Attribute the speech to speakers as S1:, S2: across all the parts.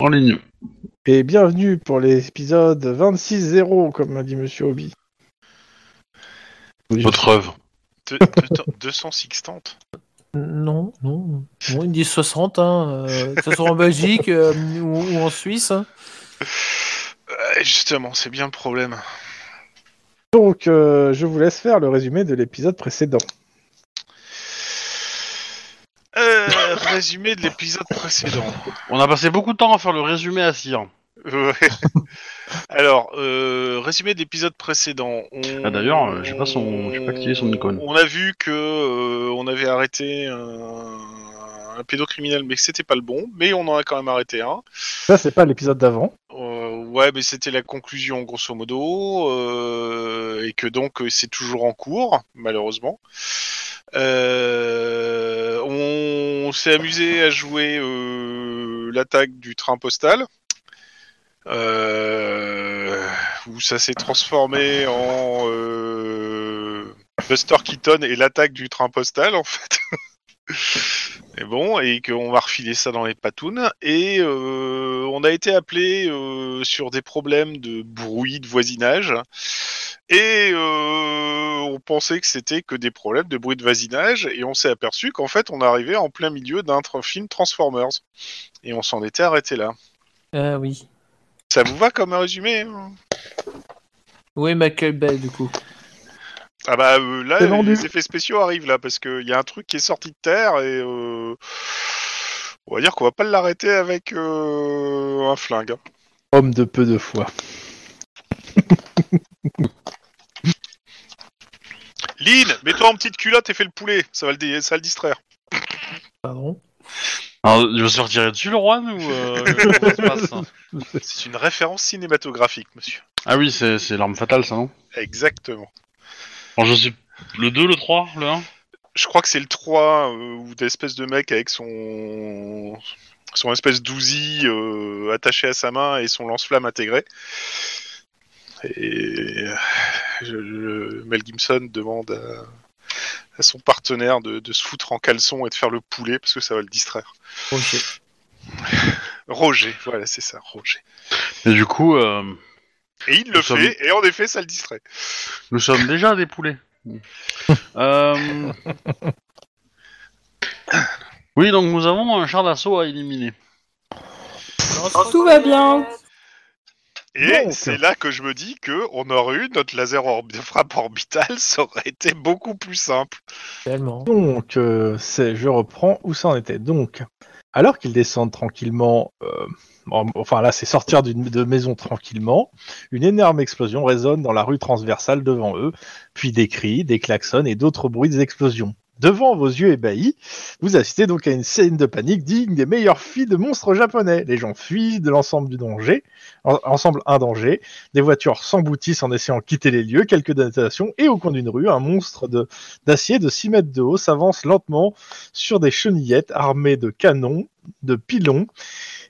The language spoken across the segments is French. S1: en ligne.
S2: Et bienvenue pour l'épisode 26-0, comme m'a dit Monsieur Obi.
S3: Oui,
S1: Votre œuvre.
S3: Deux- deux- 206 tentes.
S4: Non, non. Bon, ils disent 60, hein. euh, que ce soit en Belgique euh, ou, ou en Suisse. hein.
S3: Euh, justement, c'est bien le problème.
S2: Donc, euh, je vous laisse faire le résumé de l'épisode précédent.
S3: Euh, résumé de l'épisode précédent.
S1: On a passé beaucoup de temps à faire le résumé à Cyr.
S3: Ouais. Alors, euh, résumé de l'épisode précédent. On...
S1: Ah, d'ailleurs, euh, j'ai pas son- j'ai pas activé son icône.
S3: On a vu que euh, on avait arrêté un, un pédocriminel, mais que c'était pas le bon. Mais on en a quand même arrêté un.
S2: Ça, c'est pas l'épisode d'avant.
S3: Euh, ouais, mais c'était la conclusion grosso modo, euh, et que donc euh, c'est toujours en cours, malheureusement. Euh, on s'est amusé à jouer euh, l'attaque du train postal, euh, où ça s'est transformé en euh, Buster Keaton et l'attaque du train postal en fait. Et bon, et qu'on va refiler ça dans les patounes. Et euh, on a été appelé euh, sur des problèmes de bruit, de voisinage. Et euh, on pensait que c'était que des problèmes de bruit de voisinage. Et on s'est aperçu qu'en fait, on arrivait en plein milieu d'un tra- film Transformers. Et on s'en était arrêté là.
S4: Ah oui.
S3: Ça vous va comme un résumé hein
S4: Oui, Michael Bay, du coup.
S3: Ah bah euh, là,
S2: C'est vendu.
S3: les effets spéciaux arrivent là, parce qu'il y a un truc qui est sorti de terre et... euh, on va dire qu'on va pas l'arrêter avec euh, un flingue.
S2: Homme de peu de foi.
S3: Lynn, mets-toi en petite culotte et fais le poulet, ça va le, dé- ça va le distraire.
S4: Pardon.
S1: Alors, il va se retirer dessus, le roi, ou euh, comment ça se passe, ça
S3: C'est une référence cinématographique, monsieur.
S1: Ah oui, c'est c'est l'arme fatale, ça, non
S3: Exactement.
S1: Alors, je sais... Le 2, le 3, le 1
S3: Je crois que c'est le 3 euh, où d'espèce de mec avec son son espèce d'ouzi euh, attaché à sa main et son lance-flamme intégré. Et euh, je- je- Mel Gibson demande à, à son partenaire de, de se foutre en caleçon et de faire le poulet parce que ça va le distraire.
S4: Rocher.
S3: Roger, voilà, c'est ça, Roger.
S1: Et du coup, euh,
S3: Et il le
S1: Nous sommes-
S3: fait, et en effet, ça le distrait.
S1: nous sommes déjà des poulets. Euh, Oui, donc nous avons un char d'assaut à éliminer.
S5: Tout va bien.
S3: Et
S2: Donc.
S3: c'est là que je me dis que on aurait eu notre laser orbi- de frappe orbitale, ça aurait été beaucoup plus simple.
S4: Tellement.
S2: Donc, euh, c'est, je reprends où ça en était. Donc, alors qu'ils descendent tranquillement, euh, en- enfin là, c'est sortir d'une, de maison tranquillement, une énorme explosion résonne dans la rue transversale devant eux, puis des cris, des klaxons et d'autres bruits d'explosion. Devant vos yeux ébahis, vous assistez donc à une scène de panique digne des meilleures filles de monstres japonais. Les gens fuient de l'ensemble du danger, en- ensemble un danger, des voitures s'emboutissent en essayant de quitter les lieux, quelques détonations, et au coin d'une rue, un monstre de d'acier de 6 mètres de haut s'avance lentement sur des chenillettes armées de canons, de pilons,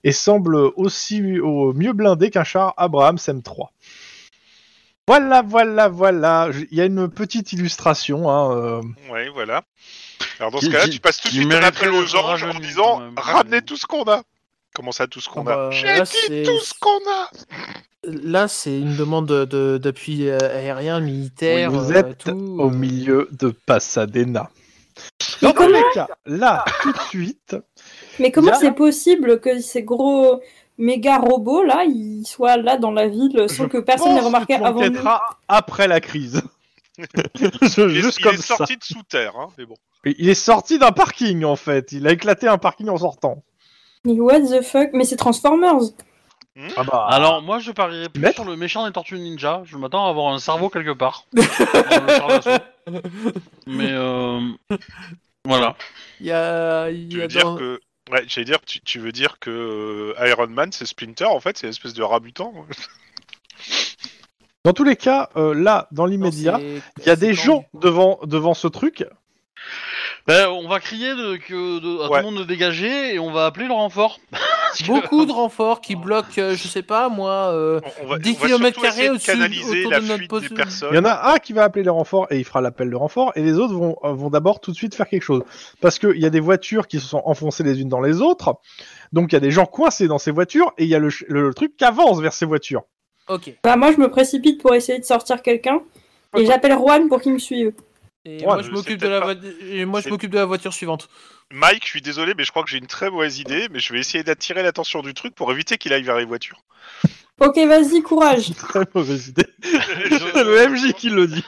S2: et semble aussi au mieux blindé qu'un char Abraham M3. Voilà, voilà, voilà. J- Il y a une petite illustration. hein, euh.
S3: Ouais, voilà. Alors dans ce
S1: Qui-
S3: cas-là,
S1: qui-
S3: tu passes tout de
S1: qui
S3: suite un
S1: mériterait
S3: appel aux
S1: d'être
S3: anges en
S1: rajeuni, quand
S3: disant
S1: même.
S3: ramenez tout ce qu'on a. Comment ça, tout ce qu'on
S4: Ah bah,
S3: a J'ai
S4: là,
S3: dit
S4: c'est-
S3: tout ce qu'on a.
S4: Là, c'est une demande de- de- d'appui euh, aérien, militaire.
S2: vous
S4: euh,
S2: êtes
S4: tout,
S2: au
S4: euh,
S2: milieu de Pasadena. Dans
S5: Mais
S2: tous les
S5: comment
S2: cas, là, tout de suite,
S5: Mais
S2: Y
S5: comment
S2: a-
S5: c'est possible que ces gros méga robots là, ils soient là dans la ville sans
S2: Je
S5: que personne n'ait
S2: pense
S5: remarqué
S2: que tu
S5: avant nous
S2: enquêteras après la crise. Je-
S3: Il est,
S2: Juste
S3: il
S2: comme
S3: est
S2: ça.
S3: sorti de sous terre, hein, mais bon.
S2: Il est sorti d'un parking en fait. Il a éclaté un parking en sortant.
S5: Mais what the fuck Mais c'est Transformers
S2: Ah bah.
S1: Alors, moi, je parierais plus
S2: Maître
S1: sur le méchant des Tortues Ninja. Je m'attends à avoir un cerveau quelque part. dans le char d'assaut. Mais, euh... Voilà.
S4: Il y a. il y
S3: Tu
S4: a
S3: veux dire
S4: dans-
S3: que ouais, j'allais dire tu, tu veux dire que euh, Iron Man, c'est Splinter en fait, c'est une espèce de rabutant.
S2: Dans tous les cas, euh, là, dans
S4: dans
S2: l'immédiat,
S4: ces-
S2: il y a
S4: ces
S2: des
S4: camps,
S2: gens
S4: du coup.
S2: devant, devant ce truc.
S1: Ben, on va crier de, que, de- à
S3: Ouais.
S1: tout le monde de dégager et on va appeler le renfort.
S4: beaucoup de renforts qui bloquent, euh, je sais pas moi, euh,
S3: On, on va,
S4: 10
S3: on va
S4: km²
S3: surtout essayer de
S4: au-dessus-
S3: canaliser
S4: autour
S3: la
S4: de notre
S3: fuite
S4: poste-
S3: des
S2: Il y en
S3: personnes.
S2: a un qui va appeler les renforts et il fera l'appel de renfort, et les autres vont, vont d'abord tout de suite faire quelque chose. Parce qu'il y a des voitures qui se sont enfoncées les unes dans les autres, donc il y a des gens coincés dans ces voitures, et il y a le, ch- le truc qui avance vers ces voitures.
S4: ok.
S5: Bah, moi, je me précipite pour essayer de sortir quelqu'un. Et j'appelle Juan pour qu'il me suive.
S4: Et
S2: Ouais,
S4: moi je
S3: mais
S4: m'occupe
S3: c'est
S4: de la
S3: peut-être
S4: voi- et moi je
S3: c'est-
S4: m'occupe de la voiture suivante.
S3: Mike, je suis désolé, mais je crois que j'ai une très mauvaise idée, mais je vais essayer d'attirer l'attention du truc pour éviter qu'il aille vers les voitures.
S5: Ok, vas-y, courage.
S2: Très mauvaise idée. C'est
S1: je,
S2: le MJ qui le dit.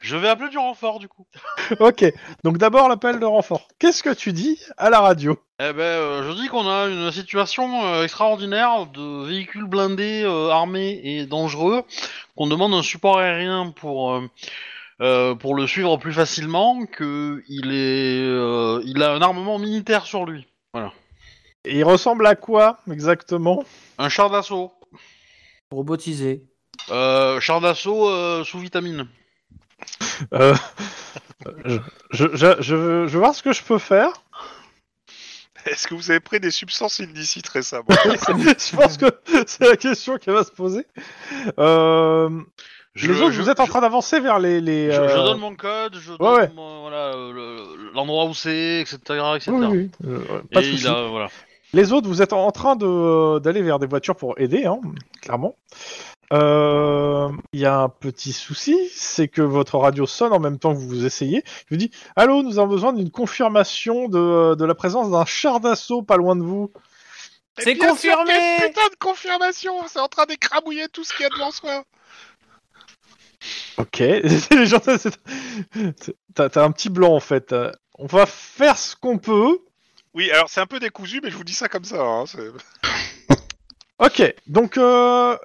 S1: je vais appeler du renfort du coup.
S2: Ok, donc d'abord l'appel de renfort. Qu'est-ce que tu dis à la radio
S1: Eh ben, euh, je dis qu'on a une situation euh, extraordinaire de véhicules blindés, euh, armés et dangereux, qu'on demande un support aérien pour euh, euh, pour le suivre plus facilement, que il est euh, il a un armement militaire sur lui,
S2: Et il ressemble à quoi exactement
S1: un char d'assaut,
S4: Robotisé.
S1: euh, char d'assaut euh, sous vitamine.
S2: Euh, je, je, je, je veux je veux voir ce que je peux faire.
S3: Est-ce que vous avez pris des substances illicites récemment
S2: je pense que c'est la question qui va se poser. Euh,
S1: Je,
S2: les autres,
S1: je-
S2: vous êtes en train d'avancer vers les.
S1: je-
S2: les
S1: je
S2: euh,
S1: donne mon code, je donne
S2: ouais.
S1: mon- voilà euh, le- l'endroit où c'est, etc., etc.
S2: oui, oui, oui. Euh, pas de
S1: et il
S2: souci.
S1: a, voilà.
S2: Les autres, vous êtes en train de- euh, d'aller vers des voitures pour aider, hein, clairement. Euh, Il y a un petit souci, c'est que votre radio sonne en même temps que vous vous essayez. Je vous dis Allô, nous avons besoin d'une confirmation de, de la présence d'un char d'assaut pas loin de vous.
S4: C'est
S3: Mais Eh bien sûr
S4: confirmé
S3: qu'il y a une putain de confirmation C'est en train d'écrabouiller tout ce qu'il y a devant soi
S2: Ok, les gens, c'est- c'est- t'as t'as un petit blanc en fait. Euh, On va faire ce qu'on peut.
S3: Oui, alors c'est un peu décousu, mais je vous dis ça comme ça. hein, c'est-
S2: Ok, donc euh,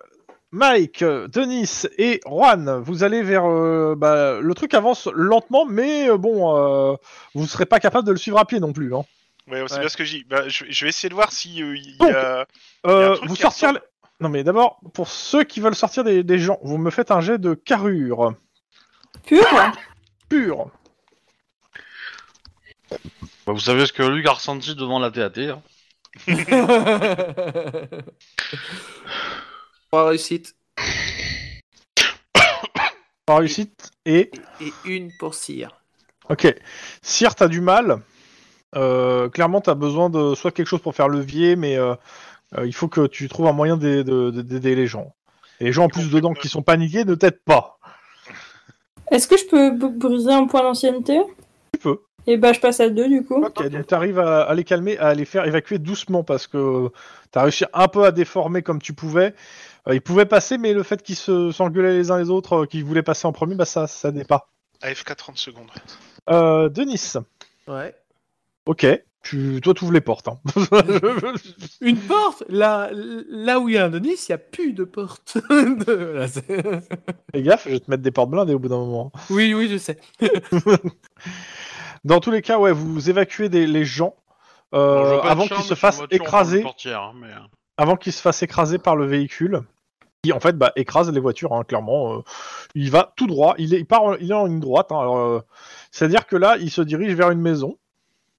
S2: Mike, euh, Denis et Juan, vous allez vers... euh, bah, le truc avance lentement, mais euh, bon, euh, vous serez pas capable de le suivre à pied non plus. Hein.
S3: Ouais, c'est
S4: Ouais.
S3: bien ce que je dis. Bah, je, je vais essayer de voir si euh, il
S2: Donc,
S3: y a.
S2: Euh,
S3: Y a un truc
S2: vous
S3: qui
S2: sortir...
S3: ressemble.
S2: Non mais d'abord, pour ceux qui veulent sortir des, des gens, vous me faites un jet de carrure
S5: Pur
S2: pure.
S1: Bah, vous savez ce que Luc a ressenti devant la TAT. hein.
S4: Trois réussites
S2: Par réussite et...
S4: et une pour Cyr.
S2: Ok. Cyr, t'as du mal. Euh, clairement, t'as besoin de soit quelque chose pour faire levier, mais euh, euh, il faut que tu trouves un moyen d'aider de- de- d'aider les gens. Et les gens en plus dedans qui sont paniqués ne t'aident pas.
S5: Est-ce que je peux b- briser un point d'ancienneté
S2: Tu peux.
S5: Et bah, je passe à deux du coup.
S2: Ok, donc t'arrives à, à les calmer, à les faire évacuer doucement parce que t'as réussi un peu à déformer comme tu pouvais. Euh, ils pouvaient passer, mais le fait qu'ils se- s'engueulaient les uns les autres, euh, qu'ils voulaient passer en premier, bah ça, ça n'est pas.
S3: AFK 30 secondes.
S2: Euh, Denis,
S4: Ouais.
S2: ok, tu, toi t'ouvres les portes. hein.
S4: Une porte Là, là où il y a un Denis, il n'y a plus de porte. De- là, c'est-
S2: Fais gaffe, je vais te mettre des portes blindées au bout d'un moment. hein.
S4: oui, oui, je sais.
S2: Dans tous les cas, ouais, vous évacuez des, les gens euh,
S1: Bon, je veux pas
S2: avant
S1: être chiant,
S2: qu'ils
S1: mais
S2: se
S1: c'est une
S2: fassent
S1: voiture en
S2: écraser,
S1: portière, hein, mais, euh,
S2: avant qu'ils se fassent écraser par le véhicule, qui en fait bah, écrase les voitures. hein, clairement, euh, il va tout droit. Il est, il part, en- il est en ligne droite. hein, alors, euh, c'est-à-dire que là, il se dirige vers une maison,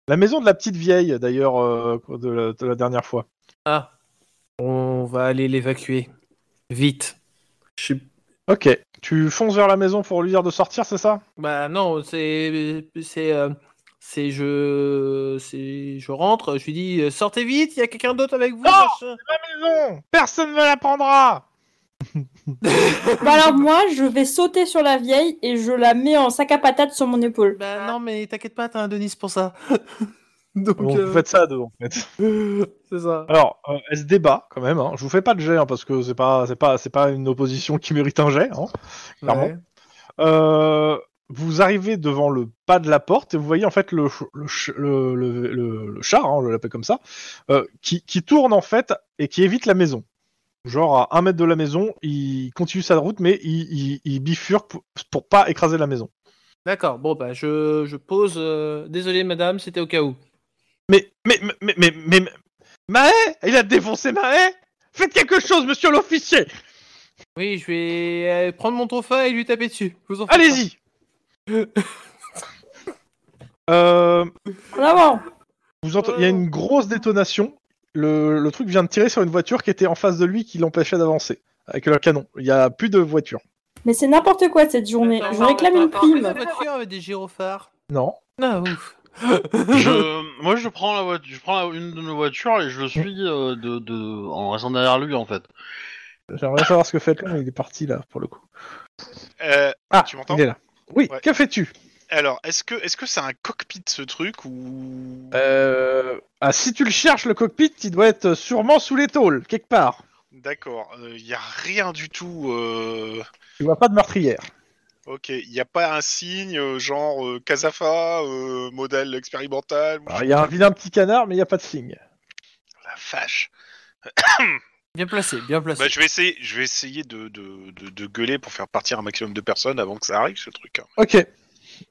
S2: la maison de la petite vieille d'ailleurs euh, de, la, de la dernière fois.
S4: Ah. On va aller l'évacuer. Vite. Je suis
S2: Ok, tu fonces vers la maison pour lui dire de sortir, c'est ça
S4: Bah non, c'est c'est euh, c'est je c'est je rentre, je lui dis euh, sortez vite, il y a quelqu'un d'autre avec vous.
S2: Non
S4: machin.
S2: La maison, personne ne la prendra.
S5: Bah, alors, moi, je vais sauter sur la vieille et je la mets en sac à patates sur mon épaule.
S4: Bah non mais t'inquiète pas, t'as un Denis pour ça. Donc
S2: Donc,
S4: euh,
S2: vous faites ça à deux, en fait.
S4: c'est ça.
S2: Alors, euh, elle se débat quand même. Hein. Je vous fais pas de jet hein, parce que c'est pas, c'est pas, c'est pas une opposition qui mérite un jet. Hein. Clairement.
S4: Ouais.
S2: Euh, vous arrivez devant le pas de la porte et vous voyez en fait le ch- le, ch- le, le- le- le char, hein, je l'appelle comme ça, euh, qui, qui tourne en fait et qui évite la maison. Genre à un mètre de la maison, il continue sa route mais il, il- il bifurque pour, pour pas écraser la maison.
S4: D'accord. Bon bah je je pose euh, désolé madame, c'était au cas où.
S2: Mais mais mais mais mais, mais- mais- Mahé, il a défoncé Mahé. Faites quelque chose, monsieur l'officier.
S4: Oui, je vais euh, prendre mon trophée et lui taper dessus. Vous en faites pas.
S2: Allez-y. Euh,
S5: En avant
S2: Vous entendez- il y a une grosse détonation le, le truc vient de tirer sur une voiture qui était en face de lui qui l'empêchait d'avancer avec leur canon. Il n'y a plus de voiture.
S5: Mais c'est n'importe quoi cette journée.
S4: Attends,
S5: Je
S4: attends,
S5: réclame une
S4: attends, attends,
S5: prime.
S4: attends, Des voitures avec des gyrophares.
S2: Non.
S4: Ah ouf.
S1: je, moi, je prends la voiture, je prends la- une de nos voitures et je le suis euh, de, de- en restant derrière lui en fait.
S2: J'aimerais savoir ce que fait l'homme. Il est parti là pour le coup.
S3: Euh,
S2: Ah,
S3: Tu m'entends
S2: il est là. Oui.
S3: Ouais.
S2: Que fais-tu
S3: alors, est-ce que est-ce que c'est un cockpit ce truc ou
S2: euh... ah, Si tu le cherches le cockpit, il doit être sûrement sous les tôles quelque part.
S3: D'accord, euh, il n'y a rien du tout. euh,
S2: Tu vois pas de meurtrière.
S3: Ok, il n'y a pas un signe euh, genre euh, Casafa, euh, modèle expérimental. ou-
S2: Alors, Il Ah, y a un vilain petit canard, mais il n'y a pas de signe.
S3: La vache.
S4: Ah, Bien placé, bien placé.
S3: Bah, je vais essayer, je vais essayer de, de, de- de gueuler pour faire partir un maximum de personnes avant que ça arrive ce truc. hein.
S2: Ok.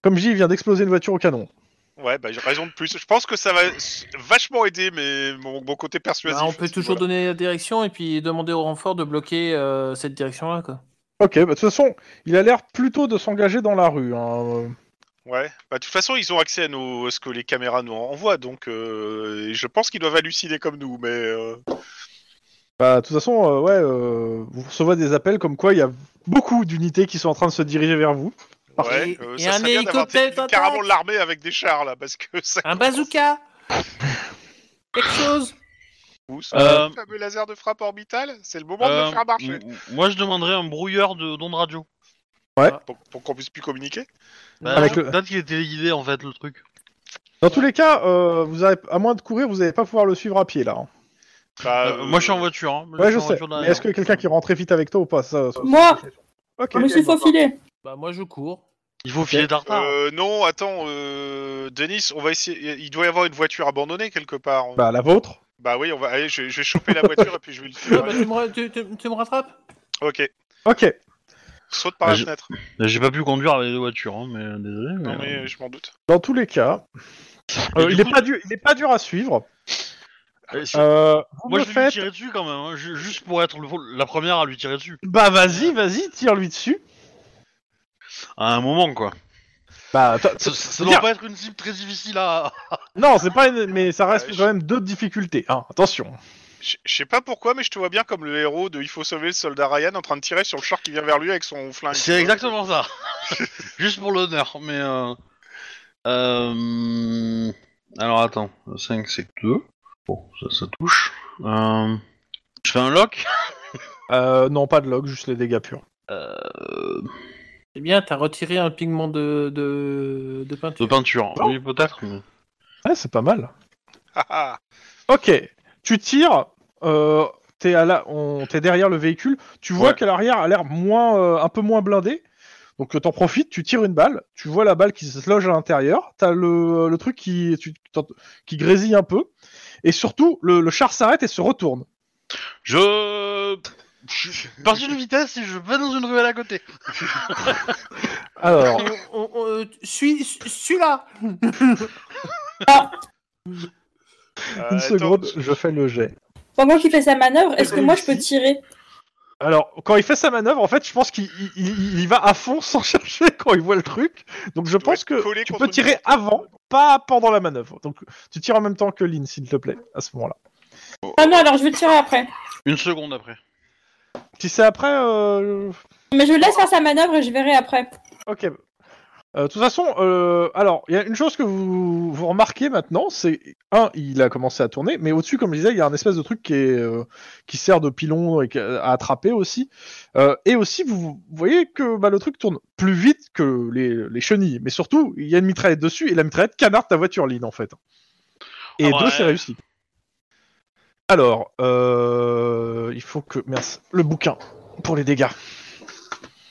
S2: Comme je dis, il vient d'exploser une voiture au canon.
S3: Ouais, bah j'ai raison de plus. Je pense que ça va s- vachement aider, mais mon, mon côté persuasif.
S4: Bah, on peut
S3: à ce
S4: toujours
S3: niveau-là.
S4: donner la direction et puis demander au renfort de bloquer euh, cette direction-là. quoi.
S2: Ok, bah, de toute façon, il a l'air plutôt de s'engager dans la rue. hein.
S3: Ouais. Bah de toute façon, ils ont accès à nos, à ce que les caméras nous envoient, donc euh, et je pense qu'ils doivent halluciner comme nous, mais. euh,
S2: Bah, de toute façon, euh, ouais, euh, vous recevez des appels comme quoi il y a beaucoup d'unités qui sont en train de se diriger vers vous.
S3: Ouais,
S4: Et-
S3: euh,
S4: et
S3: ça
S4: un
S3: serait bien d'avoir des-
S4: hélicoptère
S3: carrément
S4: d'attaque.
S3: de l'armée avec des chars là, parce que ça
S4: Un bazooka Quelque chose
S3: pousse.
S1: Euh,
S3: Le fameux laser de frappe orbitale, c'est le moment de
S1: Euh,
S3: le faire marcher
S1: m- moi, je demanderais un brouilleur de d'ondes radio.
S3: pour, pour qu'on puisse plus communiquer.
S1: Bah,
S2: Avec
S1: je-
S2: le-
S1: Peut-être qu'il était guidé en fait le truc.
S2: Dans tous les cas, euh, vous avez, à moins de courir, vous n'allez pas pouvoir le suivre à pied là. hein.
S3: Bah,
S1: Euh, Moi, je suis en
S3: euh,
S1: voiture. Hein.
S2: Ouais,
S1: suis
S2: je
S1: en
S2: sais.
S1: voiture
S2: Mais
S1: derrière.
S2: est-ce que quelqu'un qui rentre très vite avec toi ou pas ça, ça-
S5: Moi.
S2: Ok.
S5: Je me suis faufilé.
S4: Bah moi je cours.
S1: Il faut filer tard.
S3: Euh, non, attends, euh, Denis, on va essayer. Il doit y avoir une voiture abandonnée quelque part. On-
S2: Bah,
S3: Bah,
S2: la vôtre.
S3: oui, on va. Allez, je, je vais choper la voiture et puis je vais le
S4: Ah
S3: faire.
S4: bah, tu, me, ra- tu- tu- tu me rattrapes
S3: Ok,
S2: Ok.
S3: saute par
S1: Bah,
S3: la
S1: je-
S3: fenêtre.
S1: J'ai pas pu conduire avec les voitures, hein, mais désolé. Mais... euh,
S3: Non mais euh, je m'en doute.
S2: Dans tous les cas,
S1: Et
S2: euh,
S1: du
S2: il n'est
S1: coup,
S2: pas, dur- il est pas dur à suivre.
S1: euh, sur-
S2: Euh, vous
S1: Moi,
S2: me
S1: je vais lui
S2: faites-
S1: tirer dessus quand même, hein, ju- juste pour être le- la première à lui tirer dessus.
S2: Bah, vas-y, vas-y, tire-lui dessus.
S1: À un moment, quoi.
S2: Bah, t'as-
S1: Ça, ça- ça
S2: Bien.
S1: doit pas être une cible très difficile à.
S2: non, c'est pas, une- mais ça reste
S3: Ouais, je-
S2: quand même deux difficultés. hein. Attention.
S3: Je je sais pas pourquoi, mais je te vois bien comme le héros de Il faut sauver le soldat Ryan en train de tirer sur le char qui vient vers lui avec son flingue.
S1: Ah, C'est exactement ça. juste pour l'honneur, mais. Euh... euh, Alors, attends. 5, c'est 2. Bon, ça, ça touche. Euh, Je fais un lock.
S2: Euh, non, pas de log, juste les dégâts purs.
S1: Euh,
S4: Eh bien, t'as retiré un pigment de, de, de peinture.
S1: De peinture. Oui, peut-être. mais-
S2: Ouais, c'est pas mal.
S3: Ah, ah.
S2: Ok, tu tires, euh, t'es à la- on- t'es derrière le véhicule, tu vois
S1: Ouais.
S2: qu'à l'arrière a l'air moins, euh, un peu moins blindé, donc euh, t'en profites, tu tires une balle, tu vois la balle qui se loge à l'intérieur, t'as le, le truc qui, tu- t'en- qui grésille un peu, et surtout le, le char s'arrête et se retourne.
S1: Je. Je suis parti d'une vitesse et je vais dans une ruelle à côté.
S2: Alors,
S4: On- on- on- euh, suis, suis- suis là
S3: Euh,
S2: une
S3: attends,
S2: seconde, je fais le jet.
S5: Pendant qu'il fait sa manœuvre, est-ce que moi je peux tirer
S2: Alors, quand il fait sa manœuvre, en fait, je pense qu'il il- il- il y va à fond sans chercher quand il voit le truc, donc je
S3: tu dois
S2: pense
S3: être
S2: que
S3: collé
S2: tu
S3: contre
S2: peux
S3: une
S2: tirer
S3: porte.
S2: avant, pas pendant la manœuvre, donc tu tires en même temps que Lynn, s'il te plaît, à ce moment-là.
S5: Ah non, alors je vais tirer après.
S1: Une seconde après.
S2: Si c'est après, euh,
S5: Mais je laisse faire sa manœuvre et je verrai après.
S2: ok. Euh, de toute façon, euh, alors il y a une chose que vous, vous remarquez maintenant, c'est un, il a commencé à tourner, mais au-dessus, comme je disais, il y a un espèce de truc qui, est, euh, qui sert de pilon et qui- à attraper aussi. Euh, et aussi, vous voyez que bah, le truc tourne plus vite que les, les chenilles, mais surtout, il y a une mitraillette dessus et la mitraillette canarde ta voiture, Lynn, en fait. Et
S1: Ah
S2: deux,
S1: ouais.
S2: c'est réussi. Alors, euh, il faut que merci le bouquin pour les dégâts.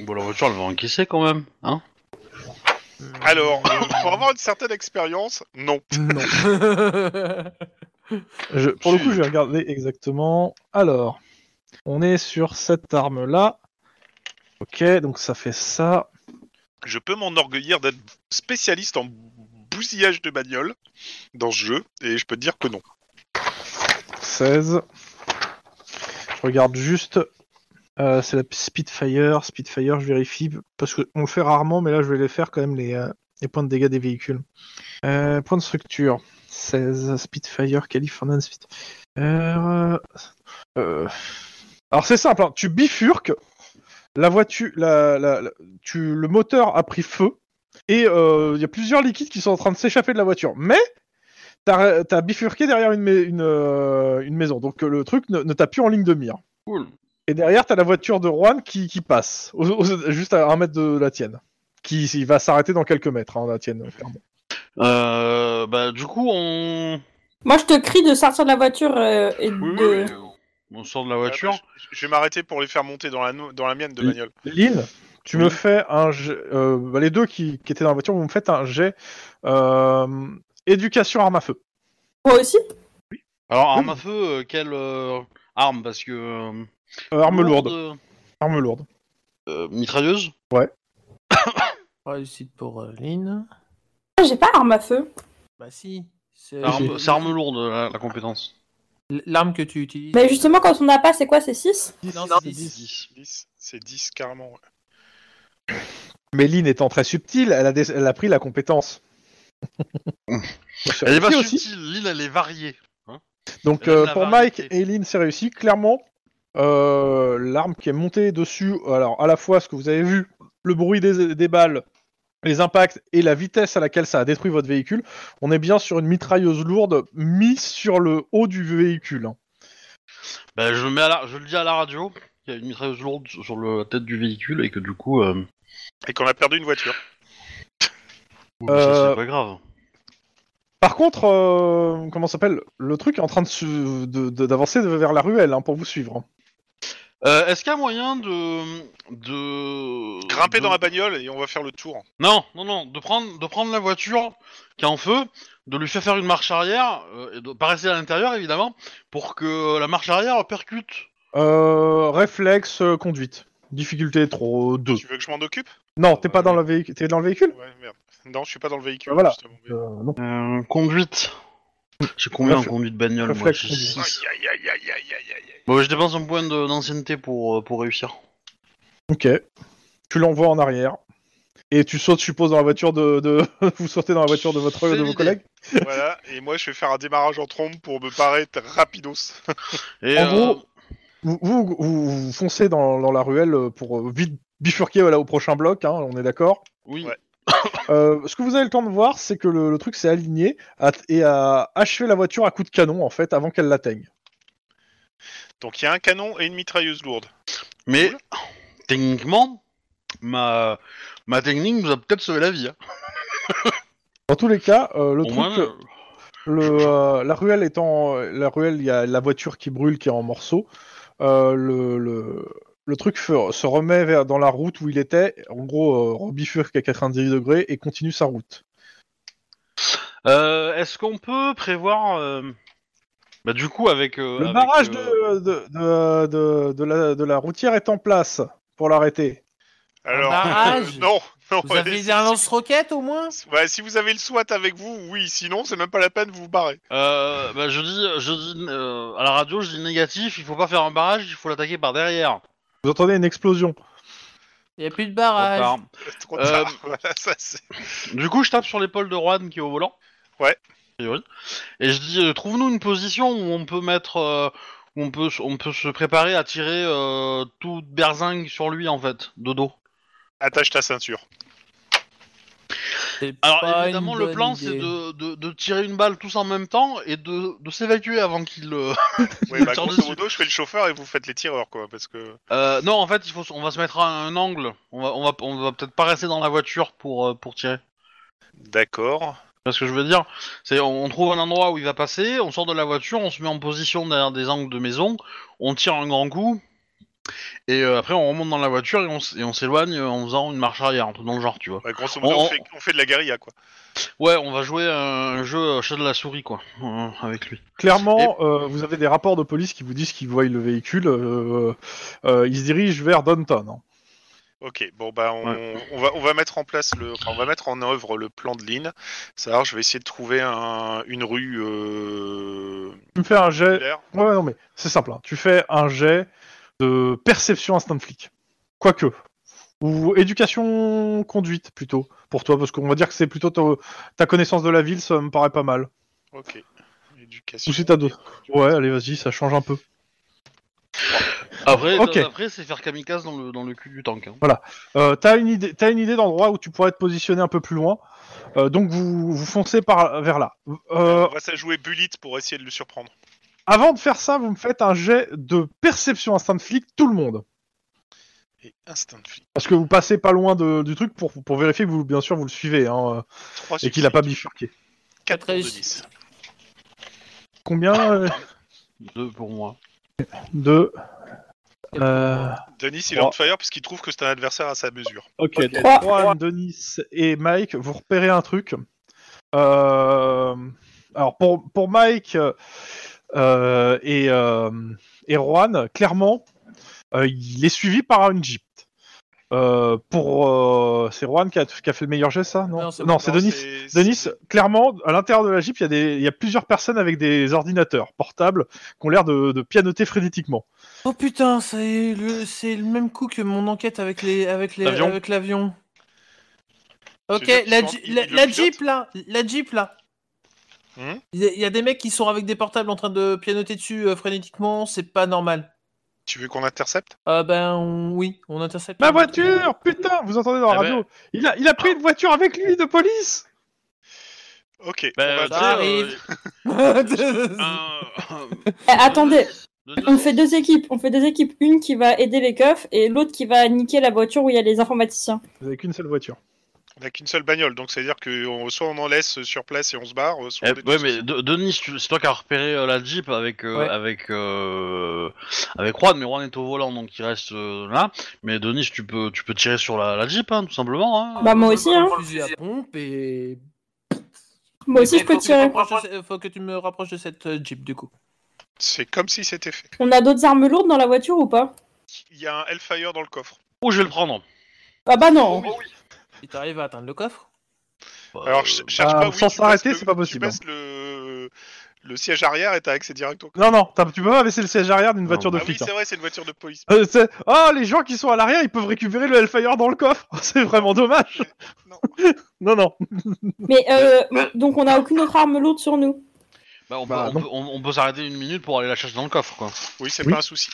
S1: Bon, la voiture, elle va encaisser quand même. Hein
S3: Alors, pour avoir une certaine expérience, non.
S4: Non.
S2: Je- pour le
S1: Si.
S2: coup, je vais regarder exactement. Alors, on est sur cette arme-là. Ok, donc ça fait ça.
S3: Je peux m'enorgueillir d'être spécialiste en bousillage de bagnole dans ce jeu, et je peux te dire que non.
S2: 16. Je regarde juste. Euh, c'est la Spitfire. Spitfire, je vérifie. Parce qu'on le fait rarement, mais là, je vais les faire quand même, les, euh, les points de dégâts des véhicules. Euh, points de structure. 16 Spitfire, Californian Spitfire. Euh, Alors c'est simple, hein, tu bifurques, la voiture, la, la- la- tu, le moteur a pris feu, et euh, il y a plusieurs liquides qui sont en train de s'échapper de la voiture. Mais t'as as bifurqué derrière une, mai- une, euh, une maison, donc euh, le truc ne, ne t'a plus en ligne de mire.
S1: Cool.
S2: Et derrière, t'as la voiture de Juan qui, qui passe, au- au- juste à un mètre de la tienne. Qui il va s'arrêter dans quelques mètres, hein, la tienne. clairement.
S1: Euh, bah, du coup, on...
S5: Moi, je te crie de sortir de la voiture euh, et de.
S3: Oui, oui, oui, oui.
S1: on sort de la voiture.
S3: Je- Je vais m'arrêter pour les faire monter dans la, no- dans la mienne de
S2: Oui.
S3: bagnole.
S2: Lynn, tu me fais un jet. euh, bah, les deux qui, qui étaient dans la voiture, vous me faites un jet euh, éducation arme à feu.
S5: Moi aussi
S1: Alors, arme à feu, euh, quelle euh, arme Parce que... euh,
S2: Euh, arme lourde. Arme lourde.
S1: euh, mitrailleuse
S4: Réussite pour euh, Lynn.
S5: Ah, J'ai pas arme à feu.
S4: Bah si. C'est
S1: Arme- C'est arme lourde, la, la compétence.
S4: L'arme que tu utilises.
S5: Mais justement, quand on n'a pas, c'est quoi C'est 6
S4: Non,
S2: Non,
S4: c'est
S2: c'est
S4: 10.
S1: 10.
S3: 10, c'est 10 carrément. ouais.
S2: Mais Lynn étant très subtile, elle a, des- elle a pris la compétence.
S1: Elle est pas
S2: Aussi, aussi.
S1: subtile, l'île, elle est variée.
S2: Donc
S1: Elle a de
S2: euh,
S1: la
S2: pour Mike
S1: variété.
S2: et Lynn, c'est réussi. Clairement, euh, l'arme qui est montée dessus, alors à la fois ce que vous avez vu, le bruit des, des balles, les impacts et la vitesse à laquelle ça a détruit votre véhicule, on est bien sur une mitrailleuse lourde mise sur le haut du véhicule. hein.
S1: Bah, je, mets à la- je le dis à la radio, qu'il y a une mitrailleuse lourde sur le- la tête du véhicule et que du coup... euh,
S3: Et qu'on a perdu une voiture.
S1: ça,
S2: Euh,
S1: c'est pas grave.
S2: Par contre, euh, comment ça s'appelle Le truc est en train de se- de- de- d'avancer vers la ruelle hein, pour vous suivre.
S1: Euh, Est-ce qu'il y a moyen de... de...
S3: Grimper
S1: de-
S3: dans la bagnole et on va faire le tour.
S1: Non, non, non, de prendre, de prendre la voiture qui est en feu, de lui faire faire une marche arrière, euh, et de pas rester à l'intérieur évidemment, pour que la marche arrière percute.
S2: Euh, réflexe euh, conduite. Difficulté trop 2.
S3: Tu veux que je m'en occupe
S2: Non, t'es pas dans le véhicule. T'es dans le véhicule
S3: Ouais, merde. Non, je suis pas dans le véhicule.
S2: Voilà.
S3: justement.
S2: Euh, non.
S1: Euh, conduite. J'ai combien en
S2: Réfle-
S1: conduite bagnole moi
S2: réflexe
S1: J'ai
S2: conduite.
S1: six.
S3: Aïe, aïe, aïe, aïe, aïe, aïe, aïe.
S1: Bon, je dépense un point de- d'ancienneté pour, euh, pour réussir.
S2: Ok. Tu l'envoies en arrière. Et tu sautes, je suppose, dans la voiture de. de- vous sautez dans la voiture de, votre,
S1: C'est
S2: de vos
S1: l'idée.
S2: collègues
S3: voilà, et moi je vais faire un démarrage en trombe pour me paraître rapidos.
S1: Et,
S2: En
S1: euh,
S2: gros- vous, vous, vous- vous foncez dans, dans la ruelle euh, pour euh, vite bifurquer voilà, au prochain bloc, hein, on est d'accord.
S1: oui.
S3: Ouais.
S2: Euh, ce que vous avez le temps de voir, c'est que le, le truc s'est aligné à- et a achevé la voiture à coups de canon, en fait, avant qu'elle l'atteigne.
S3: Donc il y a un canon et une mitrailleuse lourde.
S1: Mais techniquement, ma, ma technique nous a peut-être sauvé la vie. hein.
S2: Dans tous les cas, euh, le
S1: Au
S2: truc,
S1: moins,
S2: euh,
S1: euh,
S2: le, euh, la ruelle étant euh, la ruelle, il y a la voiture qui brûle, qui est en morceaux. Euh, le, le, le truc fe- se remet vers, dans la route où il était, en gros, euh, rebifurque à 90 degrés et continue sa route.
S1: euh, est-ce qu'on peut prévoir. euh, Bah, du coup, avec. euh,
S2: Le
S1: avec,
S2: barrage
S1: euh,
S2: de, de, de, de, de la, de la routière est en place pour l'arrêter.
S3: Alors, euh,
S4: barrage
S3: non, non.
S4: Vous avez
S3: allez,
S4: un lance-roquette au moins
S3: Ouais, si vous avez le SWAT avec vous, oui. Sinon, c'est même pas la peine, vous vous barrez.
S1: Euh, bah, je dis, je dis euh, à la radio, je dis négatif. Il faut pas faire un barrage, il faut l'attaquer par derrière.
S2: Vous entendez une explosion.
S4: Il n'y a plus de
S1: Trop tard.
S4: barrage.
S3: Trop
S1: Euh,
S3: tard. Voilà, ça, c'est-
S1: Du coup, je tape sur l'épaule de Juan qui est au volant.
S3: Ouais.
S1: A priori. Et je dis, euh, trouve-nous une position où on peut mettre, euh, où on peut, s- on peut se préparer à tirer euh, toute berzingue sur lui en fait, de dos.
S3: Attache ta ceinture.
S4: C'est
S1: Alors
S4: pas
S1: évidemment,
S4: une
S1: le
S4: bonne
S1: plan
S4: idée.
S1: c'est de, de, de tirer une balle tous en même temps et de, de s'évacuer avant qu'il. euh,
S3: Ouais, bah,
S1: Sur
S3: grosso
S1: dessus.
S3: modo, je fais le chauffeur et vous faites les tireurs, quoi. Parce que.
S1: Euh, non, en fait, il faut, s- on va se mettre à un angle. On va, on va, on va peut-être pas rester dans la voiture pour euh, pour tirer.
S3: D'accord.
S1: Parce que je veux dire, c'est on, on trouve un endroit où il va passer, on sort de la voiture, on se met en position derrière des angles de maison, on tire un grand coup, et euh, après on remonte dans la voiture et on, s- et on s'éloigne euh, en faisant une marche arrière, un truc dans le genre, tu vois.
S3: Ouais, Bah, grosso modo,
S1: On-
S3: on,
S1: on-
S3: fait, on fait de la guerrilla, quoi.
S1: Ouais, on va jouer un, un jeu euh, chat de la souris, quoi, euh, avec lui.
S2: Clairement, euh, vous avez des rapports de police qui vous disent qu'ils voient le véhicule. Euh, euh, il se dirige vers Downton. hein.
S3: Ok, bon bah on, on va on va mettre en place le enfin, on va mettre en œuvre le plan de Lynn. C'est-à-dire je vais essayer de trouver un, une rue euh,
S2: Tu me fais un jet
S3: populaire.
S2: Ouais, ouais, non, mais c'est simple. hein. Tu fais un jet de perception instinct de flic. Quoique. Ou éducation conduite, plutôt, pour toi, parce qu'on va dire que c'est plutôt ta, ta connaissance de la ville, ça me paraît pas mal.
S3: Ok. Éducation.
S2: Ou c'est à deux. Ouais, allez, vas-y, ça change un peu.
S1: Après, euh,
S2: Ok.
S1: après c'est faire kamikaze dans le, dans le cul du tank. hein.
S2: Euh, t'as une idée, t'as une idée d'endroit où tu pourrais te positionner un peu plus loin. Euh, donc vous, vous foncez par vers là. Euh,
S3: On va ça jouer Bullet pour essayer de le surprendre.
S2: avant de faire ça, vous me faites un jet de perception instinct de flic, tout le monde,
S3: Et instant de flic.
S2: parce que vous passez pas loin de- du truc pour, pour vérifier que vous, bien sûr, vous le suivez hein, euh,
S3: Trois
S2: et qu'il a pas
S3: succès,
S2: bifurqué.
S3: quatre
S4: Quatre
S3: de
S4: réussites.
S3: dix.
S2: Combien euh,
S1: Deux pour moi.
S2: de euh,
S3: Denis, il est
S2: Trois.
S3: on fire parce qu'il trouve que c'est un adversaire à sa mesure.
S2: Ok, donc
S5: Trois.
S2: Juan, Denis et Mike, vous repérez un truc. Euh, alors pour, pour Mike euh, euh, et, euh, et Juan, clairement, euh, il est suivi par une Jeep. Euh, pour euh, c'est Juan qui a, qui a fait le meilleur geste, ça Non,
S4: Non,
S2: c'est
S4: c'est-
S2: Denis. Denis, clairement, à l'intérieur de la Jeep, il y, a des- il y a plusieurs personnes avec des ordinateurs portables qui ont l'air de, de pianoter frénétiquement.
S4: Oh putain, c'est le, c'est le même coup que mon enquête avec les, avec les,
S3: L'avion.
S4: avec l'avion. Ok,
S3: C'est-à-dire qu'ils
S4: la,
S3: sont-
S4: Jeep-
S3: ils-
S4: la,
S3: ils le
S4: la
S3: pilotent
S4: Jeep là, la Jeep là. Il
S3: Hmm
S4: y, a- il y a des mecs qui sont avec des portables en train de pianoter dessus euh, frénétiquement, c'est pas normal.
S3: Tu veux qu'on intercepte
S4: Ah ben on- oui, on intercepte.
S2: Ma voiture, putain, vous entendez dans la
S1: Ah ben.
S2: radio Il a, il a pris une voiture avec lui de police.
S3: Ok.
S1: Bah,
S3: on va
S1: tu
S4: ça
S1: sais, euh,
S3: dire-
S4: arrive.
S1: un-
S5: Eh, attendez,
S1: Denis,
S5: on fait deux équipes. On fait deux équipes. Une qui va aider les keufs et l'autre qui va niquer la voiture où il y a les informaticiens.
S2: Vous avez qu'une seule voiture.
S3: on a qu'une seule bagnole, donc c'est à dire que on- soit on en laisse sur place et on se barre, soit
S1: Eh,
S3: on est
S1: ouais,
S3: tous-
S1: mais De- Denis, tu- c'est toi qui as repéré euh, la Jeep avec euh,
S4: Ouais.
S1: avec euh, avec Juan, mais Juan est au volant donc il reste euh, là. Mais Denis, tu peux tu peux tirer sur la, la Jeep hein, tout simplement. hein.
S5: Bah, moi aussi, hein.
S4: Fusil à pompe et.
S5: Moi aussi, je peux
S4: Faut que tu me
S5: tirer.
S4: rapproches de ce- Faut que tu me rapproches de cette euh, Jeep du coup.
S3: C'est comme si c'était fait.
S5: On a d'autres armes lourdes dans la voiture ou pas
S3: Il y a un Hellfire dans le coffre.
S1: Oh, je vais le prendre.
S5: Ah bah non.
S4: Si t'arrives à atteindre le coffre.
S1: Bah,
S3: Alors, je
S1: euh,
S3: cherche
S2: bah,
S3: pas. oui,
S2: sans
S3: tu
S2: s'arrêter,
S3: passes le-
S2: c'est pas possible.
S3: Tu passes le... le siège arrière et t'as accès direct au.
S2: Non, non, t'as- tu peux pas baisser le siège arrière d'une
S1: Non.
S2: voiture de
S3: ah oui,
S2: flic.
S3: c'est vrai, c'est une voiture de police.
S2: hein. Euh, c'est- oh, les gens qui sont à l'arrière, ils peuvent récupérer le Hellfire dans le coffre. C'est vraiment dommage.
S3: Non.
S2: Non, non.
S5: Mais euh, donc on a aucune autre arme lourde sur nous.
S1: bah, on, peut-
S2: bah,
S1: on
S2: non.
S1: peut, on- on peut s'arrêter une minute pour aller la chercher dans le coffre quoi.
S3: Oui, c'est
S2: Oui.
S3: pas un souci.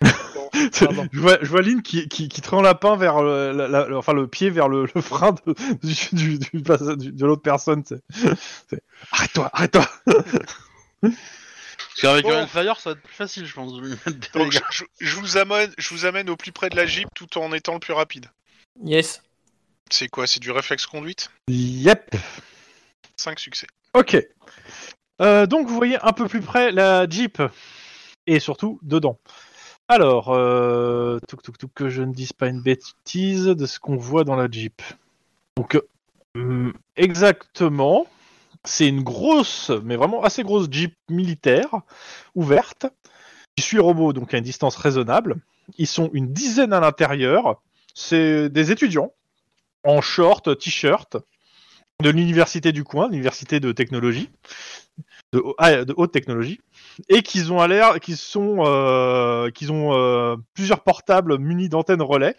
S4: Pardon.
S2: Je vois, je vois Lynn qui, qui, qui trend la pain vers le, la- la- le- enfin, le pied vers le, le frein de, du, du- du- du- de l'autre personne. tu sais. C'est- Arrête-toi, arrête-toi.
S1: Parce qu'avec
S3: Bon.
S1: un Hellfire, ça va être plus facile, je pense, de lui mettre des
S3: Donc, je,
S1: dégâts.
S3: je- je vous amène, je vous amène au plus près de la Jeep tout en étant le plus rapide.
S4: Yes.
S3: C'est quoi C'est du réflexe conduite
S2: Yep.
S3: 5 succès.
S2: Ok. Euh, donc vous voyez un peu plus près la Jeep et surtout dedans. Alors, euh, touc, touc, touc, que je ne dise pas une bêtise de ce qu'on voit dans la Jeep. Donc euh, hum, exactement, c'est une grosse, mais vraiment assez grosse Jeep militaire ouverte qui suit robot donc à une distance raisonnable. Ils sont une dizaine à l'intérieur. C'est des étudiants en short, t-shirt de l'université du coin, l'université de technologie, de, hau- ah, de haute technologie, et qu'ils ont à l'air, qu'ils sont, euh, qu'ils ont euh, plusieurs portables munis d'antennes relais,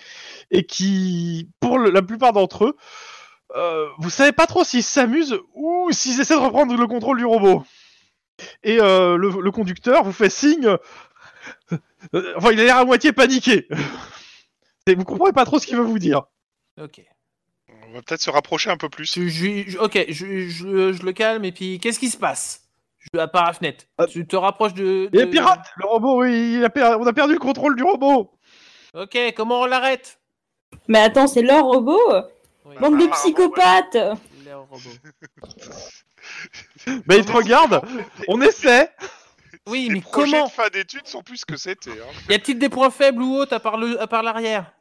S2: et qui, pour le- la plupart d'entre eux, euh, vous savez pas trop s'ils s'amusent ou s'ils essaient de reprendre le contrôle du robot. Et euh, le, le conducteur vous fait signe. euh, Enfin, il a l'air à moitié paniqué. Et vous comprenez pas trop ce qu'il veut vous dire.
S4: Ok.
S3: On va peut-être se rapprocher un peu plus.
S4: Je- je- je- ok, je, je- je le calme et puis qu'est-ce qui se passe je, À part la fenêtre.
S2: Euh,
S4: tu te rapproches de.
S2: Il est
S4: de-
S2: pirate euh, Le robot, oui, il a per- on a perdu le contrôle du robot
S4: Ok, comment on l'arrête
S5: Mais attends, c'est leur robot
S4: Oui,
S3: Ah,
S5: Bande de psychopathes
S4: il est un robot.
S2: Mais il te regarde, on essaie
S4: Oui,
S3: Les
S4: mais
S3: projets
S4: comment
S3: de fin d'études sont plus ce que c'était. hein.
S4: Y a-t-il des points faibles ou autres à part le, à part l'arrière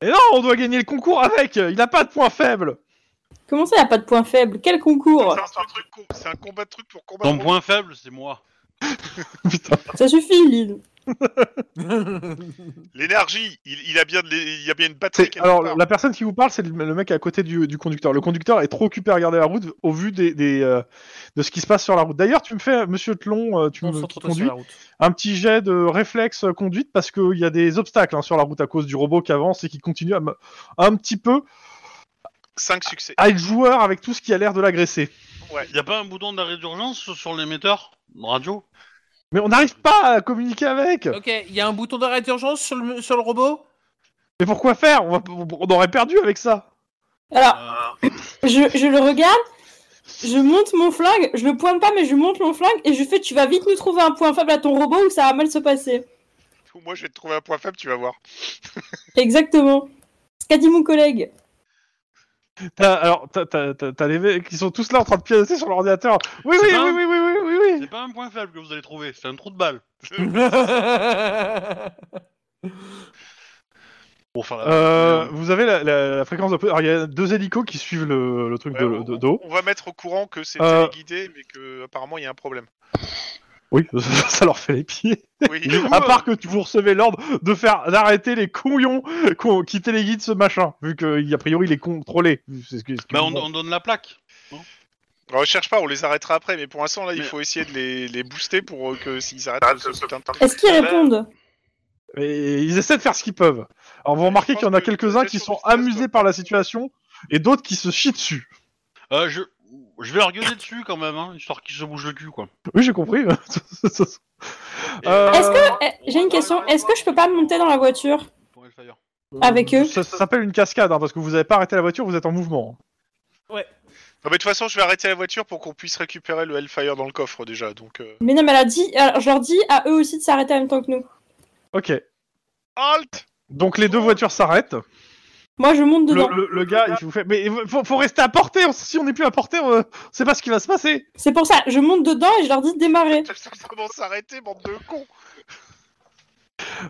S2: Et non, on doit gagner le concours avec Il n'a pas de point faible
S5: Comment ça, y a pas de point faible Quel concours
S3: C'est un, truc con- c'est un combat de truc pour combattre.
S1: Ton point faible, c'est moi.
S2: Putain.
S5: Ça suffit, Lynn.
S3: L'énergie, il, il a bien de l'é- il y a bien une batterie.
S2: C'est-
S3: quelque
S2: Alors,
S3: part.
S2: la personne qui vous parle, c'est le le mec à côté du, du conducteur. Le conducteur est trop occupé à regarder la route au vu des, des, euh, de ce qui se passe sur la route. D'ailleurs, tu me fais, monsieur Tlon, euh, tu me
S4: On se
S2: qui
S4: retrouve sur
S2: conduis,
S4: la route.
S2: un petit jet de réflexe euh, conduite parce qu'il y a des obstacles hein, sur la route à cause du robot qui avance et qui continue à me- un petit peu
S3: 5 succès.
S2: à être joueur avec tout ce qui a l'air de l'agresser.
S1: Il n'y a pas un bouton d'arrêt d'urgence sur- sur l'émetteur radio
S2: Mais on n'arrive pas à communiquer avec.
S4: Ok, il y a un bouton d'arrêt d'urgence sur le, sur le robot
S2: Mais pourquoi faire on, va- on aurait perdu avec ça.
S5: Alors,
S3: Ah.
S5: je, je le regarde, je monte mon flingue, je le pointe pas, mais je monte mon flingue et je fais Tu vas vite nous trouver un point faible à ton robot ou ça va mal se passer.
S3: Moi, je vais te trouver un point faible, tu vas voir.
S5: Exactement. Ce qu'a dit mon collègue.
S2: T'as- alors, t'as- t'as t'as- t'as les mecs qui sont tous là en train de pianoter sur l'ordinateur. Oui,
S1: C'est
S2: oui,
S1: pas-
S2: oui, oui, oui, oui, oui, oui.
S1: C'est pas un point faible que vous allez trouver, c'est un trou de balle. Pour faire la-
S2: Euh, vous avez la, la- la fréquence de. Alors, il y a deux hélicos qui suivent le, le truc
S3: Ouais,
S2: de-
S3: on,
S2: de d'eau.
S3: on va mettre au courant que c'est
S2: Euh.
S3: téléguidé, mais que apparemment il y a un problème.
S2: Oui, ça leur fait les pieds.
S3: Oui.
S2: à part que vous recevez l'ordre de faire d'arrêter les couillons qu'on- qui téléguident ce machin, vu que a priori il est contrôlé. C'est ce que- ce que-
S1: Bah, on, on donne la plaque.
S3: Alors, on cherche pas, on les arrêtera après, mais pour l'instant là, il
S1: Mais-
S3: faut essayer de les, les booster pour euh, que s'ils arrêtent ce putain de truc.
S5: Est-ce
S2: Bah,
S5: qu'ils répondent
S2: Et ils essaient de faire ce qu'ils peuvent. Alors vous remarquez
S3: Je
S2: qu'il y en a
S3: pense que
S2: quelques-uns
S3: la
S2: qui
S3: gestion
S2: sont
S3: du stress
S2: amusés
S3: doit-
S2: par la situation et d'autres qui se chient dessus.
S1: Euh, je... je vais leur gueuler dessus quand même, hein, histoire qu'ils se bougent le cul, quoi.
S2: Oui, j'ai compris.
S1: euh,
S5: Est-ce que. eh, J'ai une question. Est-ce que je peux pas monter dans la voiture
S1: Pour Hellfire.
S5: avec eux
S2: Ça, ça s'appelle une cascade hein, parce que vous n'avez pas arrêté la voiture, vous êtes en mouvement.
S3: Non, mais de toute façon, je vais arrêter la voiture pour qu'on puisse récupérer le Hellfire dans le coffre déjà. Donc. euh,
S5: Mais non, mais elle a dit. alors, je leur dis à eux aussi de s'arrêter en même temps que nous.
S2: Ok.
S3: Halt
S2: Donc les deux voitures s'arrêtent.
S5: Moi, je monte
S2: Le,
S5: dedans.
S2: le- le gars, il vous fait. Mais faut, faut rester à portée. on- Si on n'est plus à portée, on c'est pas ce qui va se passer.
S5: C'est pour ça, je monte dedans et je leur dis de démarrer.
S3: Comment s'arrêter, bande de cons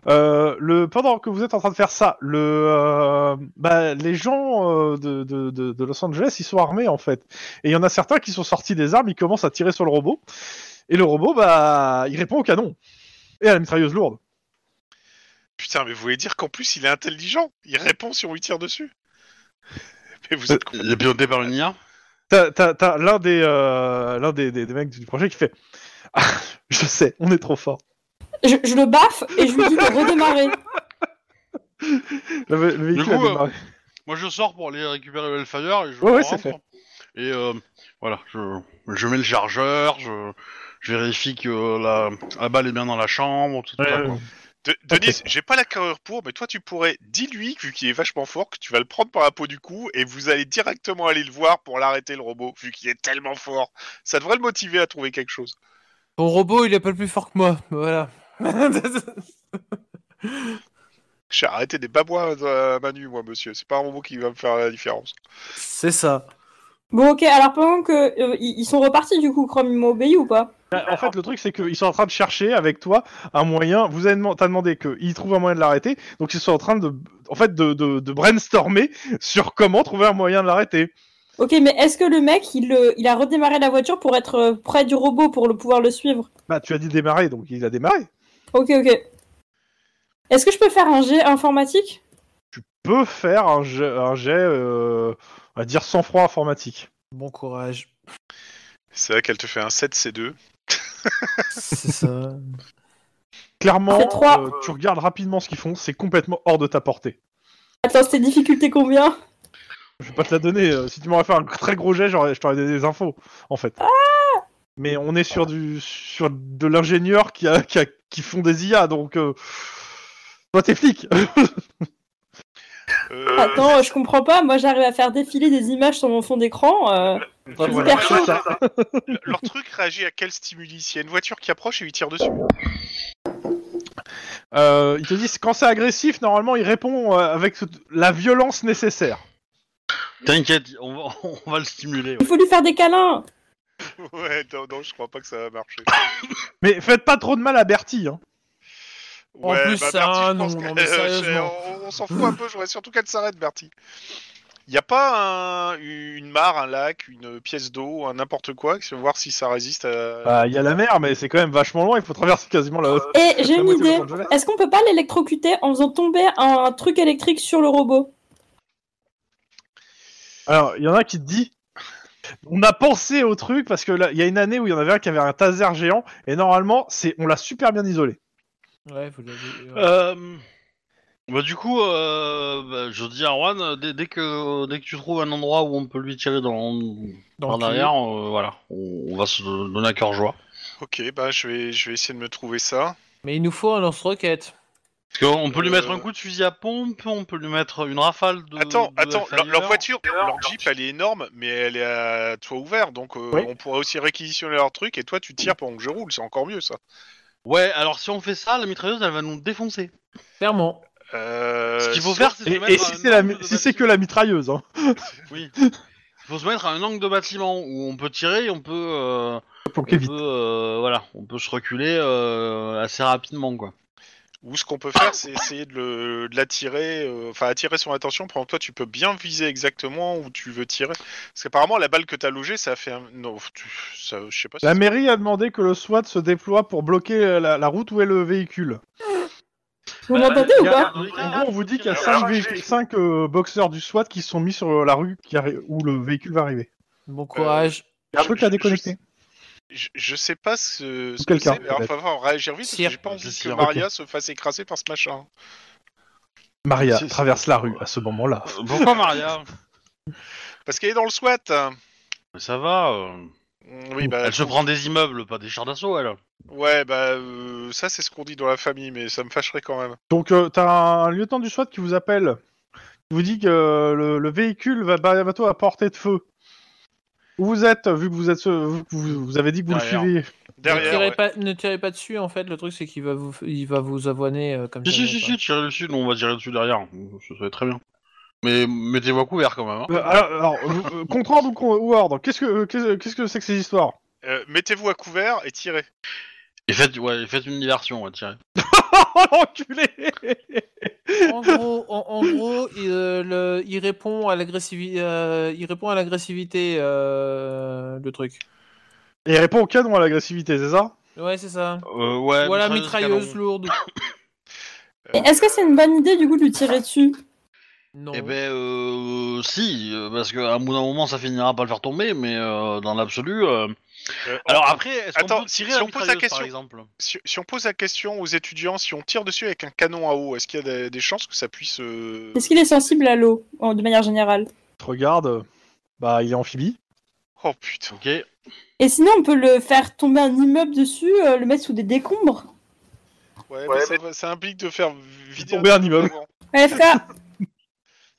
S2: Euh, le pendant que vous êtes en train de faire ça, le euh, bah, les gens euh, de, de, de, de Los Angeles ils sont armés en fait. Et il y en a certains qui sont sortis des armes, ils commencent à tirer sur le robot. Et le robot bah il répond au canon et à la mitrailleuse lourde.
S3: Putain, mais vous voulez dire qu'en plus il est intelligent Il répond si on lui tire dessus Mais vous êtes
S1: Il est piloté par une IA.
S2: T'as- T'as t'as l'un des euh, l'un des, des, des mecs du projet qui fait Ah, je sais on est trop fort.
S5: Je, je le baffe et je lui dis de redémarrer.
S2: Le, vé- le véhicule
S1: coup,
S2: a
S1: euh,
S2: démarré.
S1: Moi, je sors pour aller récupérer le Hellfire et je
S2: Ouais, ouais,
S1: rentre.
S2: c'est fait.
S1: Et euh, voilà, je, je mets le chargeur, je, je vérifie que la, la balle est bien dans la chambre, tout ça. quoi.
S3: De- Denis, j'ai pas la carrure pour, mais toi tu pourrais, dis-lui, vu qu'il est vachement fort, que tu vas le prendre par la peau du cou et vous allez directement aller le voir pour l'arrêter le robot, vu qu'il est tellement fort. Ça devrait le motiver à trouver quelque chose.
S4: Ton robot, il est pas plus fort que moi. Voilà.
S3: J'ai arrêté des babois euh, à Manu, moi, monsieur. C'est pas un robot qui va me faire la différence.
S4: C'est ça.
S5: Bon, ok, alors pendant que. euh, ils ils sont repartis du coup, Chrome, ils m'ont obéi ou pas
S2: En fait, le truc, c'est qu'ils sont en train de chercher avec toi un moyen. Vous avez deman- t'as demandé qu'ils trouvent un moyen de l'arrêter, donc ils sont en train de, en fait, de, de, de brainstormer sur comment trouver un moyen de l'arrêter.
S5: Ok, mais est-ce que le mec, il, euh, il a redémarré la voiture pour être euh, près du robot pour le, pouvoir le suivre
S2: Bah, tu as dit démarrer, donc il a démarré.
S5: Ok, ok. Est-ce que je peux faire un jet informatique
S2: Peut faire un jet, un jet, euh, on va dire sans froid informatique.
S4: Bon courage.
S3: C'est vrai qu'elle te fait un 7C2.
S4: C'est ça.
S2: Clairement,
S5: Fait trois.
S2: euh, tu regardes rapidement ce qu'ils font, c'est complètement hors de ta portée.
S5: Attends, c'était difficulté combien
S2: Je vais pas te la donner. euh, si tu m'aurais fait un très gros jet, j'aurais- je t'aurais donné des infos, en fait. Mais on est sur du sur de l'ingénieur qui a, qui a- qui font des IA, donc euh, toi t'es flic.
S3: Euh,
S5: Attends, je comprends pas, moi j'arrive à faire défiler des images sur mon fond d'écran. euh,
S4: Voilà.
S5: hyper chaud.
S3: le- Leur truc réagit à quel stimuli S'il y a une voiture qui approche et lui tire dessus.
S2: Euh, ils te disent quand c'est agressif, normalement il répond euh, avec ce- la violence nécessaire.
S1: T'inquiète, on va, on va le stimuler. ouais.
S5: Il faut lui faire des câlins
S3: Ouais, non, non, je crois pas que ça va marcher.
S2: Mais faites pas trop de mal à Bertie. Hein.
S4: En plus,
S3: bah,
S4: ça, non, non, mais sérieusement.
S3: on, on s'en fout un peu, j'aurais surtout qu'elle s'arrête, Bertie. Il n'y a pas un- une mare, un lac, une pièce d'eau, un n'importe quoi, c'est voir si ça résiste à...
S2: Bah, Il y a la mer, mais c'est quand même vachement loin. Il faut traverser quasiment la.
S5: Et j'ai
S2: la
S5: une
S2: moitié de
S5: idée,
S2: Los Angeles.
S5: est-ce qu'on peut pas l'électrocuter en faisant tomber un truc électrique sur le robot
S2: Alors, il y en a qui te dit. On a pensé au truc parce que là, il y a une année où il y en avait un qui avait un taser géant et normalement, c'est on l'a super bien isolé.
S4: Ouais, vous l'avez. ouais.
S1: Euh, Bah du coup, euh, bah, je dis à Juan, euh, dès, dès que dès que tu trouves un endroit où on peut lui tirer dans, par
S4: Dans le cul.
S1: derrière, euh, voilà, on, on va se donner à cœur joie.
S3: Ok, bah je vais, je vais essayer de me trouver ça.
S4: Mais il nous faut un lance-roquette.
S1: Parce qu'on peut lui
S3: Euh.
S1: mettre un coup de fusil à pompe, on peut lui mettre une rafale
S4: Euh,
S1: de.
S3: attends,
S4: bah,
S1: de
S3: attends, leur,
S1: FAIR.
S3: leur voiture, leur jeep, elle est énorme, mais elle est à toit ouvert, donc euh,
S2: Oui.
S3: on pourrait aussi réquisitionner leur truc et toi tu tires pendant que je roule, c'est encore mieux ça.
S1: Ouais, alors si on fait ça, la mitrailleuse, elle va nous défoncer.
S4: Clairement.
S3: Euh,
S1: Ce qu'il faut
S3: sauf-
S1: faire, c'est se
S2: Et,
S1: mettre
S2: et
S1: à
S2: si
S1: un
S2: c'est la
S1: angle
S2: mi-
S1: de
S2: si c'est
S1: bâtiment-
S2: que la mitrailleuse, hein.
S1: Oui. Il faut se mettre à un angle de bâtiment où on peut tirer, et on peut, euh,
S2: Pour
S1: on
S2: qu'elle vite.
S1: peut euh, voilà, on peut se reculer euh, assez rapidement quoi.
S3: Ou ce qu'on peut faire, c'est essayer de, le- de l'attirer, euh, enfin attirer son attention. Pendant que toi, tu peux bien viser exactement où tu veux tirer. Parce qu'apparemment, la balle que t'as logée, ça a fait un. Non, tu- ça, je sais pas. si
S2: La
S3: ça-
S2: mairie a demandé que le SWAT se déploie pour bloquer euh, la, la route où est le véhicule.
S5: Vous m'entendez ou
S1: il Bah, y a-
S5: pas
S2: En gros, on vous dit qu'il y a
S1: Alors,
S3: Ah,
S2: 5, euh, boxeurs du SWAT qui sont mis sur la rue qui arri- où le véhicule va arriver.
S1: Euh,
S4: Bon courage.
S1: Ah,
S2: Je veux qu'à déconnecter.
S3: Je, je sais pas ce, ce que
S2: Quelqu'un,
S3: c'est. mais Alors,
S2: peut-être.
S3: faut avoir- réagir vite. parce que
S4: Cire.
S3: J'ai pas envie
S1: C'est
S3: que
S1: Cire,
S3: Maria se fasse écraser par ce machin.
S2: Maria
S1: Si, si.
S2: traverse la rue à ce moment-là.
S1: Euh, Pourquoi Maria
S3: Parce qu'elle est dans le SWAT. hein.
S1: Mais Ça va. euh,
S3: Oui, bah.
S1: Elle se prend des immeubles, pas des chars d'assaut, elle.
S3: Ouais, bah euh, ça, c'est ce qu'on dit dans la famille, mais ça me fâcherait quand même.
S2: Donc, euh, t'as un lieutenant du SWAT qui vous appelle, qui vous dit que euh, le, le véhicule va va bientôt à portée de feu. Où vous êtes, vu que vous êtes, euh, vu que vous, vous avez dit que vous
S1: Derrière.
S2: le suiviez
S4: ne,
S3: Derrière.
S4: tirez
S3: ouais.
S4: pas, ne tirez pas dessus en fait, le truc c'est qu'il va vous, il va vous avoiner euh, comme
S1: Si,
S4: jamais,
S1: si, si,
S4: quoi.
S1: si, tirer dessus, nous on va tirer dessus derrière. Ça serait très bien. Mais mettez-vous à couvert quand même. hein.
S2: Euh, alors, alors, euh, euh, contrainte ou, con- ou ordre Qu'est-ce que euh, qu'est-ce qu'est-ce que c'est que ces histoires
S3: Euh, Mettez-vous à couvert et tirez.
S1: Et faites, ouais, et faites une diversion, ouais, tirer.
S2: Oh l'enculé
S4: En gros, en, en gros il, euh, le- il répond à l'agressivité, il répond à l'agressivité euh, le truc.
S2: Et il répond au canon à l'agressivité, c'est ça
S4: Ouais, c'est ça.
S1: Euh, ouais,
S4: voilà, mitrailleuse
S1: canon.
S4: lourde.
S5: Et Est-ce que c'est une bonne idée du coup de lui tirer dessus
S4: Non.
S1: Eh ben, euh, si, euh, parce qu'à un bout d'un moment, ça finira par le faire tomber, mais euh, dans l'absolu. euh,
S3: Euh,
S1: Alors après, est-ce qu'on
S3: Attends,
S1: peut tirer
S3: si
S1: à la
S3: on pose la
S1: mitrailleuse, par
S3: question-
S1: exemple
S3: si, si on pose la question aux étudiants, si on tire dessus avec un canon à eau, est-ce qu'il y a des, des chances que ça puisse... euh,
S5: Est-ce qu'il est sensible à l'eau, en- de manière générale
S2: Je Regarde, euh, bah il est amphibie.
S3: Oh putain.
S1: Ok.
S5: Et sinon, on peut le faire tomber un immeuble dessus, euh, le mettre sous des décombres
S3: Ouais, mais ça, va- ça implique de faire vider
S2: Tomber un immeuble.
S3: avant.
S5: Ouais, frère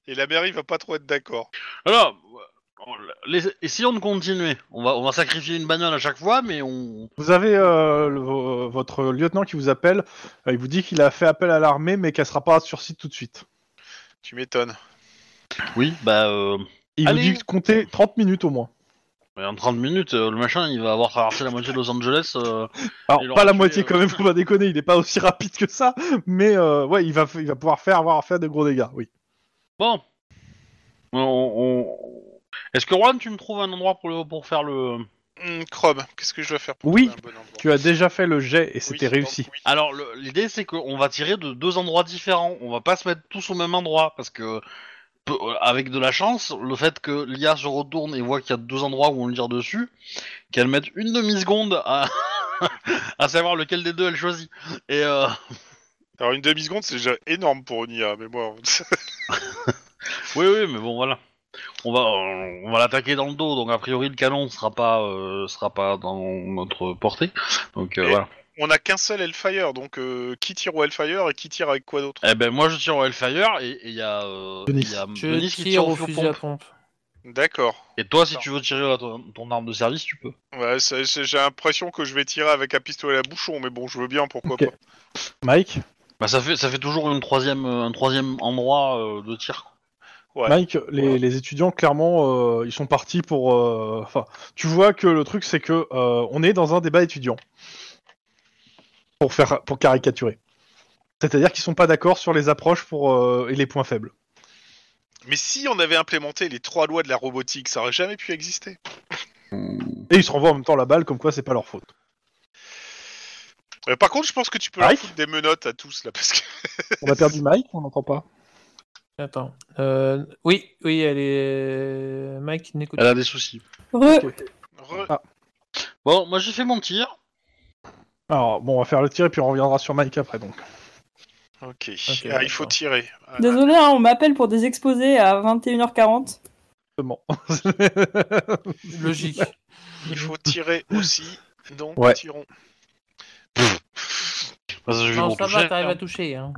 S3: Et la mairie va pas trop être d'accord.
S1: Alors, euh, les- essayons de continuer. On va, on va sacrifier une bagnole à chaque fois, mais on.
S2: Vous avez euh, le- vo- votre lieutenant qui vous appelle, euh, il vous dit qu'il a fait appel à l'armée mais qu'elle sera pas sur site tout de suite.
S3: Tu m'étonnes.
S1: Oui, bah. euh,
S2: Il
S1: Allez.
S2: vous dit de compter 30 minutes au moins.
S1: Mais en 30 minutes, euh, le machin, il va avoir traversé la moitié de Los Angeles. euh,
S2: Alors
S1: Il aura
S2: pas la
S1: tué,
S2: moitié
S1: euh,
S2: quand même, faut pas déconner, il est pas aussi rapide que ça, mais euh, ouais, il va, f- il va pouvoir faire avoir à faire de gros dégâts, oui.
S1: Bon. On- on- Est-ce que Juan, tu me trouves un endroit pour, le- pour faire le...
S3: Hum, Chrome, qu'est-ce que je dois faire pour
S2: Oui,
S3: trouver un bon endroit
S2: Tu as déjà fait le jet et
S3: Oui,
S2: c'était
S3: donc,
S2: réussi.
S3: oui.
S1: Alors, le- l'idée, c'est qu'on va tirer de deux endroits différents. On va pas se mettre tous au même endroit, parce que... peu- euh, Avec de la chance, le fait que l'IA se retourne et voit qu'il y a deux endroits où on le tire dessus, qu'elle mette une demi-seconde à... à savoir lequel des deux elle choisit. Et euh,
S3: Alors une demi-seconde, c'est déjà énorme pour une IA, mais moi...
S1: Oui, oui, mais bon, voilà. On va, on va l'attaquer dans le dos, donc a priori le canon sera pas, euh, sera pas dans notre portée. Donc euh,
S3: Et-
S1: voilà.
S3: On a qu'un seul Hellfire, donc euh, qui tire au Hellfire et qui tire avec quoi d'autre
S1: Eh ben moi je tire au Hellfire et il y a, euh,
S2: Denis.
S1: y a
S4: Je
S1: Denis qui
S4: tire au
S1: fur
S4: fusil à
S1: pompe.
S4: pompe.
S3: D'accord.
S1: Et toi, si tu veux tirer à ton, ton arme de service, tu peux.
S3: Ouais, c'est- c'est- j'ai l'impression que je vais tirer avec un pistolet à bouchon, mais bon, je veux bien, pourquoi
S2: Ok.
S3: pas.
S2: Mike,
S1: Bah ça fait, ça fait toujours une troisième, euh, un troisième endroit euh, de tir. quoi.
S3: Ouais.
S2: Mike, les, les étudiants, clairement, euh, ils sont partis pour. euh, Enfin, tu vois que le truc, c'est que euh, on est dans un débat étudiant. Pour faire, pour caricaturer. C'est-à-dire qu'ils sont pas d'accord sur les approches pour euh, et les points faibles.
S3: Mais si on avait implémenté les trois lois de la robotique, ça aurait jamais pu exister.
S2: Et ils se renvoient en même temps la balle, comme quoi c'est pas leur faute.
S3: Euh, par contre, je pense que tu peux leur
S2: Mike
S3: foutre des menottes à tous là, parce que
S2: On a perdu Mike, on n'entend pas.
S4: Attends. Euh, oui, oui, elle est. euh, Mike, n'écoute
S1: Elle a des soucis.
S5: Re-
S3: Re-
S1: Bon, moi j'ai fait mon tir.
S2: Alors bon, on va faire le tir et puis on reviendra sur Mike après donc.
S3: Ok.
S4: Ok,
S3: ah, il faut
S4: d'accord.
S3: tirer. Ah,
S5: Désolé, hein, on m'appelle pour des exposés à 21h40.
S2: Exactement.
S4: Logique.
S3: il faut tirer aussi. Donc,
S2: Ouais.
S3: tirons.
S1: Parce que je vais
S4: non,
S1: vous
S4: ça va,
S1: toucher.
S4: t'arrives à toucher. Hein.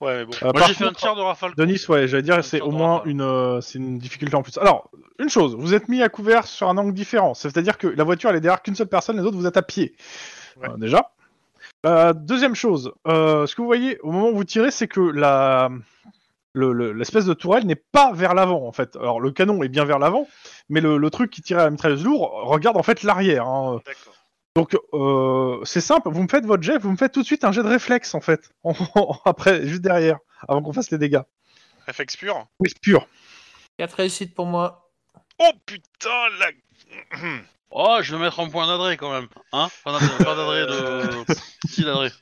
S3: Ouais, mais bon.
S1: Moi,
S2: Euh, par
S1: j'ai fait un
S2: contre,
S1: tir de rafale.
S2: Denis, ouais, j'allais dire, c'est au moins une, euh, c'est une difficulté en plus. Alors, une chose, vous êtes mis à couvert sur un angle différent. C'est-à-dire que la voiture, elle est derrière qu'une seule personne, les autres, vous êtes à pied.
S3: Ouais.
S2: Euh, déjà. Euh, deuxième chose, euh, ce que vous voyez au moment où vous tirez, c'est que la le- le- l'espèce de tourelle n'est pas vers l'avant en fait. Alors le canon est bien vers l'avant, mais le, le truc qui tire à la mitrailleuse lourde regarde en fait l'arrière. hein.
S3: D'accord.
S2: Donc euh, c'est simple, vous me faites votre jet, vous me faites tout de suite un jet de réflexe en fait, en- en- après juste derrière, avant qu'on fasse les dégâts.
S3: Réflexe pur.
S2: Oui, c'est pur.
S4: 4 réussites pour moi.
S3: Oh putain, la.
S1: Oh, je vais mettre un point d'adresse quand même. Hein Point d'adresse point d'adresse de. Si d'adresse.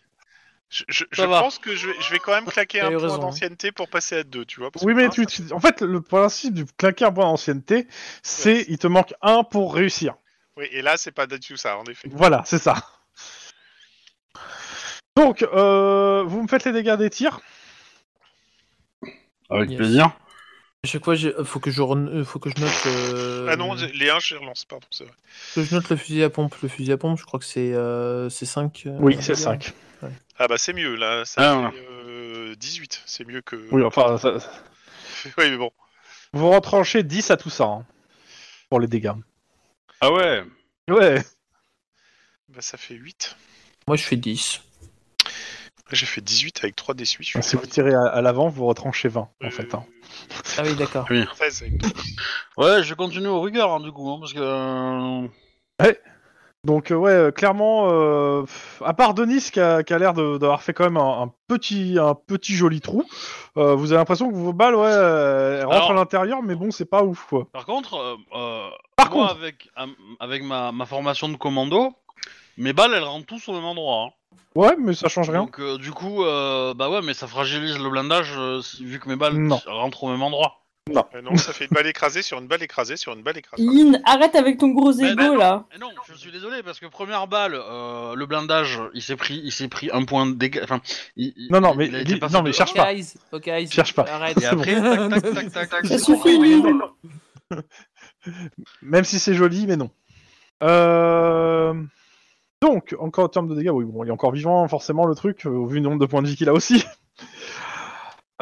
S3: Je, je-
S1: Ça
S3: je
S1: va.
S3: pense que je vais, je vais quand même claquer
S4: T'as
S3: un
S4: eu
S3: point
S4: raison, hein.
S3: d'ancienneté pour passer à 2, tu vois. parce
S2: Oui,
S3: que
S2: mais
S3: un,
S2: tu, tu- en fait, le principe du claquer un point d'ancienneté, c'est il te manque un pour réussir.
S3: Oui, et là, c'est pas du tout ça, en effet.
S2: Voilà, c'est ça. Donc, euh, vous me faites les dégâts des tirs.
S1: Avec
S4: Yes.
S1: plaisir.
S4: À chaque fois, j'ai- faut que je, ren- euh, faut que je note. euh,
S3: Ah non, les 1, je les relance, pardon, c'est vrai.
S4: faut que je note le fusil à pompe. Le fusil à pompe, je crois que c'est euh. 5.
S3: Ah bah, c'est mieux, là.
S1: Ah,
S3: Ça
S1: voilà.
S3: fait euh, 18, c'est mieux que.
S2: Oui, enfin, ça-
S3: oui, mais bon.
S2: vous retranchez 10 à tout ça hein, pour les dégâts.
S1: Ah ouais
S2: Ouais.
S3: Bah, ça fait 8.
S4: Moi, je fais 10.
S3: J'ai fait 18 avec 3 d'essuie. je suis
S2: Si vous
S3: content.
S2: tirez à, à l'avant, vous retranchez 20 Ah, en
S3: Euh,
S2: fait. hein.
S4: Ah oui, d'accord.
S3: 13 avec trois.
S1: Ouais, je continue aux rigueurs hein, du coup, hein, parce que. euh,
S2: Donc euh, ouais, euh, clairement, euh, pff, à part Denis qui a, qui a l'air de- d'avoir fait quand même un, un petit, un petit joli trou, euh, vous avez l'impression que vos balles, ouais, euh, elles rentrent
S1: Alors-
S2: à l'intérieur, mais bon, c'est pas ouf quoi.
S1: Par contre, euh, euh,
S2: Par
S1: moi,
S2: contre,
S1: avec, am- avec ma, ma formation de commando, mes balles elles rentrent tous au même endroit. hein.
S2: ouais, mais ça change rien.
S1: Donc euh, du coup, euh, bah ouais, mais ça fragilise le blindage euh, si- vu que mes balles
S2: Non.
S1: rentrent au même endroit.
S3: Euh, non, ça fait une balle écrasée sur une balle écrasée sur une balle écrasée.
S5: Lynn, arrête avec ton gros
S1: Mais
S5: ego
S1: non.
S5: là.
S1: Et Eh
S3: Eh
S1: non, je suis désolé parce que première balle, euh, le blindage, il s'est pris, il s'est pris un point de dégâts. Enfin, il- il-
S2: Non, non, mais
S1: il a
S2: dis-
S1: été passé
S2: non, mais
S1: de-
S2: cherche
S4: Ok,
S2: pas.
S4: eyes. Ok, eyes.
S2: Cherche pas.
S4: Arrête.
S1: Et après, tac, tac, tac, tac, tac.
S5: Ça suffit, Lynn.
S2: Même si c'est joli, mais non. Euh, Donc, encore en termes de dégâts, oui, bon, il est encore vivant, forcément, le truc, euh, vu le nombre de points de vie qu'il a aussi.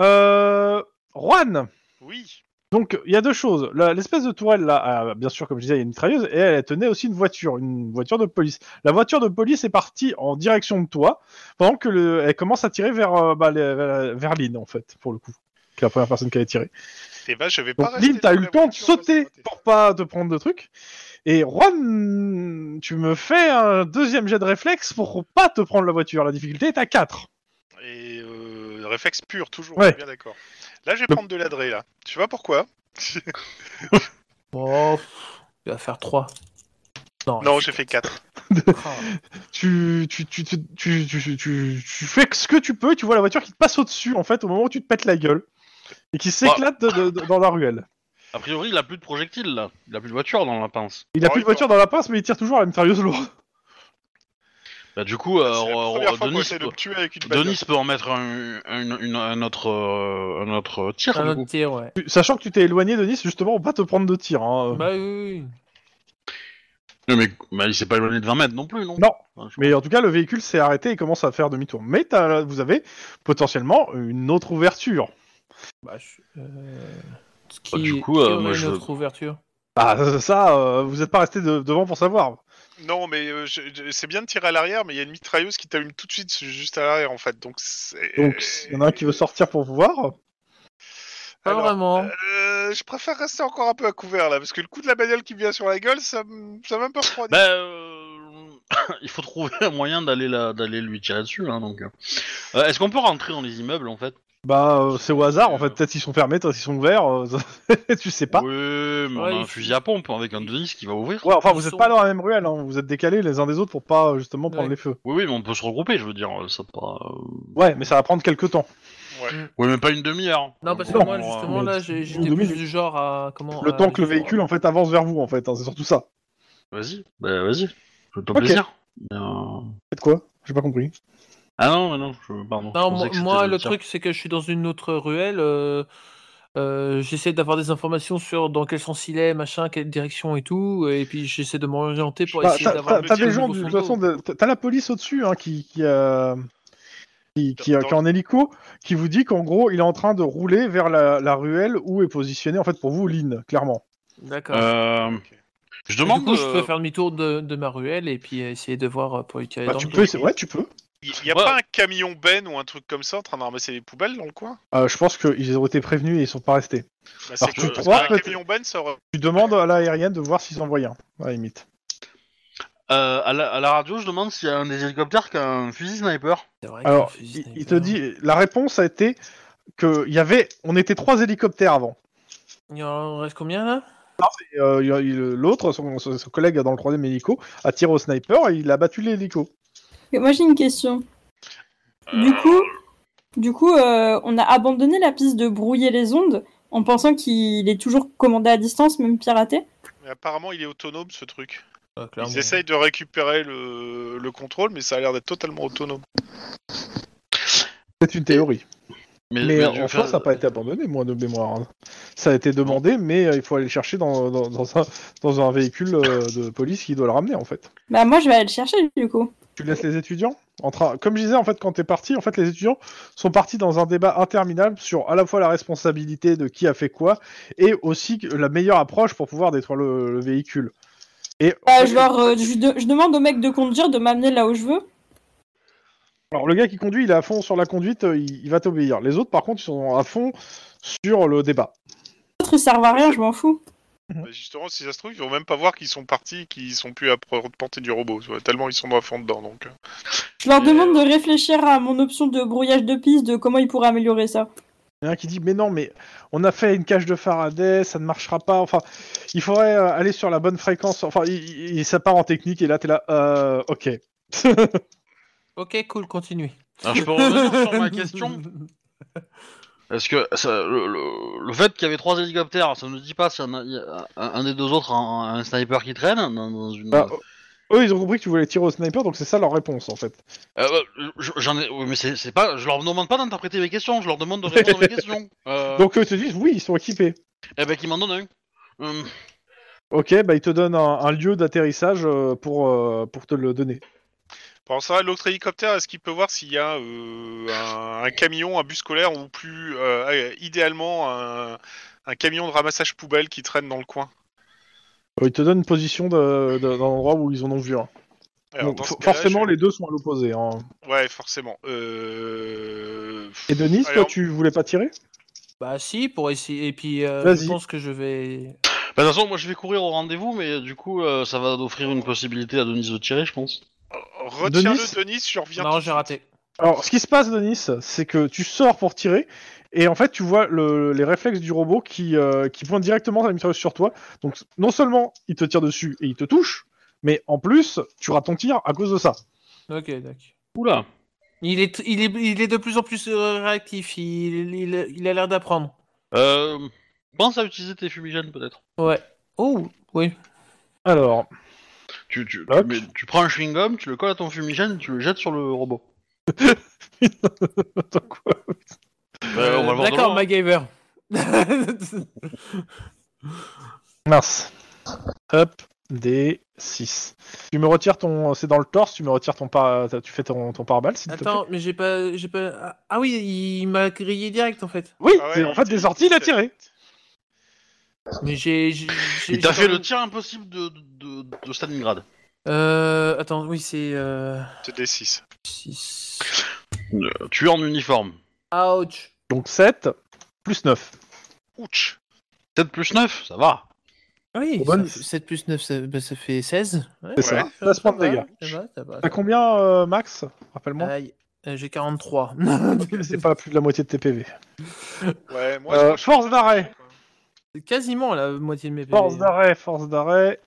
S2: Euh... Juan,
S3: Oui.
S2: donc il y a deux choses. La- L'espèce de tourelle là, a, bien sûr, comme je disais, il y a une mitrailleuse et elle tenait aussi une voiture, une voiture de police. La voiture de police est partie en direction de toi, pendant que le- elle commence à tirer vers, euh, bah, les- vers, vers Lynn, en fait, pour le coup, qui est la première personne qui a tiré.
S3: Et bah, je vais pas.
S2: Donc, Lynn,
S3: rester
S2: t'as eu
S3: dans
S2: le
S3: la
S2: temps de
S3: voiture, parce que
S2: sauter
S3: t'es-
S2: pour pas te prendre de trucs. Et Juan, tu me fais un deuxième jet de réflexe pour pas te prendre la voiture. La difficulté est à 4.
S3: Et euh, réflexe pur, toujours,
S2: Ouais.
S3: on est bien d'accord. Là, je vais prendre de l'adré, là. Tu vois pourquoi
S4: Oh, pff, tu vas faire 3. Non,
S3: Non, j'ai fait 4.
S2: Tu, tu, tu, tu, tu, tu, tu- tu fais ce que tu peux, tu vois la voiture qui te passe au-dessus, en fait, au moment où tu te pètes la gueule. Et qui s'éclate de- de- de- dans la ruelle.
S1: A priori, il a plus de projectiles là. Il a plus de voiture dans la pince.
S2: Il a
S3: Oh,
S2: plus
S3: il
S2: de voiture dans la pince, mais il tire toujours à la mystérieuse lourde.
S1: Bah du coup, euh,
S3: C'est la
S1: euh,
S3: première fois qu'on
S1: Denis,
S3: essaie de
S1: peut,
S3: me tuer avec une balle.
S1: Denis peut en mettre un, un- une- un autre, euh, un autre tir.
S4: Un
S1: du
S4: autre
S1: coup.
S4: tir, ouais.
S2: Tu- Sachant que tu t'es éloigné de Nice, justement, pour pas te prendre de tir. hein.
S4: Bah oui, oui.
S1: Non, mais, mais il s'est pas éloigné de 20 mètres non plus, non
S2: Non.
S1: Enfin, je-
S2: Mais en tout cas, le véhicule s'est arrêté et commence à faire demi-tour. Mais t'as- vous avez potentiellement une autre ouverture.
S4: Bah, je... euh, ce qui...
S1: Bah, du coup,
S4: qui
S1: euh,
S4: aurait
S1: moi,
S4: une
S1: je-
S4: autre ouverture.
S2: Bah ça, euh, vous n'êtes pas resté de- devant pour savoir.
S3: Non, mais euh, je- je- c'est bien de tirer à l'arrière, mais il y a une mitrailleuse qui t'allume tout de suite juste à l'arrière, en fait. Donc, c'est-
S2: Donc, il y en a un qui veut sortir pour vous voir.
S4: Pas
S3: Alors,
S4: vraiment.
S3: euh, je préfère rester encore un peu à couvert, là, parce que le coup de la bagnole qui me vient sur la gueule, ça, me- ça m'a un peu refroidi.
S1: Bah, euh, il faut trouver un moyen d'aller la- d'aller lui tirer dessus. Hein, donc, euh, est-ce qu'on peut rentrer dans les immeubles en fait
S2: Bah, euh, c'est au hasard, en fait. Peut-être s'ils sont fermés, peut-être s'ils sont ouverts. euh, ça- tu sais pas.
S1: Oui, mais
S4: Ouais,
S1: on a un
S4: il-
S1: fusil à pompe avec un Denis qui va ouvrir.
S2: Ouais, enfin,
S4: Ils
S2: vous n'êtes
S4: sont-
S2: pas dans la même ruelle. hein, Vous êtes décalés les uns des autres pour pas, euh, justement, prendre
S4: Ouais.
S2: les feux.
S1: Oui, oui, mais on peut se regrouper, je veux dire. euh, Ça pas. euh,
S2: Ouais, mais ça va prendre quelques temps.
S1: Oui, mais pas une demi-heure.
S4: Non, parce que
S2: Non,
S4: moi,
S1: euh,
S4: justement,
S2: mais-
S4: là, j'ai- j'étais plus du genre à... Comment,
S2: Le
S4: à-
S2: temps que le véhicule, en fait, avance vers vous, en fait. hein, c'est surtout ça.
S1: Vas-y, bah, vas-y. Je te
S2: Ok.
S1: plaisir. Mais, euh,
S2: Faites quoi J'ai pas compris.
S1: Ah non, mais non, je- pardon. je
S4: Non,
S1: pensais
S4: moi,
S1: que c'était
S4: moi,
S1: le
S4: le
S1: tir.
S4: truc, c'est que je suis dans une autre ruelle. euh, euh, j'essaie d'avoir des informations sur dans quel sens il est, machin, quelle direction et tout. Et puis j'essaie de m'orienter pour
S2: Bah,
S4: essayer
S2: t'as-
S4: d'avoir.
S2: T'as
S4: le
S2: t'as
S4: petit
S2: des gens,
S4: bout
S2: de toute
S4: son
S2: façon,
S4: dos.
S2: de- t'as la police au-dessus hein, qui, qui, euh, qui, qui, euh, qui est en hélico, qui vous dit qu'en gros, il est en train de rouler vers la, la ruelle où est positionné, en fait, pour vous, Lynn, clairement.
S4: D'accord.
S1: Euh, Je
S4: Et
S1: demande.
S4: du coup, je
S1: euh,
S4: peux faire demi-tour de, de ma ruelle et puis essayer de voir euh, pour lui tirer
S2: Bah,
S4: dans
S2: tu
S4: le
S2: peux,
S4: dos.
S2: essa- ouais, tu peux.
S3: Il n'y a
S1: Ouais.
S3: pas un camion Ben ou un truc comme ça en train de ramasser les poubelles dans le coin
S2: Euh, je pense qu'ils ont été prévenus et ils sont pas restés.
S3: bah, c'est
S2: tu
S3: que-
S2: crois,
S3: parce qu'un
S2: peut-être
S3: camion Ben, ça aurait-
S2: Tu demandes à l'aérienne de voir s'ils envoient un, à la limite.
S1: euh, à, la, à la radio, je demande s'il y a un des hélicoptères qui a un fusil sniper.
S4: C'est vrai que
S2: Alors,
S4: le fusil
S2: il, il te
S4: sniper.
S2: dit, la réponse a été que il y avait, on était trois hélicoptères avant.
S4: Il en reste combien là
S2: Et, euh, il y a- il- L'autre, son, son- son collègue dans le troisième hélico, a tiré au sniper et il a battu l'hélico.
S5: Mais Moi j'ai une question. Du coup, du coup euh, on a abandonné la piste de brouiller les ondes en pensant qu'il est toujours commandé à distance, même piraté.
S3: Mais apparemment, il est autonome ce truc.
S4: Ah, clairement.
S3: Ils essayent de récupérer le, le contrôle, mais ça a l'air d'être totalement autonome.
S2: C'est une théorie.
S1: Mais,
S2: Mais, euh,
S1: mais
S2: en
S1: du euh,
S2: soi,
S1: fait-
S2: ça n'a pas été abandonné, moi, de mémoire. hein. Ça a été demandé, mais euh, il faut aller le chercher dans, dans- dans un, dans un véhicule euh, de police qui doit le ramener, en fait.
S5: Bah moi je vais aller le chercher du coup.
S2: Tu laisses les étudiants en train... Comme je disais, en fait, quand t'es parti, en fait, les étudiants sont partis dans un débat interminable sur à la fois la responsabilité de qui a fait quoi et aussi que- la meilleure approche pour pouvoir détruire le, le véhicule. Et
S5: Bah, je, leur, euh, je, de- je demande au mec de conduire de m'amener là où je veux.
S2: Alors le gars qui conduit, il est à fond sur la conduite, euh, il, il va t'obéir. Les autres, par contre, ils sont à fond sur le débat.
S5: L'autre ils servent à rien, je m'en fous.
S3: Bah, justement, si ça se trouve, ils vont même pas voir qu'ils sont partis, qu'ils sont plus à pro- portée du robot, tu vois, tellement ils sont à fond dedans. Donc, euh.
S5: Je leur demande de réfléchir à mon option de brouillage de piste, de comment ils pourraient améliorer ça.
S2: Il y en a un qui dit mais non, mais on a fait une cage de Faraday, ça ne marchera pas. Enfin, il faudrait euh, aller sur la bonne fréquence. Enfin, il, il- ça part en technique et là t'es là, euh, ok.
S4: Ok, cool, continue.
S1: Alors, je peux revenir sur ma question Est-ce que ça- le, le- le fait qu'il y avait trois hélicoptères, ça ne dit pas si un, un- un des deux autres a un, un sniper qui traîne dans, dans une.
S2: Bah, eux, ils ont compris que tu voulais tirer au sniper, donc c'est ça leur réponse en fait.
S1: Euh, euh, je- j'en ai. oui, mais c'est c'est pas. Je leur demande pas d'interpréter mes questions. Je leur demande de répondre à mes questions.
S3: Ah.
S1: Euh,
S2: Donc eux ils te disent oui, ils sont équipés.
S1: Eh ben, qu'ils m'en donnent un. Hum,
S2: Ok, bah ils te donnent un, un lieu d'atterrissage euh, pour euh, pour te le donner.
S3: Pendant ça, l'autre hélicoptère, est-ce qu'il peut voir s'il y a euh, un, un camion, un bus scolaire ou plus euh, euh, idéalement un, un camion de ramassage poubelle qui traîne dans le coin
S2: Euh, Ils te donnent une position de, de- d'un endroit où ils en ont vu un.
S3: Alors,
S2: Donc,
S3: dans ce
S2: for-
S3: cas-là,
S2: forcément,
S3: je-
S2: les deux sont à l'opposé. hein.
S3: Ouais, forcément. Euh...
S2: Et Denis, toi,
S3: Alors-
S2: tu voulais pas tirer
S4: Bah si, pour essayer. Et puis, euh,
S2: Vas-y.
S4: je pense que je vais.
S1: Bah, de toute façon, moi, je vais courir au rendez-vous, mais euh, du coup, euh, ça va offrir une possibilité à Denise de tirer, je pense.
S3: Retiens-le,
S2: Denis
S3: Denis, je reviens. tout
S4: Non,
S3: de
S4: j'ai
S3: suite.
S4: raté.
S2: Alors, ce qui se passe, Denis, c'est que tu sors pour tirer, et en fait, tu vois le- les réflexes du robot qui, euh, qui pointent directement la mitrailleuse sur toi. Donc, non seulement il te tire dessus et il te touche, mais en plus, tu rates ton tir à cause de ça.
S4: Ok, d'accord.
S1: Oula.
S4: Il est, il, est, il est de plus en plus euh, réactif, il, il, il a l'air d'apprendre.
S1: Euh, pense à utiliser tes fumigènes, peut-être.
S4: Ouais. Oh, oui.
S2: Alors,
S1: Tu, tu, tu,
S2: Hop.
S1: mets- tu prends un chewing-gum, tu le colles à ton fumigène, tu le jettes sur le robot.
S2: attends quoi
S1: Euh, on va le voir
S4: D'accord,
S1: demain.
S4: MacGyver.
S2: Mince. Hop, D6. Tu me retires ton. C'est dans le torse, tu me retires ton par. Tu fais ton, ton pare-balles, s'il te plaît.
S4: Attends, mais j'ai pas, j'ai pas. ah, Ah oui, il m'a grillé direct en fait.
S2: Oui,
S3: Ah ouais,
S2: c'est- en
S3: il
S2: fait,
S3: t'a-
S2: des sorties, il a tiré.
S4: Mais j'ai. j'ai- j'ai-
S1: Il t'a
S4: j'ai
S1: fait
S4: pas-
S1: le tir impossible de, de, de Stalingrad.
S4: Euh, attends, oui, c'est. Euh...
S3: C'est des 6.
S4: six.
S1: Euh, tu es en uniforme.
S4: Ouch.
S2: Donc, 7 plus 9.
S3: Ouch.
S1: 7 plus 9, ça va.
S4: Ah Oui,
S2: Oh, bonne.
S4: 7 plus 9, ça, bah, ça fait 16. Ouais,
S2: C'est ça.
S3: Ouais.
S2: Ça se prend de dégâts.
S4: Ça va, ça va.
S2: T'as combien, euh, Max Rappelle-moi.
S4: Aïe, euh, j'ai 43.
S2: C'est pas plus de la moitié de tes PV.
S3: Ouais, moi,
S2: Euh,
S3: je crois que-
S2: force d'arrêt.
S4: Quasiment la moitié de mes PV. hein.
S2: Force d'arrêt, force d'arrêt.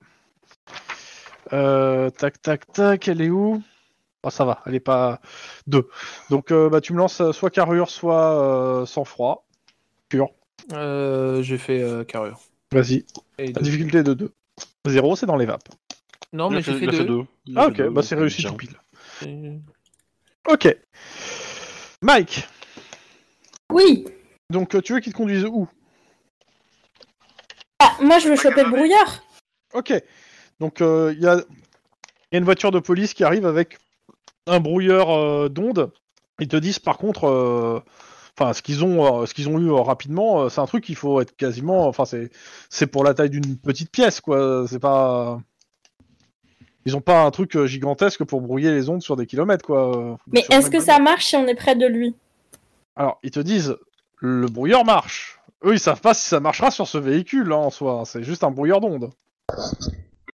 S2: Euh, tac, tac, tac, elle est où Ah, ça va, elle est pas 2. Donc euh, bah, tu me lances euh, soit carrure, soit euh, sang-froid.
S4: Euh, j'ai fait euh, carrure.
S2: Vas-y.
S4: Et
S2: La
S4: deux.
S2: difficulté est de 2. 0, c'est dans les vapes.
S4: Non,
S1: Il a
S4: mais j'ai
S1: fait-
S4: fait
S1: il a fait
S4: 2.
S1: deux. euh, Il a
S2: Ah
S1: fait
S2: ok,
S1: deux,
S2: bah c'est réussi
S1: bien.
S2: tout pile. Ok. Mike,
S5: Oui
S2: donc euh, tu veux qu'il te conduise où
S5: Ah, moi je veux choper le brouillard
S2: Ok. Donc euh, il y, a... il y a une voiture de police qui arrive avec un brouilleur euh, d'ondes. Ils te disent par contre, euh, enfin ce qu'ils ont, euh, ce qu'ils ont eu euh, rapidement, euh, c'est un truc qu'il faut être quasiment, enfin c'est, c'est pour la taille d'une petite pièce quoi. C'est pas, ils ont pas un truc euh, gigantesque pour brouiller les ondes sur des kilomètres quoi. euh,
S5: Mais
S2: sur
S5: est-ce
S2: même
S5: que
S2: pas-
S5: ça marche si on est près de lui
S2: Alors ils te disent le brouilleur marche. Eux ils savent pas si ça marchera sur ce véhicule hein, en soi. C'est juste un brouilleur d'ondes.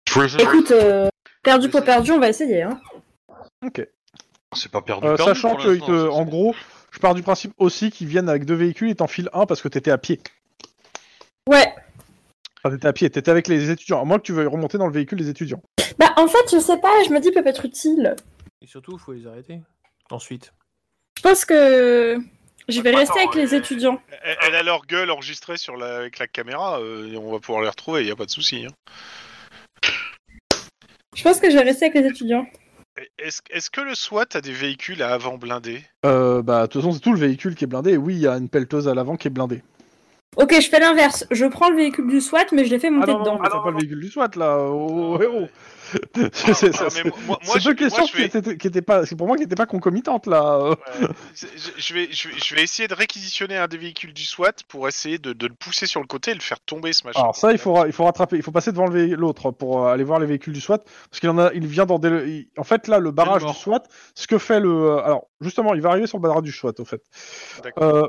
S1: Je vais essayer.
S5: Écoute, euh, perdu pour perdu, on va essayer. Hein.
S1: C'est pas perdu.
S2: Euh,
S1: perdu
S2: sachant
S1: pour
S2: que,
S1: l'instant,
S2: ils te-
S1: ça,
S2: en
S1: c'est-
S2: gros, je pars du principe aussi qu'ils viennent avec deux véhicules et t'en filent un parce que t'étais à pied.
S5: Ouais.
S2: Enfin, t'étais à pied, t'étais avec les étudiants. À moins que tu veuilles remonter dans le véhicule des étudiants.
S5: Bah en fait, je sais pas, je me dis peut être utile.
S4: Et surtout, faut les arrêter. Ensuite.
S5: Je pense que je vais
S6: Attends,
S5: rester avec
S6: euh,
S5: les étudiants.
S3: Elle, elle a leur gueule enregistrée sur la, avec la caméra, euh, et on va pouvoir les retrouver, il a pas de souci. hein.
S5: Je pense que je vais rester avec les étudiants.
S3: Et- Est-ce est-ce que le SWAT a des véhicules à avant blindés
S2: Euh, bah, de toute façon, c'est tout le véhicule qui est blindé. Et oui, il y a une pelleteuse à l'avant qui est blindée.
S5: Ok, je fais l'inverse. Je prends le véhicule du SWAT, mais je les fais monter
S2: Ah non, non,
S5: dedans.
S2: mais c'est
S6: non,
S2: pas le
S6: non.
S2: véhicule du SWAT là. Oh, oh, oh. C'est- c'est-
S3: Ah,
S2: c'est-
S3: mais moi- moi-
S2: c'est
S3: moi,
S2: deux
S3: je- moi,
S2: questions
S3: je
S2: qui
S3: vais-
S2: étaient- qui étaient pas, c'est pour moi qui n'étaient pas concomitantes là.
S3: Ouais, c'est- je, je vais, je, vais- je vais essayer de réquisitionner un des véhicules du SWAT pour essayer de, de le pousser sur le côté et le faire tomber ce machin.
S2: Alors ça, il faut, ra- il faut rattraper, il faut passer devant le vé- l'autre pour euh, aller voir les véhicules du SWAT, parce qu'il en a, il vient dans des, il- en fait là le barrage du
S1: mort.
S2: SWAT, ce que fait le, euh, alors justement, il va arriver sur le barrage du SWAT au fait.
S3: D'accord.
S2: Euh,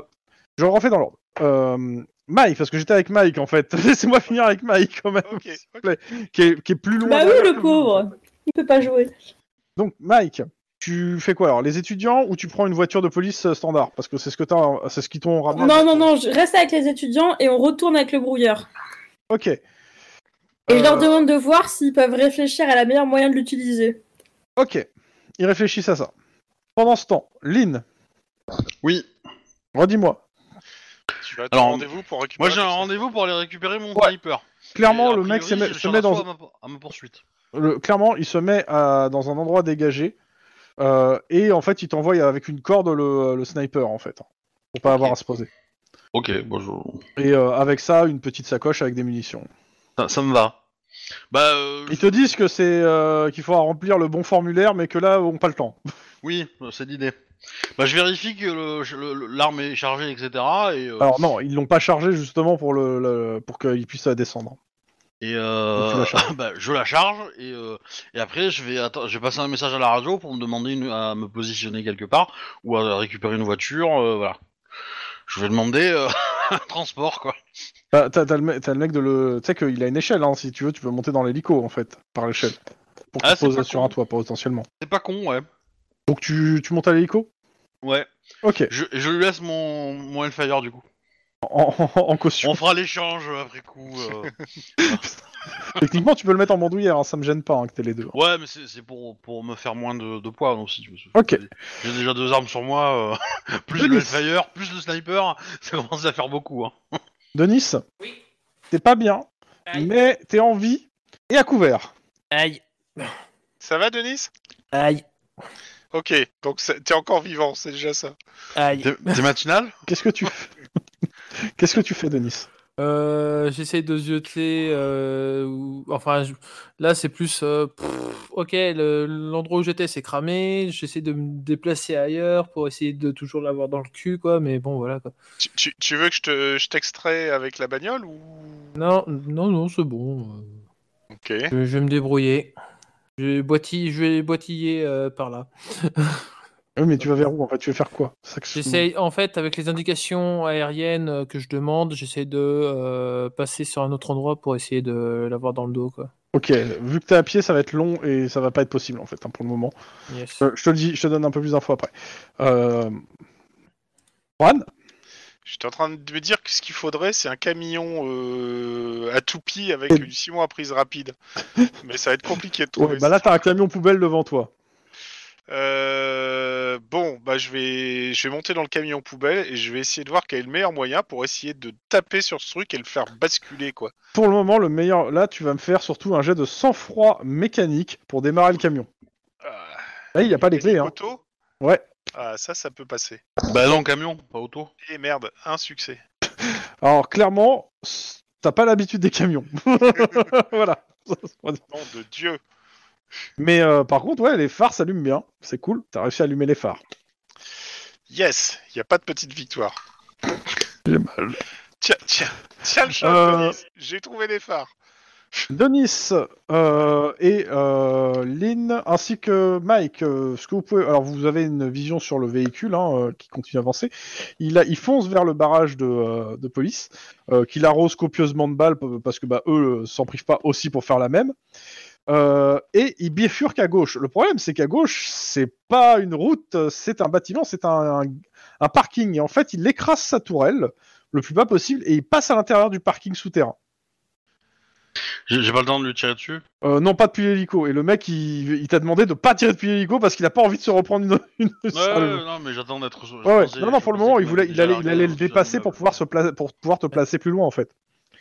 S2: je refais dans l'ordre. Euh, Mike, parce que j'étais avec Mike en fait. Laissez-moi finir avec Mike quand même,
S3: Ok, ok.
S2: qui, est, qui est plus loin.
S5: Bah oui,
S2: derrière que
S5: le
S2: vous.
S5: pauvre Il peut pas jouer.
S2: Donc Mike, tu fais quoi alors Les étudiants ou tu prends une voiture de police euh, standard Parce que c'est ce que t'as, euh, c'est ce qui t'ont ramené.
S5: Non, non, non, je reste avec les étudiants et on retourne avec le brouilleur.
S2: Ok.
S5: Et je leur
S2: Euh,
S5: demande de voir s'ils peuvent réfléchir à la meilleure moyen de l'utiliser.
S2: Ok. Ils réfléchissent à ça. Pendant ce temps, Lynn,
S1: Oui.
S2: redis-moi.
S3: Tu vas
S1: Alors,
S3: Alors, rendez-vous pour récupérer.
S1: Moi j'ai un
S3: tout ça.
S1: rendez-vous pour aller récupérer mon
S2: Ouais.
S1: sniper.
S2: Clairement,
S1: Et a
S2: le mec se
S1: priori,
S2: met,
S1: je
S2: se met
S1: le
S2: dans,
S1: reçois à ma- à ma poursuite.
S2: le- clairement, il se met à- dans un endroit dégagé euh, et en fait, il t'envoie avec une corde le, le sniper en fait, pour pas avoir à se poser.
S1: Ok, bon, je-
S2: Et euh, avec ça, une petite sacoche avec des munitions.
S1: ça, ça me va. Bah, euh,
S2: Ils te disent que c'est euh, qu'il faut remplir le bon formulaire, mais que là, on pas le temps.
S1: oui, euh, c'est l'idée. Bah, je vérifie que le- je- le- le- l'arme est chargée, etc. Et, euh,
S2: Alors non, ils l'ont pas chargé justement pour le, le- pour qu'il puisse euh, descendre.
S1: et, euh,
S2: Donc, tu la charges.
S1: bah, je la charge et, euh, et après je vais, atta- je vais passer un message à la radio pour me demander une- à me positionner quelque part ou à récupérer une voiture. euh, voilà. Je vais demander euh, un transport quoi.
S2: Bah, t'as, t'as le, me- t'as le mec de le, tu sais qu'il a une échelle. Hein, si tu veux, tu peux monter dans l'hélico en fait par l'échelle pour qu'il
S1: Ah,
S2: te
S1: c'est
S2: pose
S1: pas
S2: sur
S1: con.
S2: un toit potentiellement.
S1: C'est pas con, ouais.
S2: Donc tu, tu montes à l'hélico.
S1: Ouais.
S2: Ok.
S1: Je, je lui laisse mon, mon Hellfire du coup.
S2: En, en- en caution.
S1: On fera l'échange euh, après coup. euh.
S2: Techniquement, tu peux le mettre en bandoulière, hein, ça me gêne pas hein, que t'aies les deux.
S1: Ouais, mais c'est c'est pour, pour me faire moins de, de poids aussi. parce que
S2: Ok.
S1: J'ai déjà deux armes sur moi, euh, plus le
S2: Denis.
S1: Hellfire, plus le sniper, ça commence à faire beaucoup. Hein.
S2: Denis,
S6: Oui.
S2: t'es pas bien, mais t'es en vie et à couvert.
S4: Aïe.
S3: Ça va, Denis
S4: Aïe.
S3: Ok, donc ça- t'es encore vivant, c'est déjà ça.
S4: Aïe.
S1: T'es t'es matinal
S2: Qu'est-ce que tu fais Qu'est-ce que tu fais, Denis
S4: Euh, j'essaie de zioter. euh, ou- Enfin, je- là, c'est plus. euh, pff, ok, le- l'endroit où j'étais, c'est cramé. J'essaie de me déplacer ailleurs pour essayer de toujours l'avoir dans le cul, quoi. Mais bon, voilà, quoi.
S3: Tu, tu- tu veux que je te- je t'extrais avec la bagnole ou
S4: Non, non, non, c'est bon.
S3: Ok.
S4: euh, Je, je vais me débrouiller. Je vais boitiller, je vais boitiller euh, par là.
S2: Oui, mais tu vas vers où En fait, tu veux faire quoi C'est ça que je-
S4: J'essaie, en fait, avec les indications aériennes euh, que je demande, j'essaie de euh, passer sur un autre endroit pour essayer de l'avoir dans le dos, quoi.
S2: Ok, vu que t'es à pied, ça va être long et ça va pas être possible en fait hein, pour le moment.
S4: Yes.
S2: Euh, je te le dis, je te donne un peu plus d'infos après. Euh... Juan
S3: J'étais en train de me dire que ce qu'il faudrait, c'est un camion euh, à toupie avec
S2: Et-
S3: du ciment à prise rapide. Mais ça va être compliqué de trouver.
S2: Ouais, bah là, t'as un camion poubelle devant toi.
S3: Euh, bon, bah je vais, je vais monter dans le camion poubelle et je vais essayer de voir quel est le meilleur moyen pour essayer de taper sur ce truc et le faire basculer quoi.
S2: Pour le moment, le meilleur. Là, tu vas me faire surtout un jet de sang-froid mécanique pour démarrer le camion.
S3: Ah,
S2: Là, il n'y a pas les
S3: il y a
S2: clés.
S3: des
S2: Hein.
S3: poteaux
S2: Ouais.
S3: Ah, ça, ça peut passer.
S1: Bah non, camion, pas auto.
S3: Et merde, un succès.
S2: Alors clairement, s- t'as pas l'habitude des camions. voilà.
S3: Nom de Dieu.
S2: Mais euh, par contre, ouais, les phares s'allument bien. C'est cool. T'as réussi à allumer les phares.
S3: Yes, il n'y a pas de petite victoire.
S2: J'ai mal.
S3: Tiens, tiens, tiens le chat,
S2: Euh.
S3: Denis, j'ai trouvé les phares.
S2: Denis euh, et euh, Lynn ainsi que Mike, euh, ce que vous pouvez, alors vous avez une vision sur le véhicule hein, euh, qui continue à avancer. Il, a, il fonce vers le barrage de, euh, de police, euh, qu'il arrose copieusement de balles p- parce que bah, eux euh, s'en privent pas aussi pour faire la même. Euh, et il bifurque à gauche. Le problème, c'est qu'à gauche, c'est pas une route, euh, c'est un bâtiment, c'est un, un, un parking. Et en fait, il écrase sa tourelle le plus bas possible et il passe à l'intérieur du parking souterrain.
S1: J'ai j'ai pas le temps de lui tirer dessus.
S2: Euh, non, pas depuis l'hélico. Et le mec, il, il t'a demandé de pas tirer depuis l'hélico parce qu'il a pas envie de se reprendre une. une
S1: Ouais,
S2: sale-
S1: ouais, non, mais j'attends d'être. je
S2: Ouais, ouais.
S1: pensais-
S2: Non, non,
S1: je
S2: pour le
S1: pensais
S2: moment,
S1: que
S2: il voulait, il
S1: déjà
S2: allait, il
S1: regardé
S2: allait le
S1: sur
S2: dépasser
S1: l'immeuble.
S2: pour pouvoir se placer, pour pouvoir te placer plus loin en fait.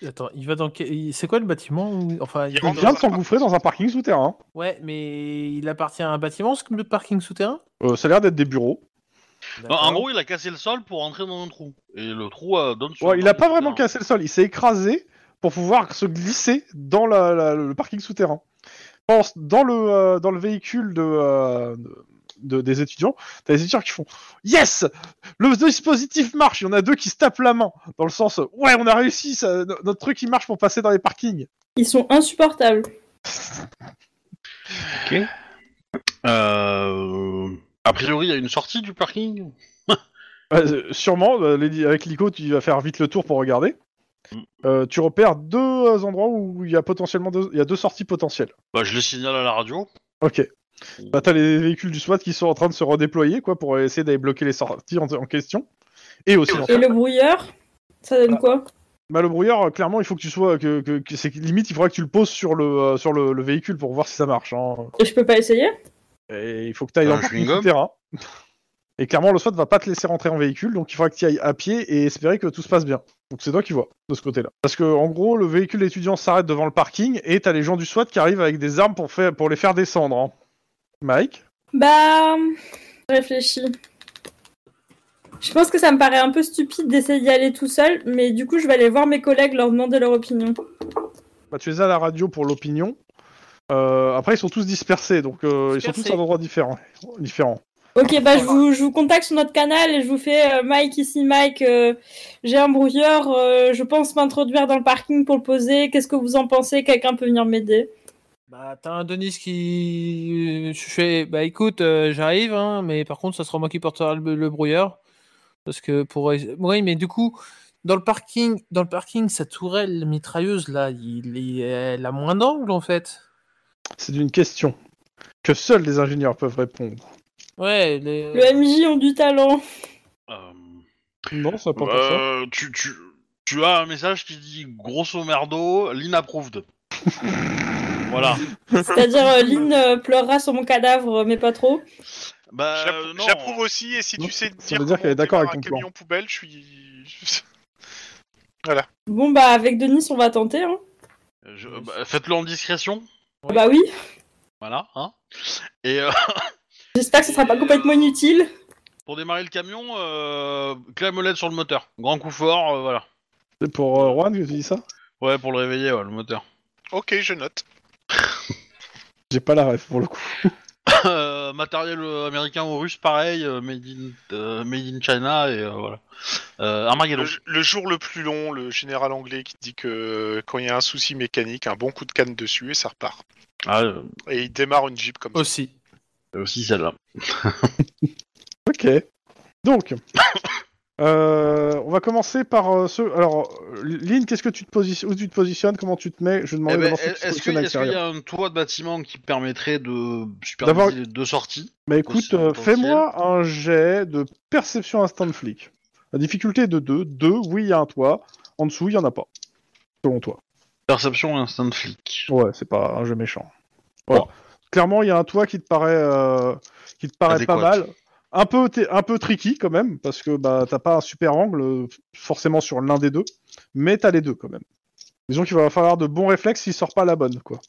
S4: Attends, il va dans. quel- C'est quoi le bâtiment où- Enfin,
S3: Il
S2: Il
S4: va
S3: rentre
S4: dans-
S2: vient
S3: un
S2: de s'engouffrer dans un parking souterrain.
S4: Ouais, mais il appartient à un bâtiment, ce le parking souterrain
S2: Euh, ça a l'air d'être des bureaux.
S1: Non, Bah, en gros, il a cassé le sol pour entrer dans un trou. Et le trou euh, donne sur.
S2: Ouais,
S1: le
S2: il a
S1: parking
S2: pas vraiment
S1: souterrain.
S2: cassé le sol. Il s'est écrasé pour pouvoir se glisser dans la- la- le parking souterrain. Pense dans le euh, dans le véhicule de, euh, de- des étudiants. T'as des étudiants qui font yes, le dispositif marche. Il y en a deux qui se tapent la main dans le sens ouais, on a réussi. ça- no- notre truc il marche pour passer dans les parkings.
S5: Ils sont insupportables.
S1: Euh, A priori, il y a une sortie du parking.
S2: Euh, sûrement euh, les- avec l'ICO tu vas faire vite le tour pour regarder. Euh, tu repères deux euh, endroits où il y a potentiellement deux, il y a deux sorties potentielles.
S1: Bah, je le signale à la radio.
S2: Ok. Bah, t'as les véhicules du SWAT qui sont en train de se redéployer, quoi, pour essayer d'aller bloquer les sorties en, en question. Et aussi,
S5: Et le brouilleur, ça donne quoi
S2: bah, le brouilleur, euh, clairement, il faut que tu sois, que, que, que- c'est que limite, il faudra que tu le poses sur le, euh, sur le, le véhicule pour voir si ça marche. hein.
S5: Et je peux pas essayer
S2: Et il faut que t'ailles
S1: Un
S2: dans le
S1: Euh, chewing-gum
S2: terrain. Et clairement, le SWAT va pas te laisser rentrer en véhicule, donc il faudra que tu ailles à pied et espérer que tout se passe bien. Donc c'est toi qui vois de ce côté-là. Parce que en gros, le véhicule étudiant s'arrête devant le parking et t'as les gens du SWAT qui arrivent avec des armes pour, faire, pour les faire descendre. hein. Mike
S5: Bah, je réfléchis. Je pense que ça me paraît un peu stupide d'essayer d'y aller tout seul, mais du coup, je vais aller voir mes collègues, leur demander leur opinion.
S2: Bah, tu les as à la radio pour l'opinion. Euh, après, ils sont tous dispersés, donc euh, ils sont tous
S4: Dispersés.
S2: à des endroits différents. différents.
S5: Ok, bah, je vous, je vous contacte sur notre canal et je vous fais euh, Mike ici, Mike. euh, J'ai un brouilleur, euh, je pense m'introduire dans le parking pour le poser. Qu'est-ce que vous en pensez Quelqu'un peut venir m'aider
S4: Bah, t'as un Denis qui. Je fais. Bah, écoute, euh, j'arrive, hein, mais par contre, ça sera moi qui portera le, le brouilleur. Parce que pour. Oui, mais du coup, dans le parking, dans le parking sa tourelle mitrailleuse, là, il, il- elle a moins d'angle, en fait.
S2: C'est une question que seuls les ingénieurs peuvent répondre.
S4: Ouais, les-
S5: Le MJ ont du talent.
S1: Euh,
S2: Non, ça pas ça.
S1: euh, tu, tu, tu as un message qui dit grosso merdo, l'inapproved. voilà.
S5: C'est-à-dire, euh, Lynn euh, pleurera sur mon cadavre, mais pas trop.
S1: Bah,
S3: J'approuve-
S1: non.
S3: J'approuve aussi, et si
S2: Non,
S3: tu sais
S2: ça veut dire
S3: comment
S2: qu'elle est d'accord
S3: démarre
S2: avec
S3: un
S2: ton plan.
S3: camion poubelle, je suis...
S5: Bon, bah, avec Denis, on va tenter. Hein.
S1: Je- bah, Faites-le en discrétion.
S4: Oui.
S5: Bah oui,
S1: Voilà. Hein. Et euh,
S5: j'espère que ce sera pas complètement inutile.
S1: pour démarrer le camion, euh, clé à molette sur le moteur. Grand coup fort, euh, voilà.
S2: C'est pour euh, Juan que tu dis ça
S1: Ouais, pour le réveiller, ouais, le moteur.
S3: Ok, je note.
S2: J'ai pas la ref pour le coup.
S1: Euh, matériel euh, américain ou russe, pareil, euh, made, in, euh, made in China, et euh, voilà. Euh, Armageddon.
S3: Le, le jour le plus long, le général anglais qui dit que euh, quand il y a un souci mécanique, un bon coup de canne dessus et ça repart.
S1: Ah, euh,
S3: Et il démarre une Jeep comme ça.
S4: aussi.
S1: aussi celle-là.
S2: Ok. Donc, euh, on va commencer par euh, ceux. Alors, euh, Lynn, qu'est-ce que tu te positionnes Où tu te positionnes Comment tu te mets Je demandais
S1: Eh ben,
S2: d'abord si tu
S1: Est-ce
S2: te
S1: que-
S2: positionnes à
S1: est-ce qu'il y
S2: l'extérieur.
S1: a un toit de bâtiment qui permettrait de
S2: D'avoir-
S1: superviser les deux sorties
S2: Bah écoute,
S1: Position
S2: euh,
S1: potentielle.
S2: fais-moi un jet de perception instant flic. La difficulté est de 2. 2, oui, il y a un toit. En dessous, il y en a pas. Selon toi.
S1: Perception instant flic.
S2: Ouais, c'est pas un jeu méchant. Voilà. Clairement, il y a un toit qui te paraît, euh, qui te paraît pas
S1: Adéquat.
S2: mal. Un peu, t'es- un peu tricky quand même, parce que bah, t'as pas un super angle euh, forcément sur l'un des deux, mais t'as les deux quand même. Disons qu'il va falloir de bons réflexes s'il sort pas la bonne, quoi.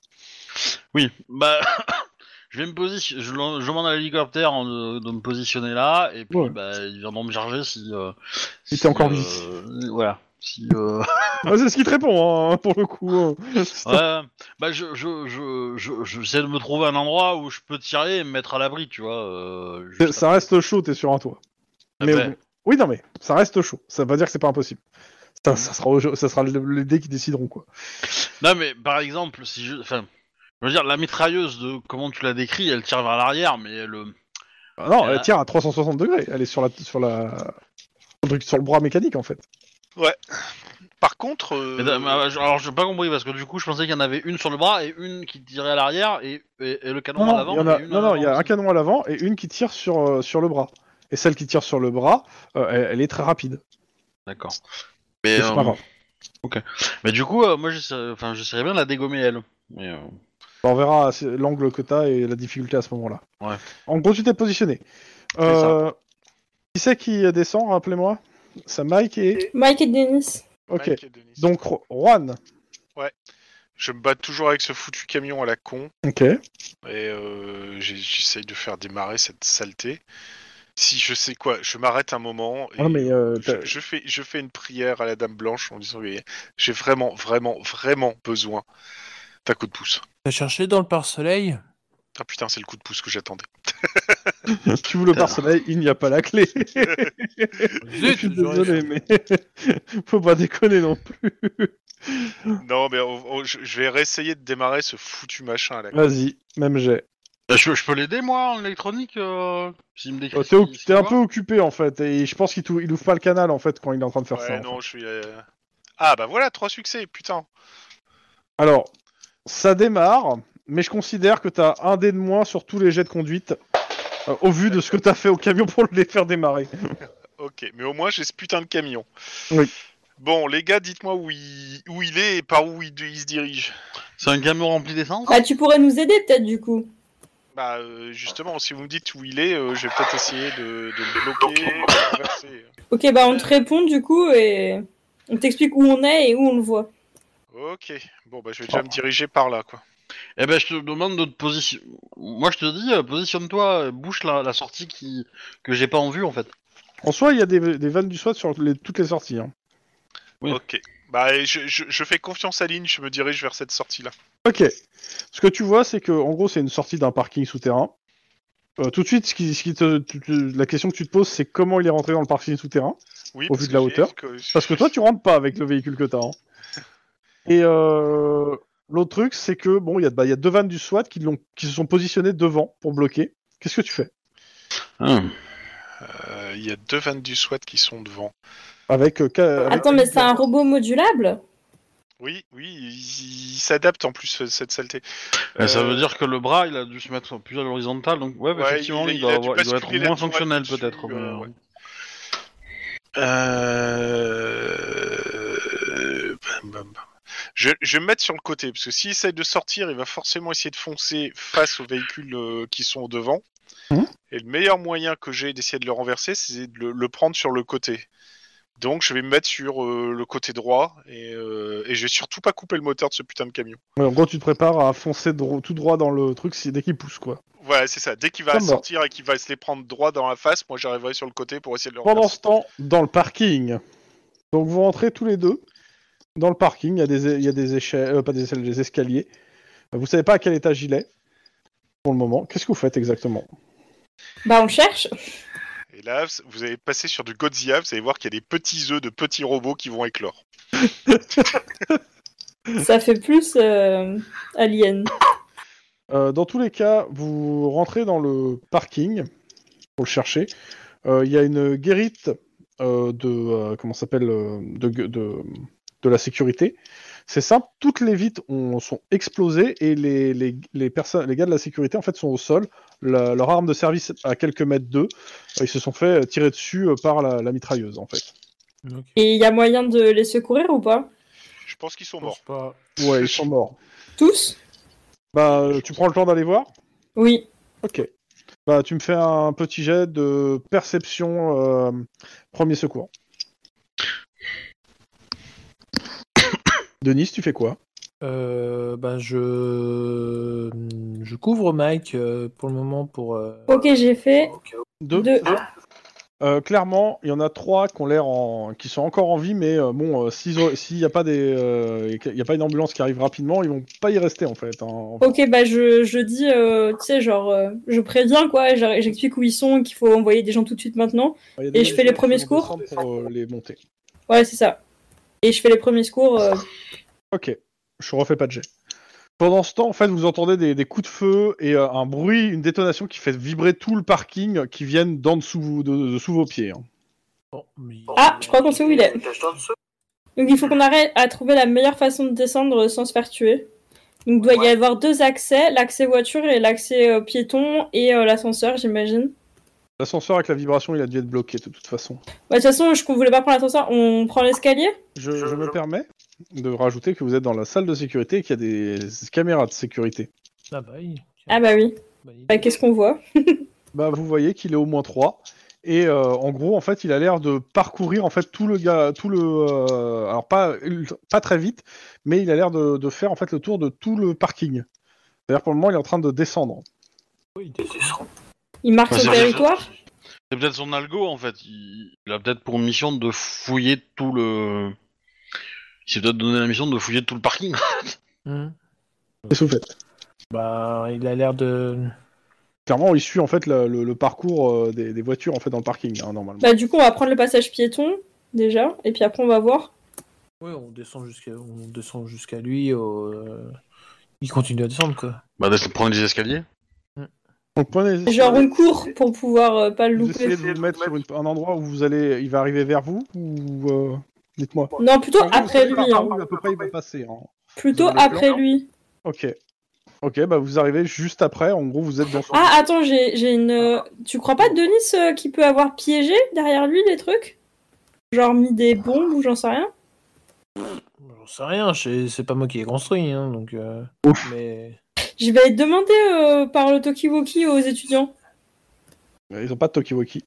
S1: Oui, bah je vais me positionner, je, l'en- je demande à l'hélicoptère en- euh, de, de me positionner là, et puis
S2: Ouais.
S1: bah, ils viendront me charger si. Euh,
S2: Si
S1: si,
S2: t'es encore
S1: euh, Voilà. Si, euh,
S2: Ah, c'est ce qui te répond, hein, pour le coup. hein.
S1: ouais, bah je je je je- je- j'essaie de me trouver un endroit où je peux tirer et me mettre à l'abri, tu vois. euh,
S2: C'est-
S1: juste
S2: Ça reste chaud, t'es sur un toit.
S1: Ah
S2: Mais
S1: ben.
S2: on- Oui, non, mais ça reste chaud. Ça veut pas dire que c'est pas impossible. Ça, ça sera, au jeu- ça sera le, les dés qui décideront, quoi.
S1: Non, mais par exemple, si je. Enfin, je veux dire, la mitrailleuse, de comment tu la décris, elle tire vers l'arrière, mais elle. euh,
S2: Ah non,
S1: Euh,
S2: elle tire à 360 degrés. Elle est sur la, sur la, sur le, truc- sur le bras mécanique, en fait.
S3: Par contre, euh,
S1: mais, euh, bah, je- alors, j'ai pas compris, parce que du coup, je pensais qu'il y en avait une sur le bras et une qui tirait à l'arrière et, et- et le canon
S2: Non,
S1: à
S2: non,
S1: l'avant.
S2: il y en a,
S1: et une
S2: non,
S1: à
S2: non, il y a
S1: l'avant.
S2: un canon à l'avant et une qui tire sur, euh, sur le bras. Et celle qui tire sur le bras, euh, elle, elle est très rapide.
S1: D'accord. Mais,
S2: Mais c'est
S1: euh,
S2: pas grave.
S1: mais du coup, euh, moi, j'essaie- enfin, j'essaierais bien de la dégommer, elle. Mais, euh,
S2: On verra assez- l'angle que t'as et la difficulté à ce moment-là.
S1: Ouais.
S2: En gros, tu t'es positionné. Euh, qui c'est qui descend, rappelez-moi C'est Mike et...
S5: Mike et Dennis.
S2: Ok.
S3: Mike et Denis.
S2: Donc, Ro- Juan.
S3: je me bats toujours avec ce foutu camion à la con
S2: Ok.
S3: et euh, j'ai- j'essaye de faire démarrer cette saleté. Si je sais quoi, je m'arrête un moment. Et
S2: Non, mais euh,
S3: je,
S2: t'as-
S3: je fais, je fais une prière à la Dame Blanche en disant que j'ai vraiment, vraiment, vraiment besoin d'un coup de pouce.
S4: T'as cherché dans le pare-soleil
S3: Ah putain, c'est le coup de pouce que j'attendais.
S2: tu veux le personnel, il n'y a pas la clé. Je
S4: Zut,
S2: suis
S4: j'aurais-
S2: désolé, mais faut pas déconner non plus. Ah.
S3: Non, mais on- on- je, je vais réessayer de démarrer ce foutu machin à la con.
S2: Vas-y, même j'ai.
S1: Euh, je, je peux l'aider, moi, en électronique, euh, s'il me décrit.
S2: Oh, T'es
S1: ce
S2: oc-
S1: qu'il- ce
S2: t'es
S1: qu'il
S2: un
S1: voit.
S2: peu occupé en fait, et je pense qu'il tou- il ouvre pas le canal en fait quand il est en train de faire
S3: Ouais,
S2: ça. en fait.
S3: non, je suis. euh, Ah bah voilà, trois succès, putain.
S2: Alors, ça démarre, mais je considère que t'as un dé de moins sur tous les jets de conduite, euh, au vu de ce que t'as fait au camion pour les faire démarrer.
S3: Ok, mais au moins j'ai ce putain de camion.
S2: Oui.
S3: Bon, les gars, dites-moi où il... où il est et par où il, il se dirige.
S1: C'est un camion rempli d'essence
S5: Bah, tu pourrais nous aider peut-être du coup.
S3: Bah euh, justement, si vous me dites où il est, euh, je vais peut-être essayer de, de le bloquer, de traverser.
S5: Ok, bah on te répond du coup et on t'explique où on est et où on le voit.
S3: Ok, bon bah je vais déjà me diriger par là, quoi.
S1: Eh ben, je te demande de te positionner. Moi, je te dis, euh, positionne-toi, euh, bouche la, la sortie qui... que j'ai pas en vue, en fait.
S2: En soi, il y a des, des vannes du SWAT sur les- toutes les sorties. hein.
S1: Oui.
S3: Ok, bah et je, je- je fais confiance à Lynn, je me dirige vers cette sortie-là.
S2: Ok. Ce que tu vois, c'est que en gros, c'est une sortie d'un parking souterrain. Euh, tout de suite, ce qui, ce qui te- tu- tu- la question que tu te poses, c'est comment il est rentré dans le parking souterrain.
S3: Oui,
S2: Au vu de la
S3: j'ai-
S2: hauteur. Parce que toi, tu rentres pas avec le véhicule que t'as. hein. Et euh, l'autre truc, c'est que bon, il y, a- bah, il y a deux vannes du SWAT qui, l'ont- qui se sont positionnées devant pour bloquer. Qu'est-ce que tu fais
S1: Ah.
S3: Euh, Il y a deux vannes du SWAT qui sont devant.
S2: avec, euh, ca- avec-
S5: Attends, mais c'est un robot modulable
S3: Oui, oui, il, il s'adapte en plus cette saleté.
S1: Eh, Ça
S3: Euh,
S1: veut dire que le bras, il a dû se mettre plus à l'horizontale, donc ouais, bah,
S3: Ouais,
S1: effectivement, il,
S3: il- il
S1: doit,
S3: a dû
S1: avoir- il doit être
S3: basculer
S1: moins
S3: là-dessus,
S1: fonctionnel
S3: là-dessus,
S1: peut-être.
S3: euh,
S1: mais, euh,
S3: ouais. Euh, bam, bam, bam. Je, je vais me mettre sur le côté, parce que s'il essaye de sortir, il va forcément essayer de foncer face aux véhicules euh, qui sont au devant.
S2: Mhm.
S3: Et le meilleur moyen que j'ai d'essayer de le renverser, c'est de le, le prendre sur le côté. Donc je vais me mettre sur euh, le côté droit, et, euh, et je vais surtout pas couper le moteur de ce putain de camion.
S2: Ouais, En gros, tu te prépares à foncer dro- tout droit dans le truc si- dès qu'il pousse quoi.
S3: Voilà, c'est ça. Dès qu'il va
S2: Comme moi.
S3: sortir et qu'il va se les prendre droit dans la face, moi j'arriverai sur le côté pour essayer de le
S2: Pendant
S3: renverser.
S2: ce temps, dans le parking. Donc vous rentrez tous les deux dans le parking. Il y a des, il y a des échelles, euh, pas des échelles, des escaliers. Vous savez pas à quel étage il est pour le moment. Qu'est-ce que vous faites exactement
S5: Bah, on le cherche.
S3: Et là, vous allez passer sur du Godzilla, vous allez voir qu'il y a des petits œufs de petits robots qui vont éclore.
S5: Ça fait plus euh, alien.
S2: Euh, dans tous les cas, vous rentrez dans le parking pour le chercher. Euh, Il y a une guérite euh, de euh, comment ça s'appelle euh, de, gue- de, de la sécurité. C'est simple, toutes les vitres ont- sont explosées et les, les, les personnes, les gars de la sécurité en fait sont au sol. La- leur arme de service à quelques mètres d'eux, euh, ils se sont fait tirer dessus euh, par la, la mitrailleuse en fait.
S4: Ok.
S5: Et il y a moyen de les secourir ou pas
S3: Je pense qu'ils sont
S4: Je pense
S3: morts.
S4: pas.
S2: Ouais, ils sont morts.
S5: Tous
S2: Bah, euh, tu prends le temps d'aller voir.
S5: Oui.
S2: Ok. Bah, tu me fais un petit jet de perception euh, premier secours. Denis, tu fais quoi
S4: Euh, ben je... je couvre Mike euh, pour le moment pour. euh,
S5: Ok, j'ai fait
S4: au cas
S2: Deux.
S5: deux.
S2: Euh, clairement, il y en a trois qui ont l'air en... qui sont encore en vie, mais euh, bon, euh, s'ils ont- s'il n'y a pas des, euh, qu'il y a pas une ambulance qui arrive rapidement, ils vont pas y rester en fait. hein.
S5: Ok, bah je, je dis, euh, tu sais, genre, euh, je préviens quoi, et j'ar- j'explique où ils sont, qu'il faut envoyer des gens tout de suite maintenant.
S2: Il y a des
S5: Et je fais les
S2: gens qui
S5: premiers
S2: vont
S5: secours
S2: descendre pour, euh, les monter.
S5: Ouais, c'est ça. Et je fais les premiers secours. euh,
S2: Ok, je refais pas de jet. Pendant ce temps, en fait, vous entendez des, des coups de feu et euh, un bruit, une détonation qui fait vibrer tout le parking, euh, qui viennent d'en dessous vous- de, de sous vos pieds. hein.
S4: où- Bon, mais-
S5: Ah, je crois qu'on sait où il est. Donc il faut qu'on arrête à trouver la meilleure façon de descendre sans se faire tuer. Donc il doit y avoir deux accès, l'accès voiture et l'accès euh, piéton et euh, l'ascenseur, j'imagine.
S2: L'ascenseur avec la vibration, il a dû être bloqué de toute façon.
S5: Bah, De toute façon, je qu'on voulait pas prendre l'ascenseur, on prend l'escalier
S2: Je, je me permets de rajouter que vous êtes dans la salle de sécurité et qu'il y a des caméras de sécurité.
S4: Ah bah oui.
S5: Ah bah oui.
S4: Bonne idée.
S5: Bah, Qu'est-ce qu'on voit
S2: Bah, vous voyez qu'il est au moins 3. Et euh, en gros, en fait, il a l'air de parcourir en fait tout le gars, tout le, euh, alors pas ult- pas très vite, mais il a l'air de, de faire en fait le tour de tout le parking. D'ailleurs, pour le moment, il est en train de descendre.
S4: Oui, il était-
S5: Il marque
S1: Bah,
S5: son
S1: c'est-
S5: territoire
S1: C'est peut-être son algo en fait. Il, il a peut-être pour mission de fouiller tout le. Il s'est peut-être donné la mission de fouiller tout le parking.
S5: Mmh.
S4: Hmm.
S2: Qu'est-ce que vous faites
S4: Bah, il a l'air de.
S2: Clairement, il suit en fait le, le- le parcours euh, des, des voitures en fait dans le parking hein, normalement.
S5: Bah du coup, on va prendre le passage piéton déjà, et puis après on va voir.
S4: Oui, on descend jusqu'à on descend jusqu'à lui. au- euh, Il continue à descendre quoi.
S1: Bah, laisse prendre les escaliers.
S2: Donc prenez.
S5: Genre on court pour pouvoir euh, pas le
S2: vous
S5: louper.
S2: essayez de vous mettre sur une- un endroit où vous allez, il va arriver vers vous ou euh, dites-moi.
S5: Non, plutôt
S2: En gros,
S5: après
S2: vous savez par-
S5: lui.
S2: par
S5: hein.
S2: où, à peu près il va passer. hein.
S5: Plutôt après lui.
S2: Ok. Ok, bah vous arrivez juste après. En gros, vous êtes dans son.
S5: Ah attends, j'ai j'ai une...
S2: Ah.
S5: euh, Tu crois pas Denis euh, qui peut avoir piégé derrière lui les trucs Genre mis des bombes ou j'en sais rien
S4: J'en sais rien. je- C'est pas moi qui ai construit, hein, donc. euh, Mais
S5: Je vais demander euh, par le Tokiwoki aux étudiants.
S2: Euh, Ils ont pas de Tokiwoki.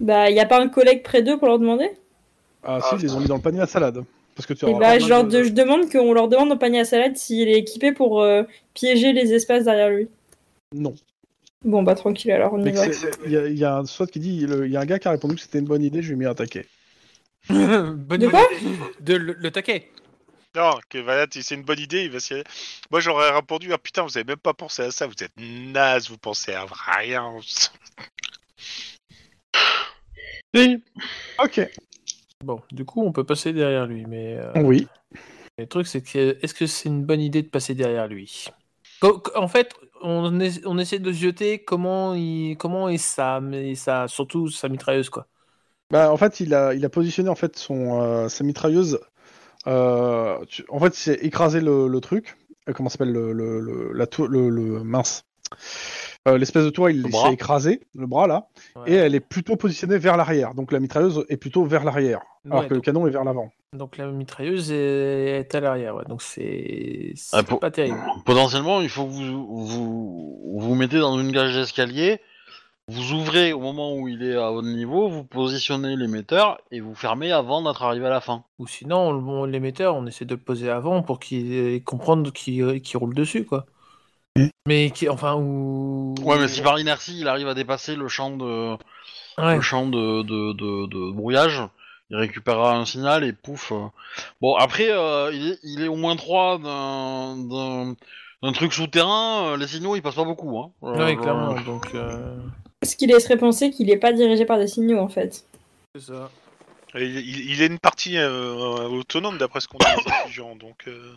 S5: Bah, y a pas un collègue près d'eux pour leur demander
S2: Ah, si, ils les ont mis dans le panier à salade. Parce que tu
S5: Et
S2: auras
S5: bah,
S2: pas
S5: je,
S2: mal
S5: leur
S2: de-
S5: de- je demande qu'on leur demande au panier à salade s'il est équipé pour euh, piéger les espaces derrière lui.
S2: Non.
S5: Bon, bah, tranquille, alors on y
S2: Mais
S5: va.
S2: que c'est- il y, a- il y a un SWAT qui dit, le- il y a un gars qui a répondu que c'était une bonne idée, je lui ai mis un taquet.
S4: bonne
S5: De quoi
S4: idée. de le, le taquet.
S3: Non, que voilà, t- c'est une bonne idée, il va s'y aller. Moi j'aurais répondu, ah putain, vous avez même pas pensé à ça, vous êtes naze, vous pensez à rien.
S1: Oui.
S2: Ok.
S4: Bon, du coup, on peut passer derrière lui, mais euh,
S2: Oui.
S4: le truc c'est que est-ce que c'est une bonne idée de passer derrière lui Co- co- En fait, on, es- on essaie de se jeter comment il comment est ça, mais ça surtout sa mitrailleuse quoi.
S2: Bah, en fait, il a, il a positionné en fait son, euh, sa mitrailleuse. euh, tu- en fait, c'est écrasé le, le truc. Euh, comment s'appelle le, le, le- la tour, le, le- mince. Euh, L'espèce de toit, il
S1: Le
S2: il
S1: bras.
S2: s'est écrasé, le bras là,
S4: Ouais.
S2: et euh, elle est plutôt positionnée vers l'arrière. Donc la mitrailleuse est plutôt vers l'arrière, alors
S4: Ouais,
S2: que le canon est vers l'avant.
S4: Donc la mitrailleuse est est à l'arrière, ouais. donc c'est c'est
S1: Ah, pour-
S4: pas terrible.
S1: Potentiellement, il faut que vous vous vous mettez dans une cage d'escalier, vous ouvrez au moment où il est à votre niveau, vous positionnez l'émetteur et vous fermez avant d'être arrivé à la fin.
S4: Ou sinon, on, le- on- l'émetteur, on essaie de le poser avant pour qu'il comprenne qu'il euh, qu'il roule dessus, quoi.
S2: Oui.
S4: Mais qui, enfin, ou.
S1: Ouais, mais si par inertie il arrive à dépasser le champ de
S4: Ouais.
S1: le champ de, de, de- de brouillage, il récupérera un signal et pouf. euh. Bon après, euh, il, est, il est au moins 3 d'un d'un- d'un truc souterrain. euh, Les signaux ils passent pas beaucoup. Hein. Euh,
S4: Ouais,
S1: je-
S4: clairement. Donc. euh,
S5: Ce qui laisserait penser qu'il est pas dirigé par des signaux, en fait.
S4: C'est ça.
S3: Il, il- il est une partie euh, autonome d'après ce qu'on dit aux étudiants, donc euh,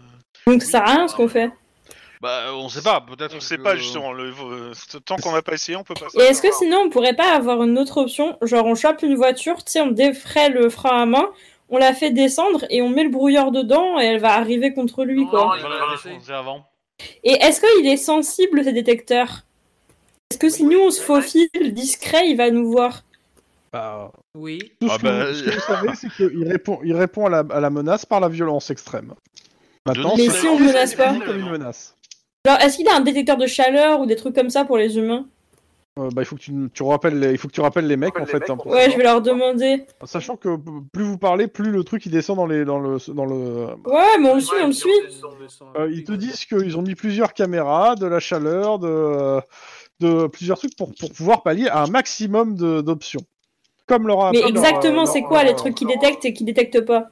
S5: Donc, ça sert à rien ce qu'on fait.
S1: Bah on sait pas. Peut-être.
S3: on sait
S1: que-
S3: pas justement. Le, euh, tant qu'on n'a pas essayé, on peut pas.
S5: Et est-ce que
S3: savoir.
S5: sinon, on pourrait pas avoir une autre option Genre, on chope une voiture, tu sais, on défraie le frein à main, on la fait descendre et on met le brouilleur dedans et elle va arriver contre lui,
S4: Non,
S5: quoi.
S1: On va la défoncer avant.
S5: Et est-ce qu'il est sensible, ces détecteurs Est-ce que si nous, on se faufile discret, il va nous voir
S2: Bah,
S4: Oui.
S2: tout ce,
S1: Ah
S2: que,
S1: bah,
S2: vous- ce que vous savez, c'est qu'il répond, il répond à, la, à la menace par la violence extrême. Maintenant,
S1: Denis,
S5: Mais
S1: c'est-
S5: si on
S2: c'est-
S5: menace
S2: c'est
S5: pas
S2: défini comme une menace.
S5: Genre, est-ce qu'il a un détecteur de chaleur ou des trucs comme ça pour les humains
S2: euh, bah, il faut que tu, tu rappelles, les- il faut que tu rappelles les mecs en fait. hein, pour
S5: Ouais,
S2: savoir.
S5: je vais leur demander.
S2: Sachant que p- plus vous parlez, plus le truc il descend dans les, dans le, dans le.
S5: Ouais, mais on le suit, on le suit.
S2: Euh, ils te disent qu'ils ont mis plusieurs caméras, de la chaleur, de, de plusieurs trucs pour, pour pouvoir pallier à un maximum de- d'options. Comme leur. a
S5: Mais
S2: appris leur- euh,
S5: exactement,
S2: leur-
S5: c'est quoi les
S2: leur-
S5: trucs qu'ils détectent et qu'ils détectent pas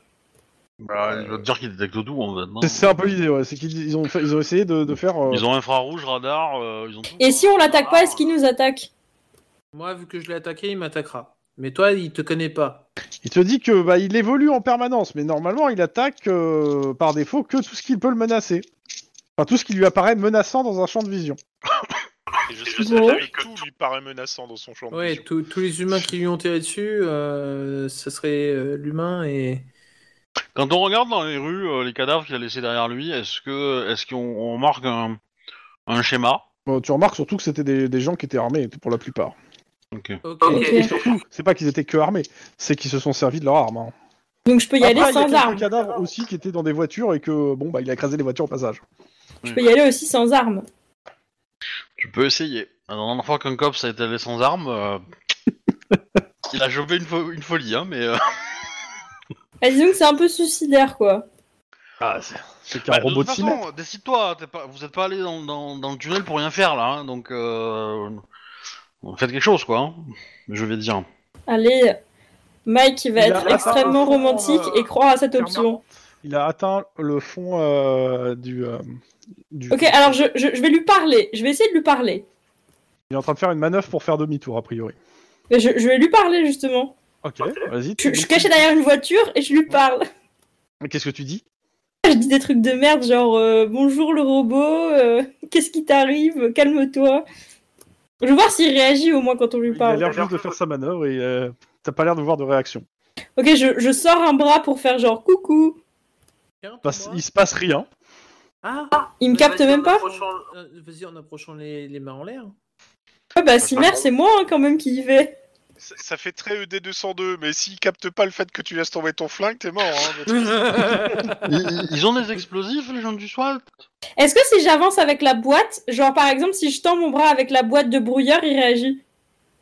S1: Bah, il va te dire qu'il détecte tout en fait. non
S2: C'est- C'est un peu l'idée, ouais. C'est qu'ils ils ont, fait- ils ont essayé de, de faire. euh,
S1: Ils ont infrarouge, radar, euh, ils ont tout.
S5: Et si on l'attaque pas, est-ce qu'il nous attaque
S4: Moi, vu que je l'ai attaqué, il m'attaquera. Mais toi, il te connaît pas.
S2: Il te dit que bah, il évolue en permanence, mais normalement il attaque euh, par défaut que tout ce qui peut le menacer. Enfin, tout ce qui lui apparaît menaçant dans un champ de vision.
S3: Et je
S5: Bon.
S3: sais jamais que tout lui paraît menaçant dans son champ de
S4: Ouais,
S3: vision.
S4: tous tous les humains qui lui ont tiré dessus, euh, ça serait euh, l'humain et.
S1: Quand on regarde dans les rues euh, les cadavres qu'il a laissés derrière lui, est-ce que est-ce qu'on on marque un, un schéma
S2: Bon, tu remarques surtout que c'était des, des gens qui étaient armés pour la plupart.
S4: Ok.
S2: Et
S5: Ok.
S2: surtout, c'est pas qu'ils étaient que armés, c'est qu'ils se sont servis de leur arme. hein.
S5: Donc je peux y
S2: Après,
S5: aller
S2: il y a
S5: sans
S2: quelques
S5: arme.
S2: cadavres aussi qui étaient dans des voitures et que bon bah il a écrasé les voitures au passage.
S5: Je peux y aller aussi sans arme.
S1: Tu peux essayer. La dernière fois qu'un cop a été allé sans arme, euh, il a chopé une, fo- une folie, hein, mais. euh,
S5: Ah, disons que c'est un peu suicidaire, quoi.
S2: C'est qu'un
S1: bah, de
S2: robot
S1: toute
S2: de six
S1: façon,
S2: mètres.
S1: Décide-toi, t'es pas- vous êtes pas allé dans, dans- dans le tunnel pour rien faire là, hein, donc. euh, Faites quelque chose quoi, hein, je vais dire.
S5: Allez, Mike, il va
S2: Il a-
S5: être extrêmement
S2: attends,
S5: romantique
S2: euh,
S5: et croire à cette
S2: Germain.
S5: option.
S2: Il a atteint le fond euh, du, euh, du-
S5: Ok, alors je, je- je vais lui parler. Je vais essayer de lui parler.
S2: Il est en train de faire une manœuvre pour faire demi-tour a priori.
S5: Mais je, je vais lui parler, justement.
S2: Ok, vas-y.
S5: Je,
S2: tu-
S5: je suis cachée derrière une voiture et je lui parle.
S2: Mais Qu'est-ce que tu dis
S5: Je dis des trucs de merde, genre euh, bonjour le robot, euh, qu'est-ce qui t'arrive, calme-toi. Je veux voir s'il réagit au moins quand on lui
S2: Il a
S5: parle.
S2: l'air juste de faire sa manœuvre et euh, t'as pas l'air de voir de réaction.
S5: Ok, je, je sors un bras pour faire genre coucou.
S2: Passe- il se passe rien.
S4: Ah,
S5: Il me capte même pas
S4: Euh, Vas-y, en approchant les, les mains en l'air.
S5: Ouais, bah si merde, c'est moi hein, quand même qui y vais.
S3: Ça, ça fait très E ED202, mais s'il capte pas le fait que tu laisses tomber ton flingue, t'es mort. Hein, de-
S1: Ils, ils ont des explosifs, les gens du SWAT
S5: Est-ce que si j'avance avec la boîte, genre par exemple si je tends mon bras avec la boîte de brouilleur, il réagit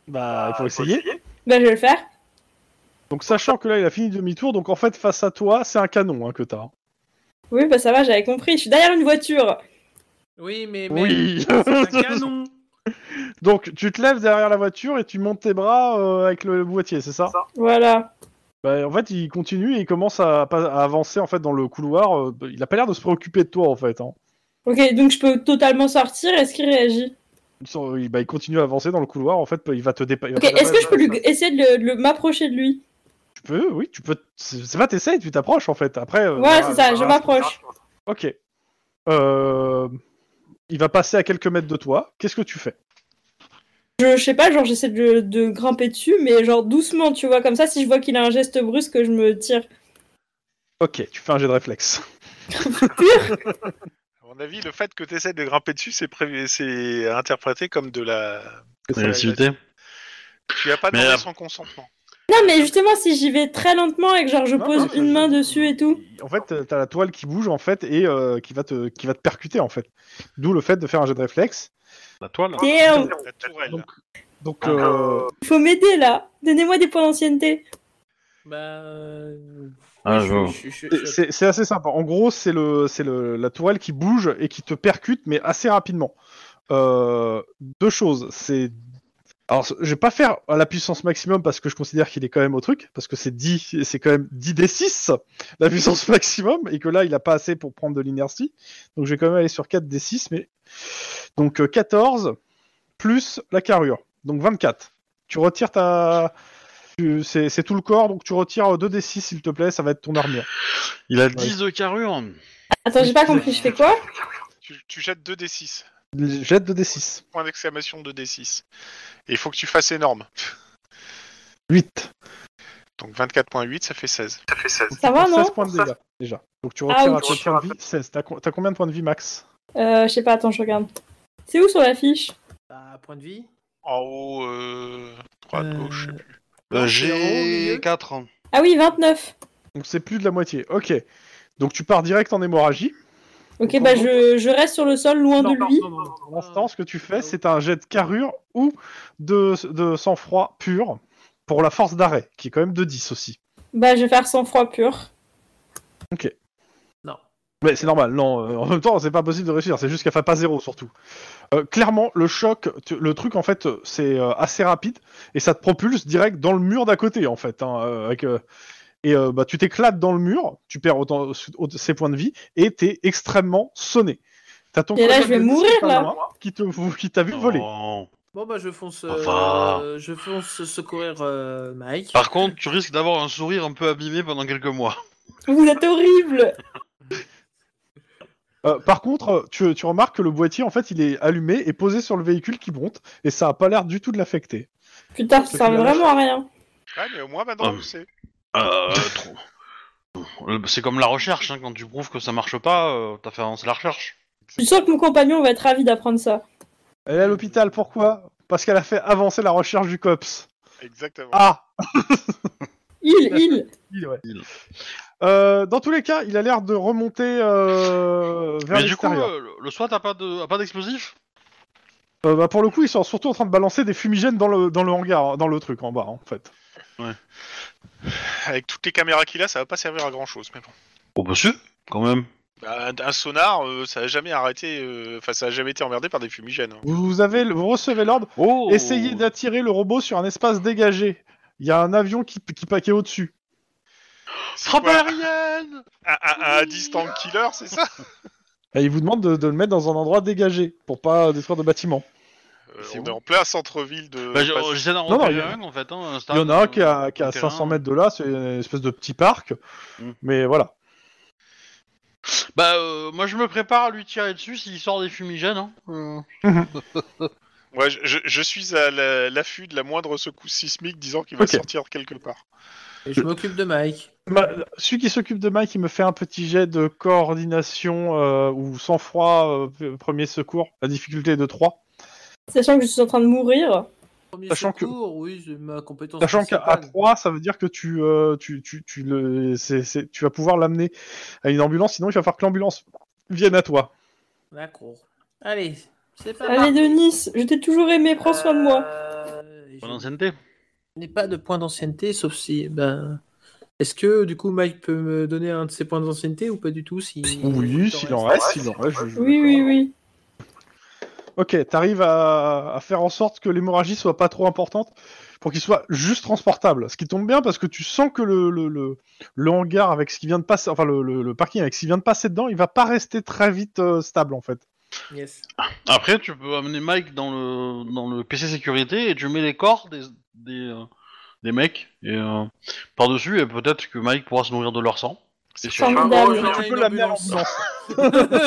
S2: Bah, il faut essayer.
S5: Bah je vais le faire.
S2: Donc, sachant que là, il a fini demi-tour, donc en fait, face à toi, c'est un canon hein, que t'as.
S5: Oui, bah ça va, j'avais compris, je suis derrière une voiture.
S4: oui, mais. mais
S2: Oui
S4: C'est un canon
S2: Donc, tu te lèves derrière la voiture et tu montes tes bras euh, avec le boîtier, c'est ça
S5: Voilà.
S2: Bah, en fait, il continue et il commence à, pas- à avancer en fait dans le couloir. euh, Il a pas l'air de se préoccuper de toi en fait. hein.
S5: Ok, donc je peux totalement sortir, est-ce qu'il réagit
S2: Il sort- il- bah, il continue à avancer dans le couloir. En fait, il va te dépasser.
S5: Ok, est-ce que je peux lui, essayer de, le- de le- m'approcher de lui
S2: Tu peux, oui, tu peux. C'est c'est pas t'essayes, tu t'approches en fait. Après. euh,
S5: Ouais,
S2: voilà,
S5: c'est ça, je
S2: voilà.
S5: m'approche.
S2: Ok. Euh, Il va passer à quelques mètres de toi. Qu'est-ce que tu fais
S5: Je, je sais pas, genre j'essaie de, de grimper dessus, mais genre doucement, tu vois, comme ça, si je vois qu'il a un geste brusque, je me tire.
S2: Ok, tu fais un jet de réflexe.
S3: À mon avis, le fait que tu essaies de grimper dessus, c'est pré- c'est interprété comme de la.
S1: Agressivité.
S3: Tu as pas
S1: Mais
S3: demandé
S1: la-
S3: son consentement.
S5: Non, mais justement, si j'y vais très lentement et que genre je
S2: Non,
S5: pose
S2: non,
S5: une
S2: je-
S5: main dessus et tout.
S2: En fait, euh, t'as la toile qui bouge en fait et euh, qui va te qui va te percuter en fait. D'où le fait de faire un jet de réflexe.
S1: La toile
S5: Damn,
S3: La tourelle.
S2: Donc, Donc euh,
S5: faut m'aider là. Donnez-moi des points d'ancienneté.
S4: Bah. euh,
S1: Ah,
S4: je-
S1: je-
S4: je- je-
S2: c'est-
S4: je-
S2: c'est c'est assez sympa. En gros, c'est le c'est le la toile qui bouge et qui te percute mais assez rapidement. Euh, deux choses, c'est alors je vais pas faire à la puissance maximum parce que je considère qu'il est quand même au truc parce que c'est 10 c'est quand même 10 des 6 la puissance maximum et que là il a pas assez pour prendre de l'inertie. Donc je vais quand même aller sur 4 des 6 mais donc euh, 14 plus la carrure. Donc 24. Tu retires ta tu- c'est c'est tout le corps donc tu retires 2 des 6 s'il te plaît, ça va être ton armure.
S1: Il a 10 de carrure
S5: Attends, j'ai pas compris, je fais quoi
S3: Tu, tu jettes 2d6.
S2: Jette de D6.
S3: Point d'exclamation 2d6. Et il faut que tu fasses énorme.
S2: 8.
S3: Donc 24.8, ça fait 16. Ça fait 16.
S5: Ça va, non
S2: 16 points de dégâts, déjà. Donc tu
S5: Ah,
S2: retires
S5: oui.
S2: à ton point de vie 16. T'as co- t'as combien de points de vie max
S5: Euh, je sais pas, attends, je regarde. C'est où sur l'affiche
S4: Bah, point de vie.
S3: En haut, euh, droite,
S4: Euh,
S3: gauche, je sais plus.
S4: Euh,
S1: J'ai
S4: j'ai
S1: 4.
S5: Ah oui, 29.
S2: Donc c'est plus de la moitié. Ok. Donc tu pars direct en hémorragie.
S5: Ok, bah je, je reste sur le sol, loin de lui.
S2: Pour l'instant, ce que tu fais, c'est un jet de carrure ou de, de sang-froid pur pour la force d'arrêt, qui est quand même de 10 aussi.
S5: Bah je vais faire sang froid pur.
S2: Mais c'est normal, non. euh, en même temps, c'est pas possible de réussir, c'est juste qu'elle fait pas zéro surtout. Euh, clairement, le choc, tu- le truc en fait, euh, c'est euh, assez rapide et ça te propulse direct dans le mur d'à côté en fait. hein, euh, avec, euh, et euh, bah, tu t'éclates dans le mur, tu perds autant ses points de vie et t'es extrêmement sonné. T'as ton
S5: Et là,
S2: collègue
S5: je vais
S2: de
S5: mourir,
S2: discipline
S5: là.
S2: à la main qui te- qui t'a vu voler.
S1: Oh.
S4: Bon bah je fonce, euh,
S1: Enfin.
S4: euh, je fonce secourir euh, Mike.
S1: Par contre, tu risques d'avoir un sourire un peu abîmé pendant quelques mois.
S5: Vous êtes horrible
S2: Euh, par contre, euh, tu, tu remarques que le boîtier en fait, il est allumé et posé sur le véhicule qui monte et ça a pas l'air du tout de l'affecter.
S5: Putain, ça sert vraiment à rien.
S3: Ouais, mais au moins maintenant,
S1: Ah.
S3: on sait.
S1: Euh, trop. Euh, C'est comme la recherche, hein, quand tu prouves que ça marche pas, euh, t'as fait avancer la recherche.
S5: Je suis sûre que mon compagnon va être ravi d'apprendre ça.
S2: Elle est à l'hôpital, pourquoi Parce qu'elle a fait avancer la recherche du COPS.
S3: Exactement.
S2: Ah
S5: Il, il
S2: Il, ouais.
S1: Il.
S2: Euh, Dans tous les cas, il a l'air de remonter euh, vers
S1: Mais du coup,
S2: l'extérieur.
S1: euh, le, le SWAT a pas de, a pas d'explosif
S2: Euh, bah, pour le coup, ils sont surtout en train de balancer des fumigènes dans le, dans le hangar, hein, dans le truc en bas, en fait.
S3: Avec toutes les caméras qu'il a, ça va pas servir à grand chose, mais bon.
S1: Oh bah si, quand même.
S3: Bah, un sonar, euh, ça a jamais arrêté, euh, enfin, ça a jamais été emmerdé par des fumigènes. hein.
S2: Vous, avez, le- vous recevez l'ordre,
S1: Oh
S2: essayez d'attirer le robot sur un espace dégagé. Il y a un avion qui, qui paquait au-dessus.
S3: C'est
S2: Ah,
S1: Frappe
S2: bah,
S3: quoi,
S1: aérienne
S3: Un, un- un distant killer, c'est ça
S2: Et il vous demande de, de le mettre dans un endroit dégagé, pour pas détruire de bâtiment.
S3: Euh,
S1: C'est
S3: On
S1: où
S3: est en plein centre-ville de.
S1: bah, j'ai-
S3: Pas-
S1: J'essaie d'en
S2: Non, non,
S1: repérer
S2: il y a-
S1: un, en fait. hein, un
S2: Il
S1: stade,
S2: y en a un qui est
S1: euh,
S2: à, qui est à
S1: un terrain.
S2: 500 mètres de là, c'est une espèce de petit parc.
S1: Mm.
S2: Mais voilà.
S1: Bah, euh, moi je me prépare à lui tirer dessus s'il sort des fumigènes. Hein. Euh,
S3: Ouais, je, je- je suis à la- l'affût de la moindre secousse sismique disant qu'il va
S2: Ok.
S3: sortir quelque part.
S4: Et je m'occupe de Mike.
S2: Ma- celui qui s'occupe de Mike, il me fait un petit jet de coordination euh, ou sang-froid, euh, premier secours. La difficulté est de 3.
S5: Sachant que je suis en train de mourir.
S4: Premier
S2: Sachant que-
S4: secours, oui, c'est ma compétence.
S2: Sachant qu'à
S4: principale.
S2: 3, ça veut dire que tu, euh, tu, tu, tu, le, c'est- c'est- tu vas pouvoir l'amener à une ambulance, sinon il va falloir que l'ambulance vienne à toi.
S4: D'accord. Allez, c'est pas mal.
S5: Allez, Denis, je t'ai toujours aimé, prends soin de moi.
S4: Euh,
S1: Pas
S4: je
S1: d'ancienneté.
S4: n'ai pas de point d'ancienneté, sauf si. Ben... Est-ce que du coup Mike peut me donner un de ses points d'ancienneté ou pas du tout si...
S2: Oui, s'il en reste, s'il en reste. je- je-
S5: Oui, oui, oui.
S2: Ok, t'arrives à, à faire en sorte que l'hémorragie soit pas trop importante pour qu'il soit juste transportable. Ce qui tombe bien parce que tu sens que le, le, le, le hangar avec ce qui vient de passer, enfin le, le, le parking avec ce qui vient de passer dedans, il va pas rester très vite euh, stable en fait.
S4: Yes.
S1: Après, tu peux amener Mike dans le, dans le PC sécurité et tu mets les corps des, des, euh, des mecs et, euh, par-dessus et peut-être que Mike pourra se nourrir de leur sang.
S3: C'est
S5: sûr.
S4: Ah,
S5: Formidable.
S4: oh, j'ai
S2: Tu
S4: une
S2: peux l'amener à
S4: ambulance.
S2: l'ambulance.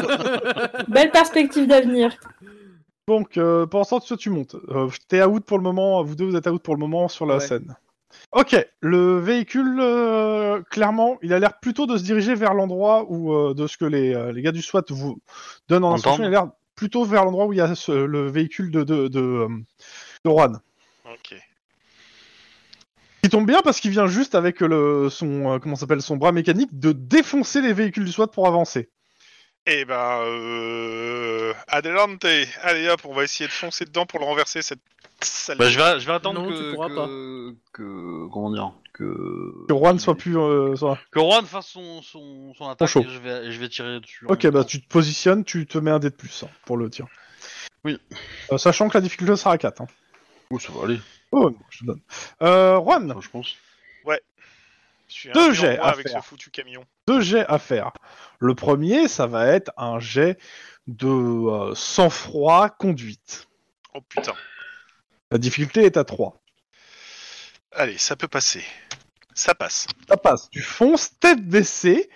S5: Belle perspective d'avenir.
S2: Donc, euh, pour l'instant, tu, tu montes. Euh, T'es out pour le moment, vous deux vous êtes out pour le moment sur la
S4: Ouais.
S2: scène. Ok, le véhicule, euh, clairement, il a l'air plutôt de se diriger vers l'endroit où, euh, de ce que les, euh, les gars du SWAT vous donnent en instruction, il a l'air plutôt vers l'endroit où il y a ce- le véhicule de, de, de, euh, de Juan.
S3: Ok.
S2: Il tombe bien parce qu'il vient juste avec le, son, euh, comment ça s'appelle, son bras mécanique de défoncer les véhicules du SWAT pour avancer.
S3: Eh ben, euh... adelante. Allez hop, on va essayer de foncer dedans pour le renverser cette sale.
S1: Bah, je vais, je vais attendre
S4: Non, tu
S1: que,
S4: pourras
S1: que-
S4: pas.
S1: que- Comment dire Que.
S2: Que Juan soit plus... euh, soit-
S1: Que Juan fasse son, son, son attaque
S2: chaud.
S1: et je vais, et je vais tirer dessus. en
S2: Ok,
S1: même
S2: bah
S1: temps.
S2: tu te positionnes, tu te mets un dé de plus hein, pour le tir.
S1: Oui.
S2: Euh, sachant que la difficulté sera à 4. Hein.
S1: Oh, ça va aller,
S2: Oh, je te donne. Euh, Juan,
S1: je pense.
S3: Je suis un
S2: Deux
S3: peu en
S2: jets
S3: moi
S2: à
S3: avec
S2: faire.
S3: ce foutu camion.
S2: deux jets à faire. Le premier, ça va être un jet de euh, sang-froid conduite.
S3: Oh putain.
S2: La difficulté est à 3.
S3: Allez, ça peut passer. Ça passe.
S2: Ça passe. Tu fonces tête baissée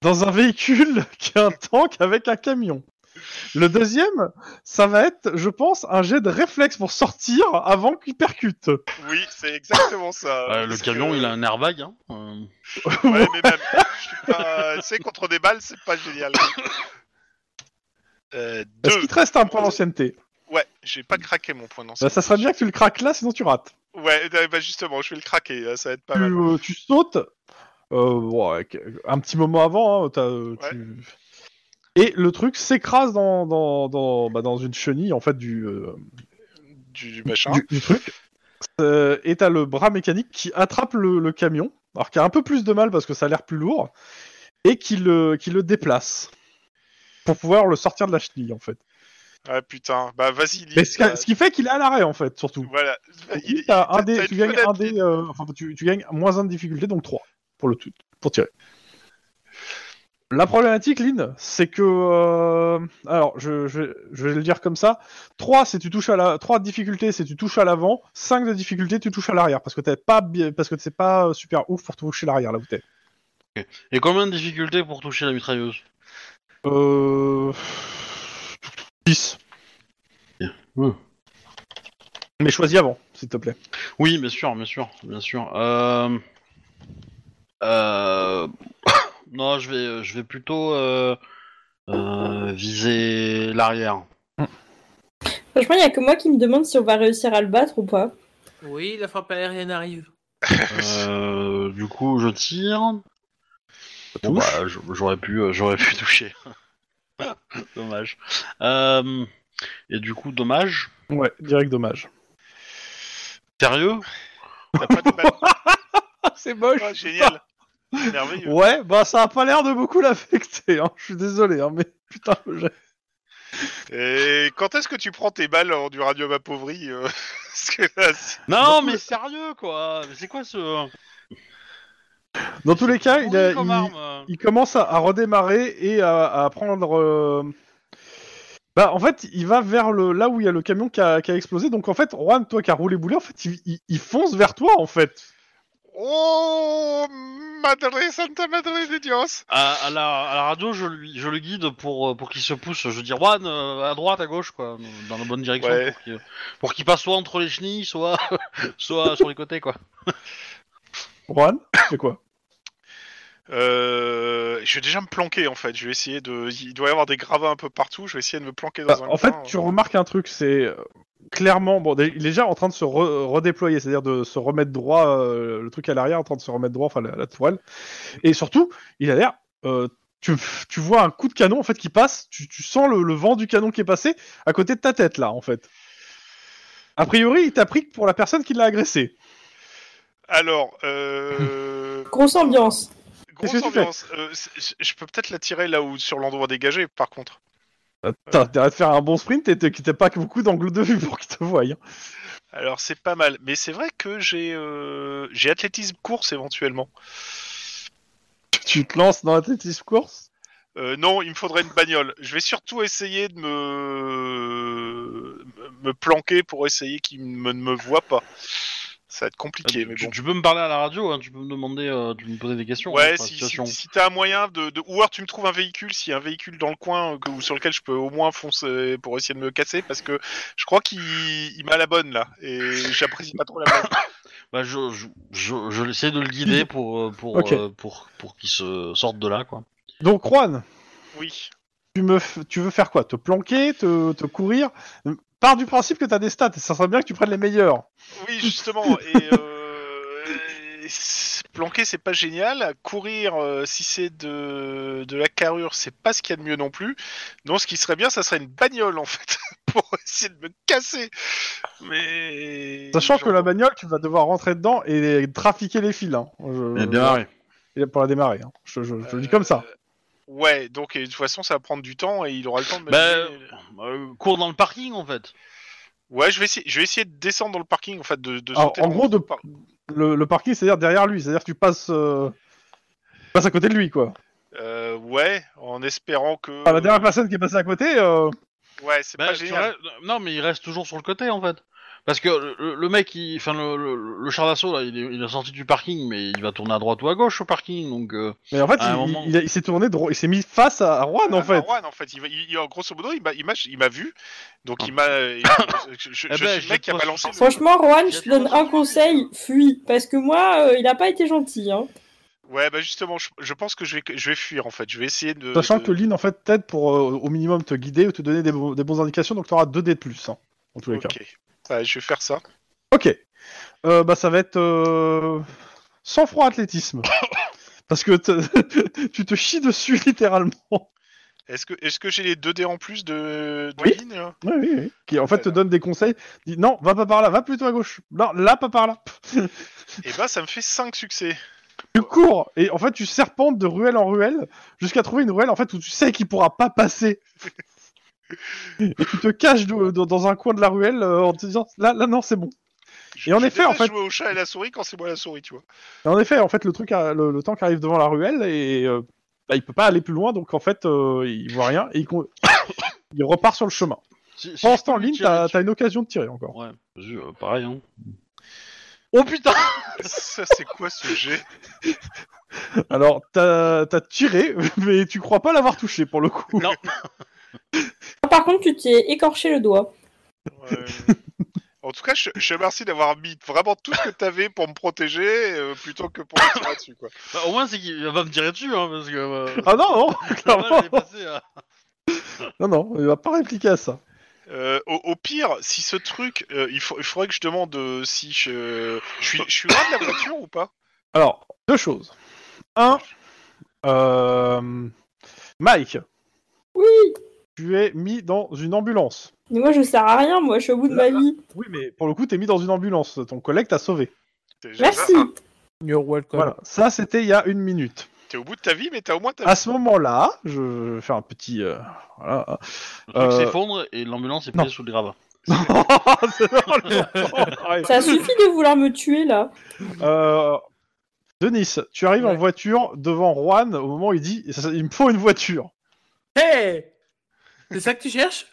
S2: dans un véhicule qui est un tank avec un camion. Le deuxième, ça va être, je pense, un jet de réflexe pour sortir avant qu'il percute.
S3: Oui, c'est exactement ça.
S1: Euh, le
S3: Parce
S1: camion,
S3: que-
S1: il a un airbag. Hein. Euh,
S3: Ouais, mais même. je suis pas. euh, Tu sais, contre des balles, c'est pas génial. Euh,
S2: Est-ce
S3: deux.
S2: qu'il te reste un point d'ancienneté
S3: Ouais, j'ai pas craqué mon point d'ancienneté.
S2: Bah, ça serait bien que tu le craques là, sinon tu rates.
S3: Ouais, euh, bah justement, je vais le craquer, euh, ça va être pas
S2: Tu,
S3: mal.
S2: euh, tu sautes euh, bon, avec- un petit moment avant, hein, t'as, euh, tu- Et le truc s'écrase dans, dans, dans, bah, dans une chenille en fait du, euh,
S3: du, du machin.
S2: du, du truc. Euh, et t'as le bras mécanique qui attrape le, le camion, alors qui a un peu plus de mal parce que ça a l'air plus lourd, et qui le, qui le déplace pour pouvoir le sortir de la chenille en fait.
S3: Ah putain, bah vas-y. Lise,
S2: Mais ce,
S3: bah,
S2: qui- ce qui fait qu'il est à l'arrêt en fait surtout.
S3: Voilà. Il-
S2: T'as un
S3: t'as-
S2: dé-
S3: t'as une
S2: tu gagnes
S3: fenêtre,
S2: un dé, euh, enfin, tu, tu gagnes moins un de difficulté, donc 3 pour le tout, pour tirer. La problématique, Lynn, c'est que. euh, alors, je, je vais- je vais le dire comme ça 3 c'est tu touches à la 3 de difficulté, c'est tu touches à l'avant 5 de difficulté, tu touches à l'arrière parce que t'es pas bi- parce que c'est pas euh, super ouf pour toucher l'arrière là où t'es.
S1: Et combien de difficultés pour toucher la mitrailleuse
S2: Euh. 10.
S1: Ouais.
S2: Mais choisis avant, s'il te plaît.
S1: Oui, bien sûr, bien sûr, bien sûr. Euh... Euh... non, je vais, je vais plutôt euh, euh, viser l'arrière.
S5: Franchement, il y a que moi qui me demande si on va réussir à le battre ou pas.
S4: Oui, la frappe aérienne arrive.
S1: Euh, du coup, je tire. Bon, bah, j- j'aurais pu, euh, j'aurais pu toucher. dommage. Euh, et du coup, dommage.
S2: Ouais, direct dommage.
S1: Sérieux
S3: T'as pas de balle.
S2: c'est moche.
S3: Ah, génial. Merveilleux.
S2: Ouais, bah ça a pas l'air de beaucoup l'affecter, hein. je suis désolé, hein, mais putain, le jet.
S3: Et quand est-ce que tu prends tes balles en du radium appauvri euh, Parce que là, c'est-
S1: Non, mais sérieux quoi. Mais c'est quoi ce
S2: Dans tous les cas, il, a-
S1: Oui, comme
S2: il-
S1: arme.
S2: il commence à, à redémarrer et à, à prendre. euh, Bah, en fait, il va vers le là où il y a le camion qui a, qui a explosé. Donc, en fait, Juan, toi qui as roulé boulet, en fait, il, il- il fonce vers toi, en fait.
S3: Oh, Madre Santa Madre de Dios.
S1: À, à la, à la radio, je, lui- je le guide pour, euh, pour qu'il se pousse. Je dis Juan, euh, à droite, à gauche, quoi, dans la bonne direction,
S3: Ouais.
S1: pour qu'il- pour qu'il passe soit entre les chenilles, soit, soit sur les côtés, quoi.
S2: Juan, c'est quoi
S3: Euh, je vais déjà me planquer en fait. Je vais essayer de. Il doit y avoir des gravats un peu partout. Je vais essayer de me planquer dans
S2: Bah,
S3: un
S2: En fait,
S3: coin,
S2: tu
S3: euh.
S2: remarques un truc, c'est euh, clairement bon. dé- Il est déjà en train de se re- redéployer, c'est-à-dire de se remettre droit, euh, le truc à l'arrière, en train de se remettre droit, enfin la, la toile. Et surtout, il a l'air. euh, tu, tu vois un coup de canon en fait qui passe. Tu, tu sens le, le vent du canon qui est passé à côté de ta tête là, en fait. A priori, il t'a pris que pour la personne qui l'a agressé.
S3: Alors, euh...
S5: Grosse ambiance.
S2: Qu'est-ce
S3: grosse
S2: que tu fais
S3: ambiance. Euh, c'est- je peux peut-être la tirer là où sur l'endroit dégagé. Par contre.
S2: T'as intérêt de faire un bon sprint et t'as pas beaucoup d'angles de vue pour qu'ils te voient. hein.
S3: Alors c'est pas mal. Mais c'est vrai que j'ai euh, j'ai athlétisme course éventuellement.
S2: Tu te lances dans l'athlétisme course.
S3: Euh, non, il me faudrait une bagnole. Je vais surtout essayer de me me planquer pour essayer qu'il me- ne me voit pas. Ça va être compliqué,
S2: Ah,
S3: mais
S1: tu,
S3: bon.
S1: tu peux me parler à la radio, hein, tu peux me demander, euh, tu peux me poser des questions. hein,
S3: Ouais,
S1: sur la
S3: si,
S1: situation.
S3: si, si t'as un moyen de, de. Ou alors tu me trouves un véhicule, s'il y a un véhicule dans le coin euh, que- ou sur lequel je peux au moins foncer pour essayer de me casser, parce que je crois qu'il il m'a la bonne là, et j'apprécie pas trop la bonne.
S1: Bah, je, je, je, je l'essaie de le guider pour, euh, pour,
S2: Ok.
S1: euh, pour, pour qu'il se sorte de là, quoi.
S2: Donc Juan,
S3: Oui.
S2: tu, me f- tu veux faire quoi Te planquer Te, te courir Pars du principe que t'as des stats, et ça serait bien que tu prennes les meilleurs.
S3: Oui, justement, et. Euh... et s- Planquer, c'est pas génial. Courir, euh, si c'est de, de la carrure, c'est pas ce qu'il y a de mieux non plus. Non, ce qui serait bien, ça serait une bagnole en fait, pour essayer de me casser. Mais.
S2: Sachant que la
S3: J'en-
S2: bagnole, tu vas devoir rentrer dedans et trafiquer les fils. Hein. Je-
S1: Eh
S2: Et Pour la démarrer, hein. je, je- je le dis comme ça.
S3: Euh, Ouais, donc et de toute façon, ça va prendre du temps et il aura le temps de. me
S1: Bah,
S3: donner-
S1: euh, cours dans le parking, en fait.
S3: Ouais, je vais essayer, je vais essayer de descendre dans le parking en fait, de, de
S2: Alors,
S3: sauter
S2: en
S3: dans-
S2: gros, de-
S3: par-
S2: le, le parking, c'est-à-dire derrière lui, c'est-à-dire que tu passes, euh, tu passes à côté de lui. quoi.
S3: Euh, ouais, en espérant que.
S2: Enfin, la dernière personne qui est passée à côté, euh,
S3: Ouais, c'est
S1: Bah,
S3: pas
S1: tu
S3: génial.
S1: restes- Non, mais il reste toujours sur le côté, en fait. Parce que le- le, le mec, il- enfin, le, le, le char d'assaut, là, il est, il est sorti du parking, mais il va tourner à droite ou à gauche au parking, donc... euh,
S2: mais en fait,
S1: À un
S2: il,
S1: moment-
S2: il a- il s'est tourné, droit, il s'est mis face à, à Juan en
S3: Ah,
S2: fait.
S3: Marwan, en fait, il, va- il- il- en grosso modo, il m'a, il m'a, il m'a vu, donc
S1: Ah.
S3: il m'a. il- je je- je
S1: Eh ben,
S3: suis
S1: je
S3: le mec qui a
S1: pose-
S3: balancé. le-
S5: Franchement, Juan, je te donne un conseil, fuis. Parce que moi, euh, il a pas été gentil. Hein.
S3: Ouais, bah justement, je, je pense que je vais, je vais fuir en fait. Je vais essayer de.
S2: Sachant
S3: de-
S2: que Lynn en fait t'aide pour euh, au minimum te guider ou te donner des, bo- des bonnes indications, donc tu auras 2 dés de plus hein, en tous les cas.
S3: Ok. Bah, je vais faire ça.
S2: Ok. Euh, bah, ça va être euh, sang-froid athlétisme. Parce que te- tu te chies dessus littéralement.
S3: Est-ce que, est-ce que j'ai les 2 dés en plus de, de
S2: Oui.
S3: lignes, là
S2: Oui, oui, oui. Qui en fait te donne des conseils. Dit non, va pas par là, va plutôt à gauche. Non, là, pas par là.
S3: Et bah, ça me fait 5 succès.
S2: Tu cours et en fait tu serpentes de ruelle en ruelle jusqu'à trouver une ruelle en fait où tu sais qu'il pourra pas passer. et tu te caches de- de- dans un coin de la ruelle euh, en te disant là, là non c'est bon.
S3: Je-
S2: Et en
S3: je
S2: effet, en
S3: déteste
S2: fait-
S3: jouer au chat et la souris quand c'est moi la souris, tu vois.
S2: Et en effet en fait le truc a- le, le tank arrive devant la ruelle et euh, bah, il peut pas aller plus loin donc en fait euh, il voit rien et il, con- il repart sur le chemin.
S1: Si- si
S2: Pendant
S1: je
S2: ce temps
S1: peux lui
S2: Lynn
S1: tirer
S2: t'as
S1: dessus.
S2: t'as une occasion de tirer encore.
S1: Ouais, vas-y, euh, pareil. Hein. Oh putain
S3: Ah, ça, c'est quoi ce jet
S2: Alors t'as t'as tiré mais tu crois pas l'avoir touché pour le coup.
S1: Non.
S5: Ah, Par contre, tu t'es écorché le doigt.
S3: Euh, En tout cas, je je te remercie d'avoir mis vraiment tout ce que t'avais pour me protéger euh, plutôt que pour me tirer dessus, quoi.
S1: Bah, Au moins, c'est qu'il va me tirer dessus, hein, parce que. euh,
S2: Ah non non
S1: la balle,
S2: clairement
S1: elle est passée à-
S2: non non il va pas répliquer à ça.
S3: Euh, au, au pire, si ce truc, euh, il, faut- il faudrait que je demande euh, si je, je suis, je suis loin de la voiture ou pas.
S2: Alors, deux choses. Un, euh, Mike,
S5: Oui,
S2: tu es mis dans une ambulance.
S5: mais moi je sers à rien, moi je suis au bout de ma vie.
S2: Oui, mais pour le coup, t'es mis dans une ambulance. Ton collègue t'a sauvé.
S3: T'es déjà-
S5: Merci.
S4: You're welcome.
S2: Voilà. Ça, c'était il y a une minute.
S3: T'es au bout de ta vie, mais t'as au moins ta
S2: À ce moment-là, je vais faire un petit. euh, voilà.
S1: Le truc
S2: Euh,
S1: s'effondre et l'ambulance est
S2: non.
S1: prise sous le grabat.
S2: C'est drôle, pareil.
S5: Ça suffit de vouloir me tuer là.
S2: Euh, Denis, tu arrives en
S4: Ouais.
S2: voiture devant Juan au moment où il dit Il me faut une voiture.
S4: Hey C'est ça que tu cherches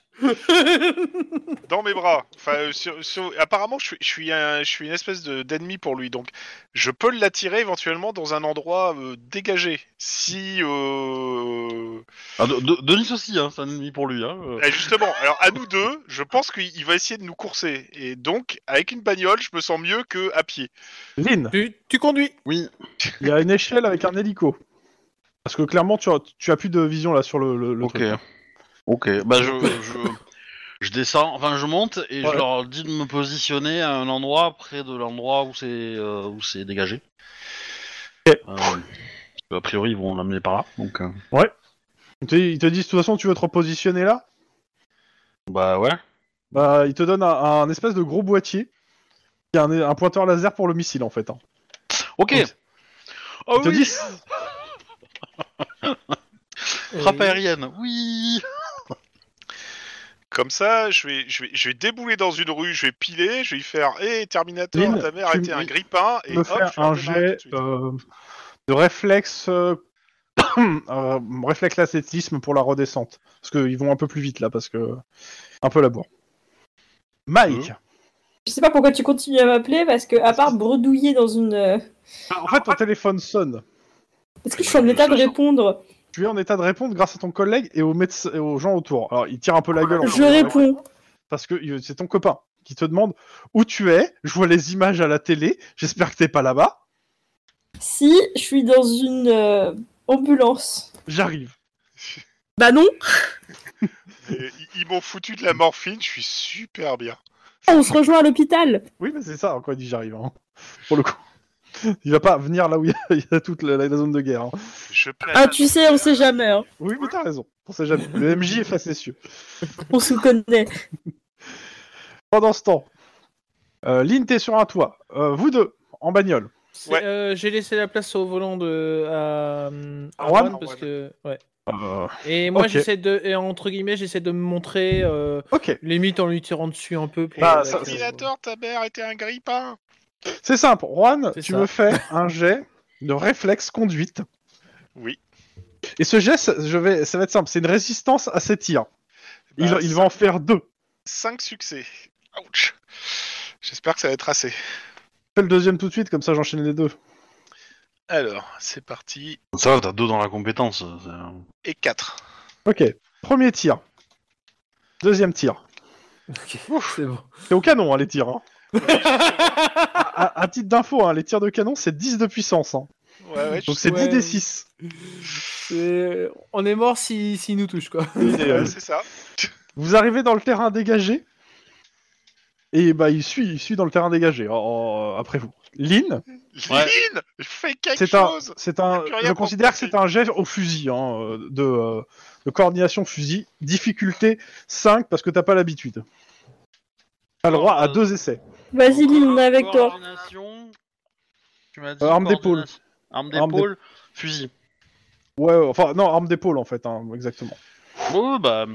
S3: dans mes bras. Enfin, euh, sur- sur- apparemment, je suis, je suis, un- je suis une espèce de- d'ennemi pour lui, donc je peux l'attirer éventuellement dans un endroit euh, dégagé. Si euh,
S1: Ah, de, de- Denis aussi, hein, c'est un ennemi pour lui. Hein, euh.
S3: Eh, justement, alors à nous deux, je pense qu'il il va essayer de nous courser. Et donc, avec une bagnole, je me sens mieux que à pied.
S2: Lynn,
S4: tu, tu conduis.
S1: Oui.
S2: il y a une échelle avec un hélico. Parce que clairement, tu as, tu as plus de vision là sur le, le, le
S1: Ok.
S2: truc.
S1: Ok, bah je, je, je descends, enfin je monte et
S2: Ouais.
S1: je leur dis de me positionner à un endroit près de l'endroit où c'est euh, où c'est dégagé.
S2: Ok.
S1: Euh, a priori, ils vont l'amener par là. Donc, euh,
S2: Ils te, ils te disent de toute façon tu veux te repositionner là
S1: bah ouais.
S2: Bah ils te donnent un, un espèce de gros boîtier. Il y a un, un pointeur laser pour le missile en fait. hein.
S1: Ok.
S2: Ils
S1: Oh
S2: te
S1: oui.
S2: disent-
S1: Frappe
S2: euh,
S4: Et-
S1: aérienne. Oui.
S3: Comme ça, je vais, je, vais, je vais débouler dans une rue, je vais piler, je vais y faire Hé, Terminator,
S2: Lynn,
S3: ta mère
S2: tu
S3: était
S2: me-
S3: un grippin. Et
S2: me
S3: hop,
S2: faire
S3: je vais
S2: un
S3: redémarrer tout
S2: jet
S3: de suite.
S2: euh, de réflexe euh, euh, réflexe l'athlétisme pour la redescente parce qu'ils vont un peu plus vite là parce que un peu la bourre. Mike.
S3: Euh.
S5: Je sais pas pourquoi tu continues à m'appeler parce que, à part bredouiller dans une. euh,
S2: En fait ton téléphone sonne.
S5: Est-ce que je suis en état de répondre
S2: Tu es en état de répondre grâce à ton collègue et aux, médecins, et aux gens autour. Alors il tire un peu la gueule. en
S5: Je
S2: faisant-
S5: réponds.
S2: parce que euh, c'est ton copain qui te demande où tu es. Je vois les images à la télé. J'espère que t'es pas là-bas.
S5: Si je suis dans une euh, ambulance.
S2: J'arrive.
S5: Bah non,
S3: Et ils- ils m'ont foutu de la morphine, je suis super bien.
S5: on se rejoint à l'hôpital.
S2: Oui, mais c'est ça. Quand il dit j'arrive, hein, pour le coup, il va pas venir là où il y a, il y a toute la, la zone de guerre. hein.
S3: Je plane.
S5: Ah, tu sais, on sait jamais. hein.
S2: Oui, mais t'as raison. On sait jamais. Le MJ est facétieux.
S5: On se connaît.
S2: Pendant ce temps, euh, Lynn, t'es sur un toit. Euh, vous deux, en bagnole.
S4: C'est,
S3: Ouais.
S4: euh, J'ai laissé la place au volant de à, à
S2: Ah, Juan
S4: Juan, parce que ouais.
S2: Euh,
S4: Et moi
S2: Ok.
S4: j'essaie de et entre guillemets j'essaie de me montrer euh,
S2: Ok,
S4: limite en lui tirant dessus un peu. Pour
S2: Bah,
S4: euh,
S2: ça-
S4: que-
S3: Terminator, Ah, ta mère était un grippin.
S2: c'est simple. Juan,
S4: C'est
S2: tu
S4: ça.
S2: me fais un jet de réflexe conduite.
S3: Oui.
S2: Et ce geste, je vais, ça va être simple. C'est une résistance à ses tirs. Il,
S3: Bah,
S2: il va en faire deux.
S3: 5 succès. Ouch. J'espère que ça va être assez.
S2: fais le deuxième tout de suite, comme ça j'enchaîne les deux.
S3: Alors, c'est parti.
S1: Ça va, t'as deux dans la compétence. euh, c'est-
S3: Et 4.
S2: Ok. Premier tir. Deuxième tir.
S4: Ok, c'est bon.
S2: C'est au canon, hein, les tirs. hein. à, à- à titre d'info, hein, les tirs de canon, c'est 10 de puissance. hein.
S3: Ouais, ouais, je-
S2: Donc c'est
S4: Ouais.
S2: 10 des 6.
S4: C'est- Euh, On est mort si s'il nous touche quoi.
S2: euh,
S3: ouais, c'est ça.
S2: Vous arrivez dans le terrain dégagé. Et bah, il suit, il suit dans le terrain dégagé, en- en- Oh, après vous. Lynn,
S1: Ouais.
S3: Lynn, fais quelque
S2: c'est un,
S3: chose
S2: c'est un,
S3: Plus rien
S2: je
S3: pour
S2: considère que
S3: compter.
S2: c'est un jet au fusil, hein, euh, de, euh, de coordination fusil, difficulté 5 parce que t'as pas l'habitude. T'as le droit à
S1: Euh,
S2: deux essais.
S5: Vas-y, Lynn, on est avec toi.
S1: Coordination. Tu m'as dit
S2: Euh, arme
S1: coordination.
S2: d'épaule.
S1: Arme
S2: Arme
S1: d'épaule, fusil.
S2: Ouais, ouais, enfin non, arme d'épaule en fait, hein, exactement.
S1: Bon, bah.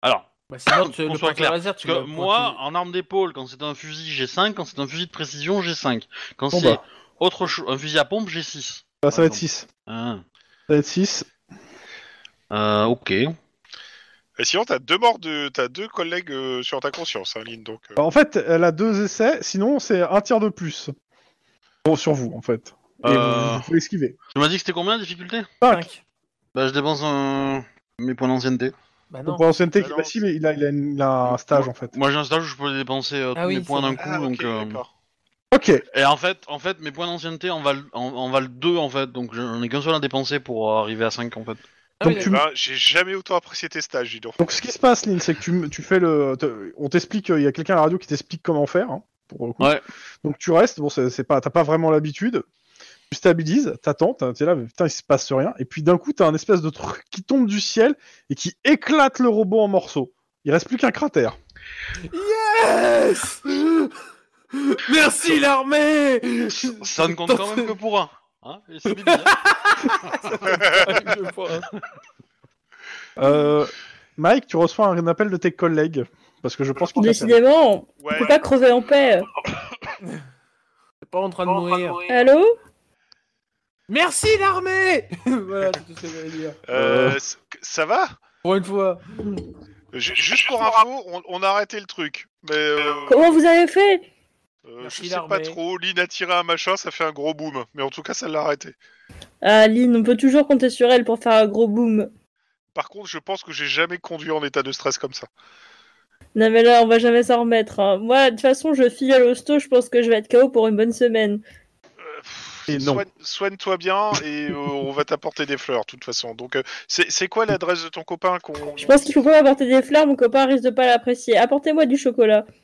S1: Alors,
S4: Bah, sinon, tu,
S1: Qu'on
S4: le
S1: soit
S4: point de
S1: clair,
S4: laser, tu
S1: Parce que
S4: vas-
S1: moi, en arme d'épaule, quand c'est un fusil, j'ai 5. Quand c'est un fusil de précision, j'ai 5. Quand
S2: Bon,
S1: c'est
S2: bah.
S1: autre chose, un fusil à pompe, j'ai 6.
S2: Bah, ça va être
S1: Attends.
S2: 6. Ça va être 6.
S1: Euh, ok.
S3: Et sinon, t'as deux morts de, t'as deux collègues euh, sur ta conscience, hein, Lynn. Donc, euh,
S2: Alors, en fait, elle a deux essais, sinon c'est un tir de plus. Bon, sur vous, en fait. Et
S1: Euh.
S2: vous, vous pouvez esquiver.
S1: Tu m'as dit que c'était combien la difficulté
S4: Cinq.
S1: Bah, je dépense un- mes points d'ancienneté.
S4: Bah
S2: Donc,
S4: non.
S2: pour l'ancienneté,
S3: Ah,
S2: bah,
S3: non.
S2: si, mais il a, il a une- il a un stage, en fait.
S1: Moi, j'ai un stage où je peux dépenser euh,
S4: Ah
S1: tous
S4: oui,
S1: mes points
S4: c'est
S1: d'un
S4: vrai.
S1: coup.
S3: ah, ok,
S1: donc, euh,
S3: d'accord.
S2: Ok,
S1: Et en fait, en fait, mes points d'ancienneté en valent, en, en valent 2 en fait. Donc, j'en ai qu'un seul à dépenser pour arriver à 5 en fait.
S4: Ah
S2: donc
S4: oui,
S2: tu-
S3: Eh ben, j'ai jamais autant apprécié tes stages, dis donc.
S2: donc ce qui se passe, Lynn, c'est que tu, m- tu fais le. te- on t'explique, euh, il y a quelqu'un à la radio qui t'explique comment faire. hein, pour le coup.
S1: Ouais.
S2: Donc tu restes, bon, c'est c'est pas, t'as pas vraiment l'habitude. Tu stabilises, t'attends, t'as- t'es là, mais putain, il se passe rien. Et puis d'un coup, t'as un espèce de truc qui tombe du ciel et qui éclate le robot en morceaux. Il reste plus qu'un cratère.
S4: Yes Merci l'armée
S1: Ça ne compte quand même que pour un. Hein Et c'est bizarre.
S2: Euh, Mike, tu reçois un appel de tes collègues. Parce que je pense qu'on t'appelle.
S5: Décidément, on
S3: Ouais.
S5: peut pas crever en paix.
S4: T'es pas en train de mourir.
S5: Allô
S4: Merci l'armée Voilà, c'est tout ce que j'allais dire.
S3: Euh, c- ça va
S4: Pour une fois.
S3: Ju- Juste pour info, on, on a arrêté le truc. Mais euh,
S5: Comment vous avez fait
S3: euh,
S4: Merci,
S3: je sais pas
S4: l'armée.
S3: trop. Lynn a tiré un machin, ça fait un gros boom. Mais en tout cas, ça l'a arrêté.
S5: Ah, Lynn, on peut toujours compter sur elle pour faire un gros boom.
S3: Par contre, je pense que j'ai jamais conduit en état de stress comme ça.
S5: Non mais là, on va jamais s'en remettre. hein. Moi, de toute façon, je file à l'hosto, je pense que je vais être KO pour une bonne semaine.
S2: Et non.
S3: Soigne- Soigne-toi bien et euh, on va t'apporter des fleurs, de toute façon. Donc, euh, c'est c'est quoi l'adresse de ton copain qu'on...
S5: Je pense qu'il faut pas m'apporter des fleurs, mon copain risque de pas l'apprécier. Apportez-moi du chocolat.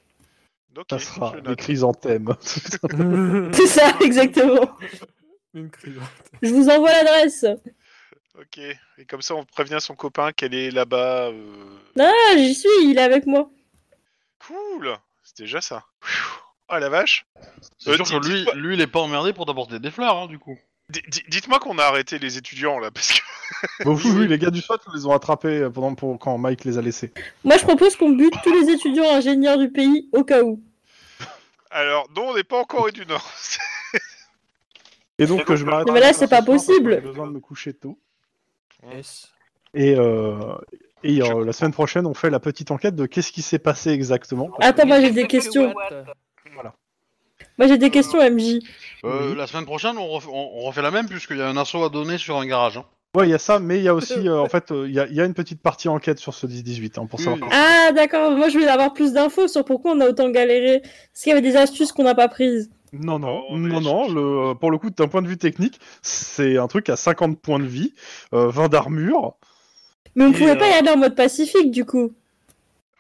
S3: Ok,
S2: Ça sera
S3: je
S2: des
S3: note.
S2: chrysanthèmes.
S4: Une
S5: C'est ça, exactement.
S4: crise.
S5: Je vous envoie l'adresse. Ah,
S3: Ok. Et comme ça, on prévient son copain qu'elle est là-bas. euh,
S5: Ah, j'y suis, il est avec moi.
S3: Cool C'est déjà ça. Pfiou. Ah la vache
S1: C'est sûr
S3: Euh, dites-
S1: que lui,
S3: dites-moi-
S1: lui, il est pas emmerdé pour t'apporter des fleurs, hein, du coup.
S3: di- di- Dites-moi qu'on a arrêté les étudiants, là, parce que...
S2: Bon, oui, oui, les gars du SWAT nous les ont attrapés euh, pendant pour, quand Mike les a laissés.
S5: Moi, je propose qu'on bute tous les étudiants ingénieurs du pays au cas où.
S3: Alors, non, on n'est pas en Corée du Nord.
S2: Et donc, euh, je m'arrête.
S5: Non, mais là, c'est
S2: ce
S5: pas
S2: soir parce que
S5: possible.
S2: J'ai besoin de me coucher tôt.
S4: Yes.
S2: Et, euh, et euh, la semaine prochaine, on fait la petite enquête de qu'est-ce qui s'est passé exactement.
S5: Attends, moi j'ai des questions. Moi j'ai des questions, MJ.
S1: Euh, La semaine prochaine, on, ref- on- on refait la même, puisqu'il y a un assaut à donner sur un garage. hein.
S2: Ouais, il y a ça, mais il y a aussi, euh, en fait, euh, il y, a, il y a une petite partie enquête sur ce 10-18 hein, pour savoir.
S1: Oui.
S5: Ah, d'accord, moi je voulais avoir plus d'infos sur pourquoi on a autant galéré. Est-ce qu'il y avait des astuces qu'on n'a pas prises
S2: Non, non,
S3: Oh, mais
S2: non,
S3: je-
S2: non. Le, euh, pour le coup, d'un point de vue technique, c'est un truc à 50 points de vie, euh, 20 d'armure.
S5: Mais on
S2: Et,
S5: pouvait pas y
S2: euh,
S5: aller en mode pacifique du coup.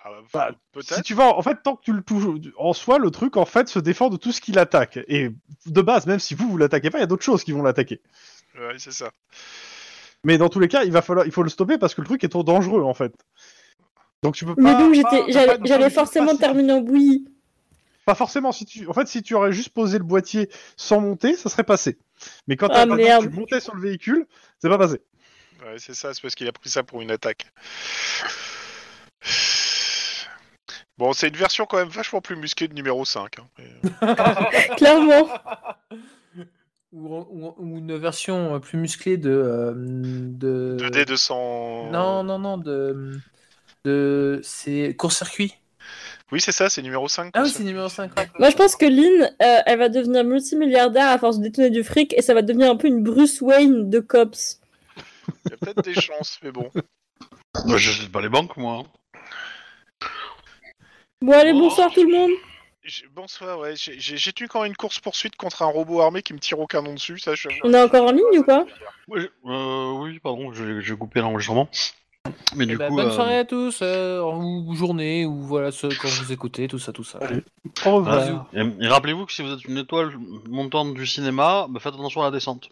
S3: Ah, bah,
S2: Bah,
S3: peut-être.
S2: Si tu vas, en fait, tant que tu le touches, en soi, le truc, en fait, se défend de tout ce qui l'attaque. Et de base, même si vous, vous l'attaquez pas, il y a d'autres choses qui vont l'attaquer.
S3: Ouais, c'est ça.
S2: Mais dans tous les cas, il va falloir, il faut le stopper parce que le truc est trop dangereux, en fait. Donc tu peux
S5: Mais
S2: pas.
S5: donc
S2: Bah, pas-
S5: j'étais,
S2: t'as
S5: j'allais-
S2: pas de-
S5: j'allais
S2: pas de-
S5: forcément
S2: pas-
S5: terminer en bouillie.
S2: Pas forcément. Si tu, en fait, si tu aurais juste posé le boîtier sans monter, ça serait passé. Mais quand
S5: Ah,
S2: t'as-
S5: merde.
S2: tu montais sur le véhicule, c'est pas passé.
S3: Ouais, c'est ça, c'est parce qu'il a pris ça pour une attaque. Bon, c'est une version quand même vachement plus musquée de numéro 5. hein. Mais, euh,
S5: Clairement.
S4: Ou, ou- ou une version euh, plus musclée de. euh, de...
S3: 2D200...
S4: Non, non, non, de. de... C'est court-circuit.
S3: Oui, c'est ça, c'est numéro 5.
S4: Ah oui, c'est numéro 5.
S5: Moi je pense que Lynn, euh, elle va devenir multimilliardaire à force de détourner du fric et ça va devenir un peu une Bruce Wayne de cops.
S3: Il y a peut-être des chances, mais bon.
S1: Bah, je sais pas les banques, moi. hein.
S5: Bon allez,
S3: Oh.
S5: bonsoir tout le monde.
S3: J'ai- Bonsoir, ouais. J'ai j'ai- j'ai tenu quand une course-poursuite contre un robot armé qui me tire au canon dessus, ça je...
S5: On est encore en ligne ou quoi
S1: Ouais, je- euh, oui, pardon, j'ai j'ai coupé l'enregistrement. Mais
S4: Eh
S1: du
S4: ben,
S1: coup,
S4: bonne
S1: euh,
S4: soirée à tous, euh, ou ou journée, ou voilà, ce, quand vous écoutez, tout ça, tout ça.
S6: Au revoir.
S1: et, et rappelez-vous que si vous êtes une étoile montante du cinéma, bah, faites attention à la descente.